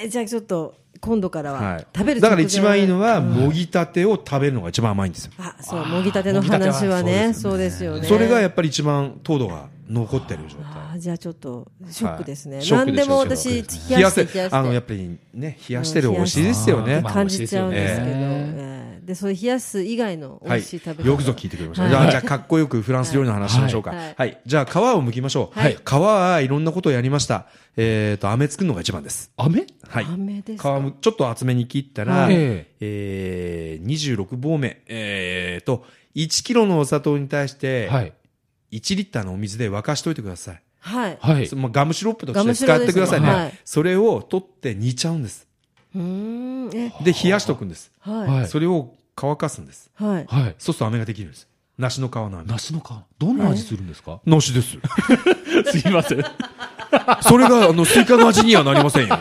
[SPEAKER 1] えじゃあちょっと、今度から
[SPEAKER 3] は
[SPEAKER 1] はい食べる
[SPEAKER 3] だ
[SPEAKER 1] 直
[SPEAKER 3] から
[SPEAKER 1] 前
[SPEAKER 3] 一番いいのはもぎたてを食べるのが一番甘いんですよ
[SPEAKER 1] あ、そう、もぎたての話はね、そうですよね。
[SPEAKER 3] それがや
[SPEAKER 1] っ
[SPEAKER 3] っぱり一番糖度が残ってる状態
[SPEAKER 1] ぱ。じゃあちょっと、ショックですね。
[SPEAKER 3] はいショッ
[SPEAKER 1] 何
[SPEAKER 3] ク
[SPEAKER 1] で
[SPEAKER 3] でしょ
[SPEAKER 1] も私、冷
[SPEAKER 3] 冷
[SPEAKER 1] や
[SPEAKER 3] や
[SPEAKER 1] して
[SPEAKER 3] せ
[SPEAKER 1] 冷やして。
[SPEAKER 3] あのやっぱりね冷やしてる美味しいですよ
[SPEAKER 2] う
[SPEAKER 3] ね
[SPEAKER 2] んぱ
[SPEAKER 1] 感じちゃうんですけど、
[SPEAKER 2] まあ美味しいですよね
[SPEAKER 1] ええで、そういう冷やす以外の美
[SPEAKER 3] はい
[SPEAKER 1] 味しい食べ方。
[SPEAKER 3] よくぞ聞いてくれました、
[SPEAKER 1] はい
[SPEAKER 3] じゃあじゃあかっこよくフランス料理の話しましょうか
[SPEAKER 1] は
[SPEAKER 3] はいい、
[SPEAKER 1] はい
[SPEAKER 3] じゃあ皮を剥きましょう、
[SPEAKER 1] はい
[SPEAKER 3] 皮はいろんなことをやりましたえっ、と飴作るのが一番です
[SPEAKER 2] 飴
[SPEAKER 3] はい皮
[SPEAKER 1] 飴ですか
[SPEAKER 3] むちょっと厚めに切ったら、
[SPEAKER 2] はい
[SPEAKER 3] えー、26棒目えー、と1キロのお砂糖に対して
[SPEAKER 2] はい。
[SPEAKER 3] 1リッターのお水で沸かしといてください、
[SPEAKER 1] はい。
[SPEAKER 2] はい。
[SPEAKER 3] そまあ、ガムシロップと
[SPEAKER 1] ガム
[SPEAKER 3] して
[SPEAKER 1] シロ
[SPEAKER 3] 使
[SPEAKER 1] ップ
[SPEAKER 3] ってくださいね、
[SPEAKER 1] ですねはい
[SPEAKER 3] それを取って煮ちゃうんです
[SPEAKER 1] うーん、え、
[SPEAKER 3] で冷やしとくんです、
[SPEAKER 1] は
[SPEAKER 2] はい
[SPEAKER 3] それを乾かすんです
[SPEAKER 1] い。はい。
[SPEAKER 2] はい。
[SPEAKER 3] そうすると飴ができるんです梨の皮の飴
[SPEAKER 2] 梨の皮、どんな味するんですか
[SPEAKER 3] 梨です
[SPEAKER 2] すいません。
[SPEAKER 3] それが、あの、スイカの味にはなりませんよ。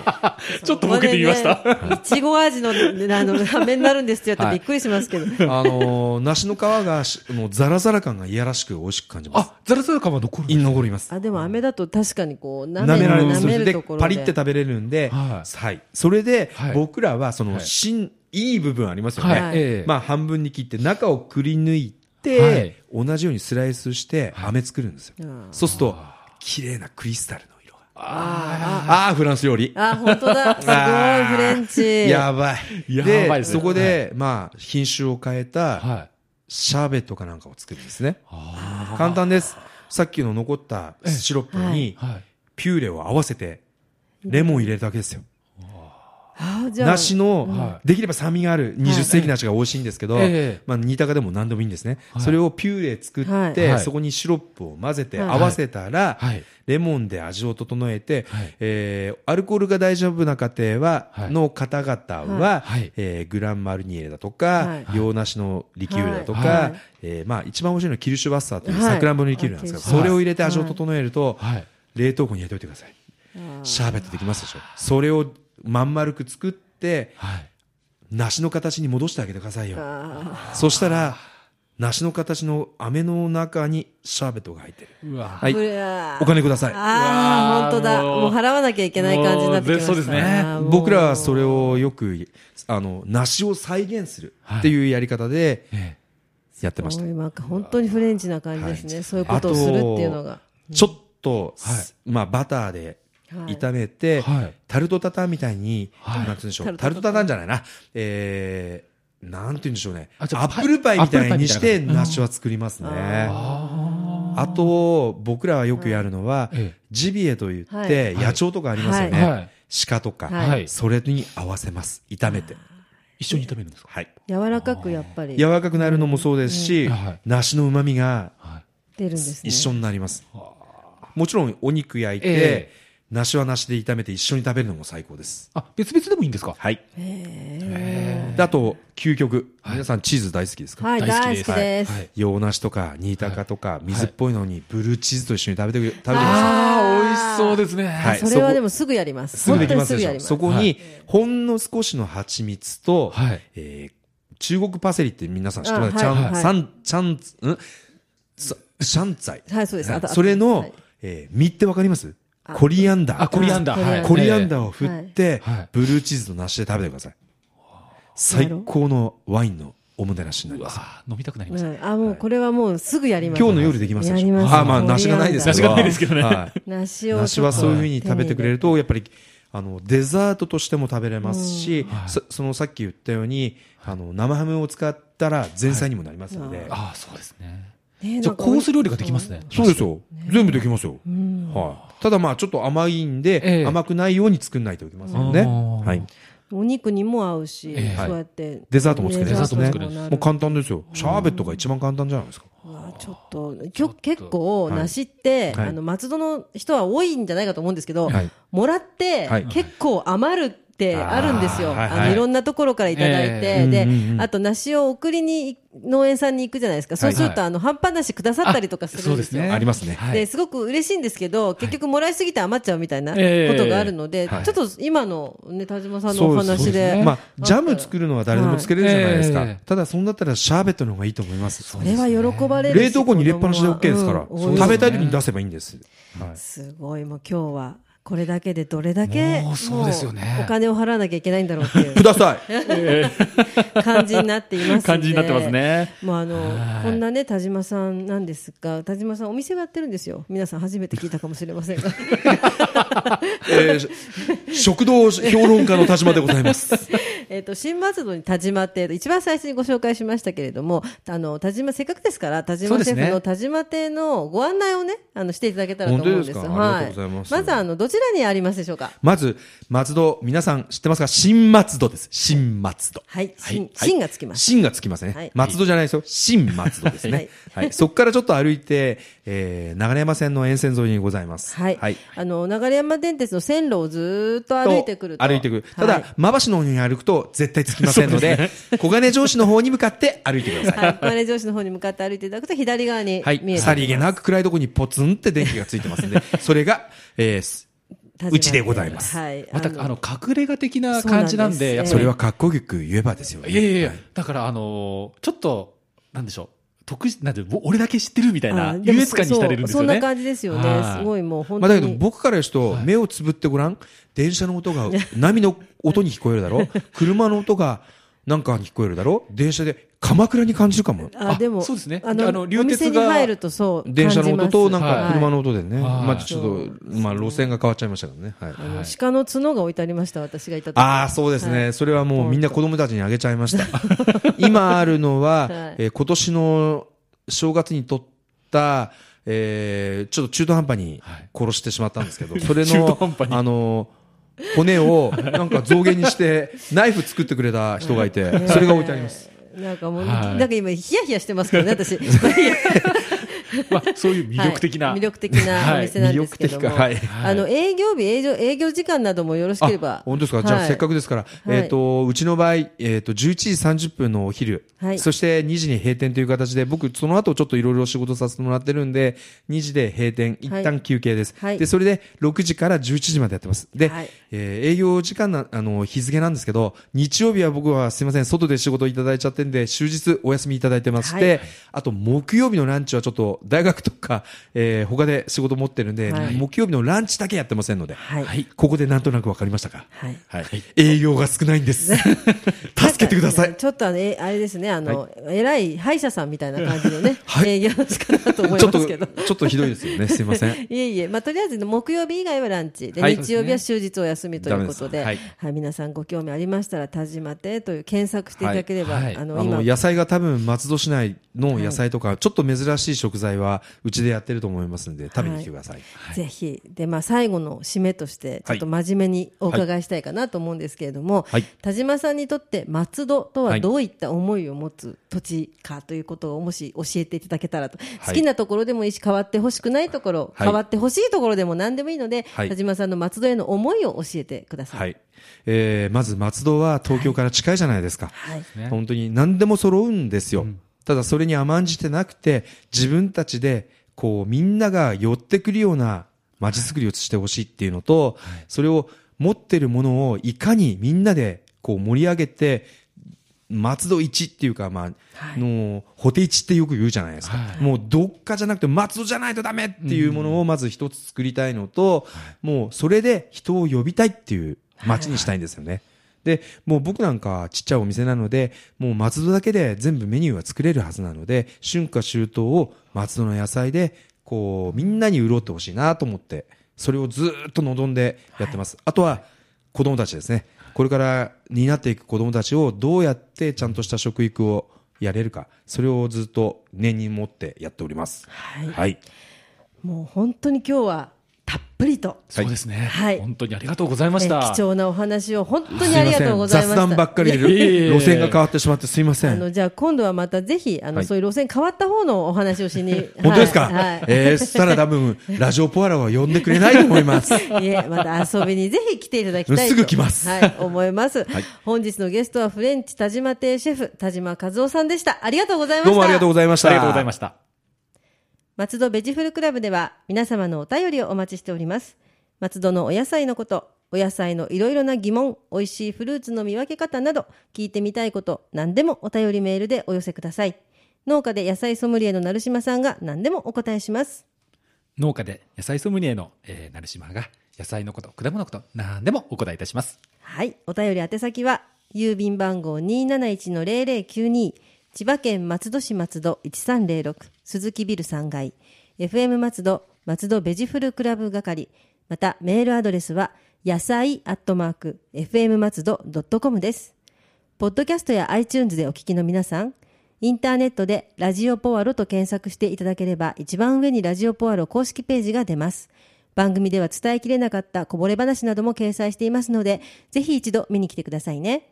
[SPEAKER 2] ちょっとボケてみました。
[SPEAKER 1] こ れね。いちご味の、ねあの、飴になるんですって言っ
[SPEAKER 3] は
[SPEAKER 1] て
[SPEAKER 3] い
[SPEAKER 1] びっくりしますけど。
[SPEAKER 3] あの、梨の皮がし、もうザラザラ感がいやらしく美味しく感じます。
[SPEAKER 2] あ、ザラザラ感は残るんで
[SPEAKER 3] 胃
[SPEAKER 2] す
[SPEAKER 3] に残ります。
[SPEAKER 1] あでも飴だと確かにこう舐
[SPEAKER 3] 舐
[SPEAKER 1] め
[SPEAKER 3] め
[SPEAKER 1] る
[SPEAKER 3] られます。
[SPEAKER 1] 舐める
[SPEAKER 3] で、
[SPEAKER 1] ところで
[SPEAKER 3] パリって食べれるんで、
[SPEAKER 2] は
[SPEAKER 3] はいい。それで
[SPEAKER 2] はい、
[SPEAKER 3] 僕らは、その、
[SPEAKER 2] はい
[SPEAKER 3] 芯、いい部分ありますよ
[SPEAKER 2] はい
[SPEAKER 1] は
[SPEAKER 3] ね。
[SPEAKER 1] い
[SPEAKER 2] ええ
[SPEAKER 3] まあ、半分に切って、中をくり抜い
[SPEAKER 2] はい
[SPEAKER 3] て、同じようにスライスして、飴作るんですよ
[SPEAKER 1] うん。
[SPEAKER 3] そうすると、綺麗なクリスタルの色が。
[SPEAKER 1] あ
[SPEAKER 3] ああ、フランス料理。
[SPEAKER 1] ああ本当 だすごいフレンチ
[SPEAKER 3] やばい。
[SPEAKER 2] や
[SPEAKER 3] で
[SPEAKER 2] ばいですね
[SPEAKER 3] そこで、まあ、品種を変えた、
[SPEAKER 2] はい。
[SPEAKER 3] シャーベットかなんかを作るんですね。
[SPEAKER 2] あ
[SPEAKER 3] 簡単です。さっきの残ったシロップに
[SPEAKER 2] ーはい。
[SPEAKER 3] ピューレを合わせてレモンを入れるだけですよ。
[SPEAKER 1] あーじゃあ
[SPEAKER 3] 梨の
[SPEAKER 2] は、い
[SPEAKER 3] できれば酸味がある20世紀梨が美味しいんですけど
[SPEAKER 2] ええ、
[SPEAKER 3] まあ煮たかでも何でもいいんですね
[SPEAKER 2] は。い
[SPEAKER 3] それをピューレ作っ
[SPEAKER 2] は
[SPEAKER 3] て、
[SPEAKER 2] い
[SPEAKER 3] そこにシロップを混ぜて
[SPEAKER 1] はい
[SPEAKER 3] 合わせたら
[SPEAKER 2] はい、
[SPEAKER 3] レモンで味を整えて
[SPEAKER 2] はい、
[SPEAKER 3] えーアルコールが大丈夫な家庭は
[SPEAKER 2] は、い
[SPEAKER 3] の方々
[SPEAKER 1] は
[SPEAKER 3] は
[SPEAKER 2] はい、
[SPEAKER 3] えーグランマルニエだと
[SPEAKER 1] は
[SPEAKER 3] か
[SPEAKER 1] い、
[SPEAKER 3] 洋梨のリキュールだと
[SPEAKER 1] は
[SPEAKER 3] か
[SPEAKER 1] い、
[SPEAKER 3] えーまあ一番美味しいのはキルシュバッサーという
[SPEAKER 1] はい
[SPEAKER 3] さくらんぼのリキュールなんですけど、
[SPEAKER 1] はい
[SPEAKER 3] それを入れて味を整えると、
[SPEAKER 2] はい。
[SPEAKER 3] 冷凍庫に入れておいてください。
[SPEAKER 1] あー
[SPEAKER 3] シャーベットできますでしょ。それをまん丸く作って、
[SPEAKER 2] はい。
[SPEAKER 3] 梨の形に戻してあげてくださいよ。
[SPEAKER 1] あ
[SPEAKER 3] そしたら、梨の形の飴の中にシャーベットが入ってる。
[SPEAKER 2] うわ
[SPEAKER 3] はい。お金ください
[SPEAKER 1] ああ、
[SPEAKER 2] うわー
[SPEAKER 1] 本当だ。
[SPEAKER 2] もう
[SPEAKER 1] もう払わなきゃいけない感じになってきました。
[SPEAKER 2] もうそうですね
[SPEAKER 1] あーもう
[SPEAKER 3] 僕らはそれをよく、あの、梨を再現するっていうやり方で
[SPEAKER 2] え
[SPEAKER 3] やってました。
[SPEAKER 1] もうなんか本当にフレンチな感じですね。
[SPEAKER 3] はい
[SPEAKER 1] そういうことをするっていうのが。
[SPEAKER 3] ちょっと、
[SPEAKER 2] はい
[SPEAKER 3] まあ、バターで
[SPEAKER 1] はい
[SPEAKER 3] 炒めて、
[SPEAKER 2] はい
[SPEAKER 3] タルトタタンみたいに、
[SPEAKER 2] はい
[SPEAKER 3] なんて言うんでしょ
[SPEAKER 1] タ
[SPEAKER 3] う。
[SPEAKER 1] ルトタタン
[SPEAKER 3] タルトタタンじゃないな。えー、なんて言うんでしょうね。ア
[SPEAKER 2] あちょっと
[SPEAKER 3] ップルパイみたいにし
[SPEAKER 2] アッ
[SPEAKER 3] て、
[SPEAKER 2] プルパイみたいな
[SPEAKER 3] 梨は作りますね。
[SPEAKER 2] あ
[SPEAKER 3] あと、僕らはよくやるのは
[SPEAKER 2] ええ、
[SPEAKER 3] ジビエと言っ
[SPEAKER 1] は
[SPEAKER 3] て、
[SPEAKER 1] い
[SPEAKER 3] 野鳥とかありますよ
[SPEAKER 2] ーは
[SPEAKER 3] ね
[SPEAKER 2] い。
[SPEAKER 3] 鹿とか。
[SPEAKER 1] はい
[SPEAKER 3] それに合わせます。炒めて。
[SPEAKER 2] 一緒に炒めるんですか
[SPEAKER 3] はい。
[SPEAKER 1] 柔らかくやっぱり
[SPEAKER 3] 柔
[SPEAKER 1] 出る
[SPEAKER 3] らかくなるのもそうですし
[SPEAKER 2] うんはい、
[SPEAKER 3] 梨の旨味が
[SPEAKER 2] はい
[SPEAKER 1] んですね。
[SPEAKER 3] 一緒になります。もちろんお肉焼
[SPEAKER 2] え
[SPEAKER 3] いて
[SPEAKER 2] え、
[SPEAKER 3] 梨は梨で炒めて一緒に食べるのも最高です。
[SPEAKER 2] あ別々でもいいんですか
[SPEAKER 3] はい。
[SPEAKER 1] へ
[SPEAKER 3] であと、究極。皆さんチーズ大好きです
[SPEAKER 1] ー
[SPEAKER 3] か
[SPEAKER 1] はい、
[SPEAKER 2] 大好
[SPEAKER 1] 大
[SPEAKER 2] きで
[SPEAKER 1] 好
[SPEAKER 2] す
[SPEAKER 1] きです。
[SPEAKER 2] はい
[SPEAKER 3] 洋梨とか、新高とか、水っぽいのに、ブルーチーズと一緒に食べてくれ、食べてください。
[SPEAKER 2] ああ美味しそうですね
[SPEAKER 3] は
[SPEAKER 2] はい
[SPEAKER 3] い
[SPEAKER 1] それはでもすぐやります。
[SPEAKER 3] すぐできま
[SPEAKER 1] 本当
[SPEAKER 3] す
[SPEAKER 1] に
[SPEAKER 3] ですし
[SPEAKER 1] ぐやりま
[SPEAKER 3] ょ。
[SPEAKER 1] す
[SPEAKER 3] そこ
[SPEAKER 2] は
[SPEAKER 3] に、ほんの少しの蜂蜜と、
[SPEAKER 2] はい
[SPEAKER 3] えー中国パセリって皆さん知ってます
[SPEAKER 1] あ
[SPEAKER 3] ちゃ
[SPEAKER 1] はい
[SPEAKER 3] ん、さん、ちゃん、んさシャンツァイ。
[SPEAKER 1] はい、そうです。あと
[SPEAKER 3] それ
[SPEAKER 1] は
[SPEAKER 3] の
[SPEAKER 1] い、
[SPEAKER 3] えー実ってわかりますコリアンダー。
[SPEAKER 2] あコリアンダーはい
[SPEAKER 3] コリアンダーを振って
[SPEAKER 2] はい、
[SPEAKER 3] ブルーチーズと梨で食べてください。最高のワインのおもてなしにな
[SPEAKER 2] え
[SPEAKER 3] り
[SPEAKER 2] う
[SPEAKER 3] ま
[SPEAKER 2] わ
[SPEAKER 3] す。
[SPEAKER 2] ー飲みたくなりま
[SPEAKER 1] う
[SPEAKER 2] した
[SPEAKER 1] ん、あ、もうこれはもうすぐやります。
[SPEAKER 3] 今日の夜できますでし
[SPEAKER 1] やり
[SPEAKER 3] ょ
[SPEAKER 1] ます
[SPEAKER 3] あーまあ、
[SPEAKER 1] コリアンダー
[SPEAKER 3] 梨がないですけど。
[SPEAKER 2] 梨がないですけどね
[SPEAKER 3] はい
[SPEAKER 1] 梨を
[SPEAKER 3] 梨はそういうふうに
[SPEAKER 1] ちょっと
[SPEAKER 3] 食べてくれると、やっぱり、あの、デザートとしても食べれますし、そそのさっき言ったように、あの、生ハムを使ったら前菜にもなりますので。
[SPEAKER 2] ああそうですね
[SPEAKER 1] 手に入れて。ね
[SPEAKER 2] じゃあコース料理ができます。ね
[SPEAKER 3] そうですよ。全部できますよ。はい。ただまあ、ちょっと甘いんで、
[SPEAKER 2] ええ
[SPEAKER 3] 甘くないように作んないといけませんね。
[SPEAKER 2] あー
[SPEAKER 3] はい。
[SPEAKER 1] お肉にも合うし、
[SPEAKER 2] ええ
[SPEAKER 1] そうやって。
[SPEAKER 3] デザートも作れる
[SPEAKER 1] デザートも
[SPEAKER 2] デザ
[SPEAKER 1] 作
[SPEAKER 2] ート
[SPEAKER 1] れ
[SPEAKER 2] も
[SPEAKER 1] る
[SPEAKER 2] 作
[SPEAKER 3] もう簡単ですよ。シャーベットが一番簡単じゃないですか。
[SPEAKER 1] うわちょっときょ結構梨って、
[SPEAKER 3] はい
[SPEAKER 1] あの松戸の人は多いんじゃないかと思うんですけど、
[SPEAKER 3] はい
[SPEAKER 1] もらって、
[SPEAKER 3] はい
[SPEAKER 1] 結構余るってあるんですよ、
[SPEAKER 3] あーはい
[SPEAKER 1] あ
[SPEAKER 3] はい
[SPEAKER 1] のいろんなところからいただいて、
[SPEAKER 2] え
[SPEAKER 3] え
[SPEAKER 1] で、
[SPEAKER 3] うんうんうん
[SPEAKER 1] あと梨を送りに農園さんに行くじゃないですかそうすると、
[SPEAKER 2] はいはい
[SPEAKER 1] あの半端なしくださったりとかするんですよ。
[SPEAKER 2] ね
[SPEAKER 3] ありますね
[SPEAKER 2] はい
[SPEAKER 1] ですごく嬉しいんですけど、結局もらいすぎて余っちゃうみたいなこ
[SPEAKER 2] ええ
[SPEAKER 1] とがあるので、
[SPEAKER 3] はい
[SPEAKER 1] ちょっと今の、ね、田島さんのお
[SPEAKER 3] そう
[SPEAKER 1] 話
[SPEAKER 3] です
[SPEAKER 1] で
[SPEAKER 2] ね
[SPEAKER 3] まあ、ジャム作るのは誰でも作れるじゃないです
[SPEAKER 2] はい
[SPEAKER 3] か
[SPEAKER 2] え。え
[SPEAKER 3] ただ、そんだったらシャーベットの方がいいと思います。
[SPEAKER 1] これは喜ばれるし
[SPEAKER 3] 冷凍庫に入れっぱなしで OK ですから、
[SPEAKER 1] 子供はうん
[SPEAKER 3] 食べたい時に出せばいいんです。はい
[SPEAKER 1] すごい、もう今日はこれだけでどれだけ
[SPEAKER 2] もうそうですよね
[SPEAKER 1] もうお金を払わなきゃいけないんだろうってい
[SPEAKER 3] く
[SPEAKER 1] う
[SPEAKER 3] ださい
[SPEAKER 1] 感じになってい ますんで
[SPEAKER 2] 感じになってますね。
[SPEAKER 1] もうあの
[SPEAKER 2] はい
[SPEAKER 1] こんなね田島さんなんですが田島さんお店をやってるんですよ皆さん初めて聞いたかもしれませんが
[SPEAKER 3] えー食堂評論家の田島でござ います。
[SPEAKER 1] えっと新松戸に田島って一番最初にご紹介しましたけれどもあの田島せっかくですから田
[SPEAKER 2] そう
[SPEAKER 1] 島
[SPEAKER 2] で
[SPEAKER 1] シ
[SPEAKER 2] す
[SPEAKER 1] ェ
[SPEAKER 2] ね
[SPEAKER 1] フの田島亭のご案内をねあのしていただけたらと思うんです
[SPEAKER 3] 本当ですかありがとうございます
[SPEAKER 1] まずあのどちらにありますでしょうか
[SPEAKER 3] まず、松戸、皆さん知ってますか新松戸です。新松戸。
[SPEAKER 1] はい
[SPEAKER 3] はい
[SPEAKER 1] 新新がつきます
[SPEAKER 3] 新がつきますね。
[SPEAKER 1] はい
[SPEAKER 3] 松戸じゃないですよ。新松戸ですね。
[SPEAKER 1] は
[SPEAKER 3] はいい。そこからちょっと歩いて、えー、流山線の沿線沿いにございます。
[SPEAKER 1] はい、あの流山電鉄の線路をずーっと歩いてくると
[SPEAKER 3] 歩いてくる。た
[SPEAKER 1] は
[SPEAKER 3] だ
[SPEAKER 1] い、
[SPEAKER 3] まばしの方に歩くと絶対つきませんので、小金城市の方に向かって歩いてください。
[SPEAKER 1] はい、マネージャー市の方に向かって歩いていただくと左側に見えて
[SPEAKER 3] はい。
[SPEAKER 1] きます
[SPEAKER 3] さりげなく暗いとこにポツンって電気がついてますんで、それが、えーす
[SPEAKER 1] 田島
[SPEAKER 3] うちでございます
[SPEAKER 1] はい、
[SPEAKER 2] また
[SPEAKER 1] の
[SPEAKER 2] あの隠れ家的な感じな
[SPEAKER 1] そうなん
[SPEAKER 2] んで
[SPEAKER 1] です
[SPEAKER 2] やっぱり
[SPEAKER 3] それはかっこよく言えばですよね。
[SPEAKER 2] いやいやいや
[SPEAKER 3] は、
[SPEAKER 2] だからあのーちょっと、なんでしょう。得し、なんて、ぼ俺だけ知ってるみたい
[SPEAKER 1] あ
[SPEAKER 2] な、
[SPEAKER 1] でも
[SPEAKER 2] 優越感に浸れるんです
[SPEAKER 1] そうそ
[SPEAKER 2] よね。
[SPEAKER 1] んな感じですよね
[SPEAKER 2] はい
[SPEAKER 1] すごいもう本
[SPEAKER 3] ま
[SPEAKER 1] 当
[SPEAKER 3] あ、
[SPEAKER 1] に、
[SPEAKER 3] だけど僕からすると、目をつぶってごらん。電車の音が波の音に聞こえるだろ車の音がなんかに聞こえるだろ電車で鎌倉に感じるかも。
[SPEAKER 1] あでも
[SPEAKER 2] あそうですね
[SPEAKER 1] あ
[SPEAKER 2] あ
[SPEAKER 1] の
[SPEAKER 2] の
[SPEAKER 1] お
[SPEAKER 2] 流鉄が
[SPEAKER 1] 店に入るとそう
[SPEAKER 3] 電車の音となん
[SPEAKER 1] 感じま
[SPEAKER 3] か
[SPEAKER 1] す
[SPEAKER 3] 車
[SPEAKER 1] はい
[SPEAKER 3] の音でね。
[SPEAKER 2] はい
[SPEAKER 3] まあちょっと、まあ路線が変わっちゃいましたけどね。はい。
[SPEAKER 1] あの鹿の角が置いてありました私がいた時
[SPEAKER 3] ああ、そうですね、それはもうみんな子供たちにあげちゃいました。今あるの
[SPEAKER 1] は
[SPEAKER 3] は、
[SPEAKER 1] い
[SPEAKER 3] えー今年の正月に撮った、えーちょっと中途半端に殺してしまったんですけ ど、それ
[SPEAKER 2] 中途
[SPEAKER 3] の
[SPEAKER 2] 半端、に
[SPEAKER 3] あのー骨をなんか増減にして、ナイフ作ってくれた人がいて、それが置いてあります。
[SPEAKER 1] なんかもう、
[SPEAKER 2] はい
[SPEAKER 1] なんか今ヒヤヒヤしてますけどね私まあいいや
[SPEAKER 2] まあ、そういう魅力的な。
[SPEAKER 1] はい魅力的なお店なんですけども、
[SPEAKER 3] はい魅力的
[SPEAKER 2] かはい
[SPEAKER 1] あの営業日営業営業時間などもよろしければ
[SPEAKER 3] 本当ですか、じゃ
[SPEAKER 1] は
[SPEAKER 3] あ
[SPEAKER 1] い
[SPEAKER 3] せっかくですから、
[SPEAKER 1] い
[SPEAKER 3] えっ、と、うちの場合、えっ、と、11時30分のお昼、
[SPEAKER 1] はい
[SPEAKER 3] そして2時に閉店という形で、僕、その後ちょっといろいろ仕事させてもらってるんで、2時で閉店、一
[SPEAKER 1] は
[SPEAKER 3] 旦
[SPEAKER 1] い
[SPEAKER 3] 休憩です。
[SPEAKER 1] はい
[SPEAKER 3] で、それで6時から11時までやってます。で、
[SPEAKER 1] はい
[SPEAKER 3] えー営業時間な、あの、日付なんですけど、日曜日は僕はすいません、外で仕事いただいちゃってんで、終日お休みいただいてまして、
[SPEAKER 1] は
[SPEAKER 3] あと、木曜日のランチはちょっと、大学とか、えー他で仕事持ってるんで、
[SPEAKER 1] はい
[SPEAKER 3] 木曜日のランチだけやってませんので、
[SPEAKER 1] はい
[SPEAKER 2] はい
[SPEAKER 3] ここでなんとなくわかりましたか
[SPEAKER 1] はい
[SPEAKER 3] はい。営業が少ない んです。助けてください。
[SPEAKER 1] ちょっとあのえあれですねあの、偉い歯医者さんみたいな感じのね、
[SPEAKER 3] はい
[SPEAKER 1] 営業の仕方だと思い
[SPEAKER 3] ちょっ
[SPEAKER 1] ま
[SPEAKER 3] と、
[SPEAKER 1] す
[SPEAKER 3] ち
[SPEAKER 1] けど。
[SPEAKER 3] ょっとひどいですよね。すいません。
[SPEAKER 1] いえいえ、まあ、とりあえず木曜日以外はランチで、
[SPEAKER 3] はい
[SPEAKER 1] 日曜日は終日お休みということで
[SPEAKER 3] ダメです
[SPEAKER 1] はい皆さんご興味ありましたら「田島亭」という検索していただければ、
[SPEAKER 2] はいはい
[SPEAKER 1] あ
[SPEAKER 3] あ
[SPEAKER 1] の今
[SPEAKER 3] の、野菜が多分松戸市内の野菜とか、ちょっと珍しい食材は、うちでやってると思いますんで、食べに来てください。
[SPEAKER 1] ぜひで、まあ、最後の締めとしてちょっと真面目にお伺いしたいかなと思うんですけれども、
[SPEAKER 3] はい
[SPEAKER 1] 田島さんにとって松戸とは
[SPEAKER 2] はい
[SPEAKER 1] どういった思いを持つ土地かということをもし教えていただけたらと、
[SPEAKER 3] い
[SPEAKER 1] 好きなところでもいいし変わってほしくないところ、
[SPEAKER 3] はい
[SPEAKER 1] 変わってほしいところでも何でもいいので、
[SPEAKER 3] はい
[SPEAKER 1] 田島さんの松戸への思いを教えてください。
[SPEAKER 3] はい。えー、まず松戸は東京から近いじゃないですか。
[SPEAKER 1] はい
[SPEAKER 2] ね
[SPEAKER 3] 本当に何でも揃うんですよ。ただそれに甘んじてなくて、自分たちで、こう、みんなが寄ってくるような街づくりをしてほしいっていうのと、それを持ってるものをいかにみんなでこう盛り上げて、松戸一っていうか、ま
[SPEAKER 1] は
[SPEAKER 3] あ、の、ホテ一ってよく言うじゃないですか。
[SPEAKER 2] はい
[SPEAKER 3] もうどっかじゃなくて松戸じゃないとダメっていうものをまず一つ作りたいのと、もうそれで人を呼びたいっていう街にしたいんですよね。で、もう僕なんかちっちゃいお店なので、もう松戸だけで全部メニューは作れるはずなので、春夏秋冬を松戸の野菜で、こう、みんなに潤ってほしいなと思って、それをずーっと望んでやってます。あとは、子供たちですね。これから担っていく子供たちをどうやってちゃんとした食育をやれるか、それをずっと念に持ってやっております。
[SPEAKER 1] はい
[SPEAKER 3] はい。
[SPEAKER 1] もう本当に今日はたっぷりと、
[SPEAKER 2] そうですね、
[SPEAKER 1] はい
[SPEAKER 2] 本当にありがとうございま
[SPEAKER 1] え
[SPEAKER 2] した。
[SPEAKER 1] 貴重なお話を本当
[SPEAKER 3] すい
[SPEAKER 1] にありがとうご
[SPEAKER 3] ま
[SPEAKER 1] ざ
[SPEAKER 3] せ
[SPEAKER 1] い
[SPEAKER 3] ん
[SPEAKER 1] まし
[SPEAKER 3] 雑
[SPEAKER 1] た。
[SPEAKER 3] 談ばっかりで
[SPEAKER 2] いえいえいえ
[SPEAKER 3] 路線が変わってしまってすいませ
[SPEAKER 1] あ
[SPEAKER 3] ん。
[SPEAKER 1] のじゃあ今度はまたぜひあの、
[SPEAKER 3] はい
[SPEAKER 1] そういう路線変わった方のお話をしに
[SPEAKER 3] 本当ですか、
[SPEAKER 1] はいはい
[SPEAKER 3] えー、そしたら多分、ラジオポアラは呼んでくれないと思 います。
[SPEAKER 1] いえ、また遊びにぜひ来ていただきたいと。
[SPEAKER 3] すぐ来ます
[SPEAKER 1] はい、思い ます。本日のゲストはフレンチ田島亭シェフ、田島和夫さんでした。ありがとうございました。
[SPEAKER 3] どうもありがとうございました。
[SPEAKER 2] ありがとうございました。
[SPEAKER 1] 松戸ベジフルクラブでは皆様のお便りをお待ちしております。松戸のお野菜のこと、お野菜のいろいろな疑問、美味しいフルーツの見分け方など、聞いてみたいこと、何でもお便りメールでお寄せください。農家で野菜ソムリエの成島さんが何でもお答えします。
[SPEAKER 2] 農家で野菜ソムリエの、えー、成島が野菜のこと、果物のこと、何でもお答えいたします。
[SPEAKER 1] はい。お便り宛先は、郵便番号271-0092、千葉県松戸市松戸1306、鈴木ビル3階、FM 松戸、松戸ベジフルクラブ係、またメールアドレスは、野菜アットマーク、FM 松戸 .com です。ポッドキャストや iTunes でお聞きの皆さん、インターネットでラジオポアロと検索していただければ、一番上にラジオポアロ公式ページが出ます。番組では伝えきれなかったこぼれ話なども掲載していますので、ぜひ一度見に来てくださいね。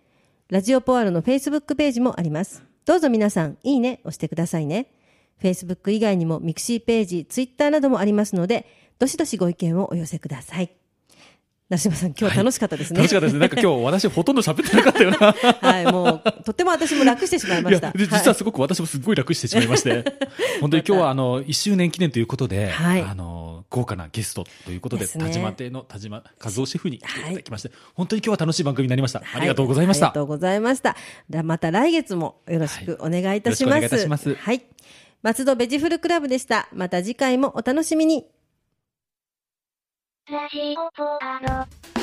[SPEAKER 1] ラジオポアロの Facebook ページもあります。どうぞ皆さん、いいね押してくださいね。Facebook 以外にもミクシーページ、Twitter などもありますので、どしどしご意見をお寄せください。な島さん、今日は楽しかったですね。
[SPEAKER 2] 楽しかったですね。なんか今日私ほとんど喋ってなかったよな。
[SPEAKER 1] はい、もう、とっても私も楽してしまいま
[SPEAKER 2] い
[SPEAKER 1] した。
[SPEAKER 2] やで実はすごく私もすっごい楽してしまいまして、 本当に今日はあの1周年記念ということで、
[SPEAKER 1] はい
[SPEAKER 2] あの豪華なゲストということで、
[SPEAKER 1] ですね
[SPEAKER 2] 田島亭の田島和夫シェフに来ていただきまして、本当に今日は楽しい番組になりました。ありがとうございまし
[SPEAKER 1] はあ
[SPEAKER 2] た
[SPEAKER 1] りが。とうございました。ではまた来月もよろしくお願いいたします。
[SPEAKER 2] はいよろしくお願いいたします
[SPEAKER 1] はい。松戸ベジフルクラブでした。また次回もお楽しみに。
[SPEAKER 4] ラジオポアロ。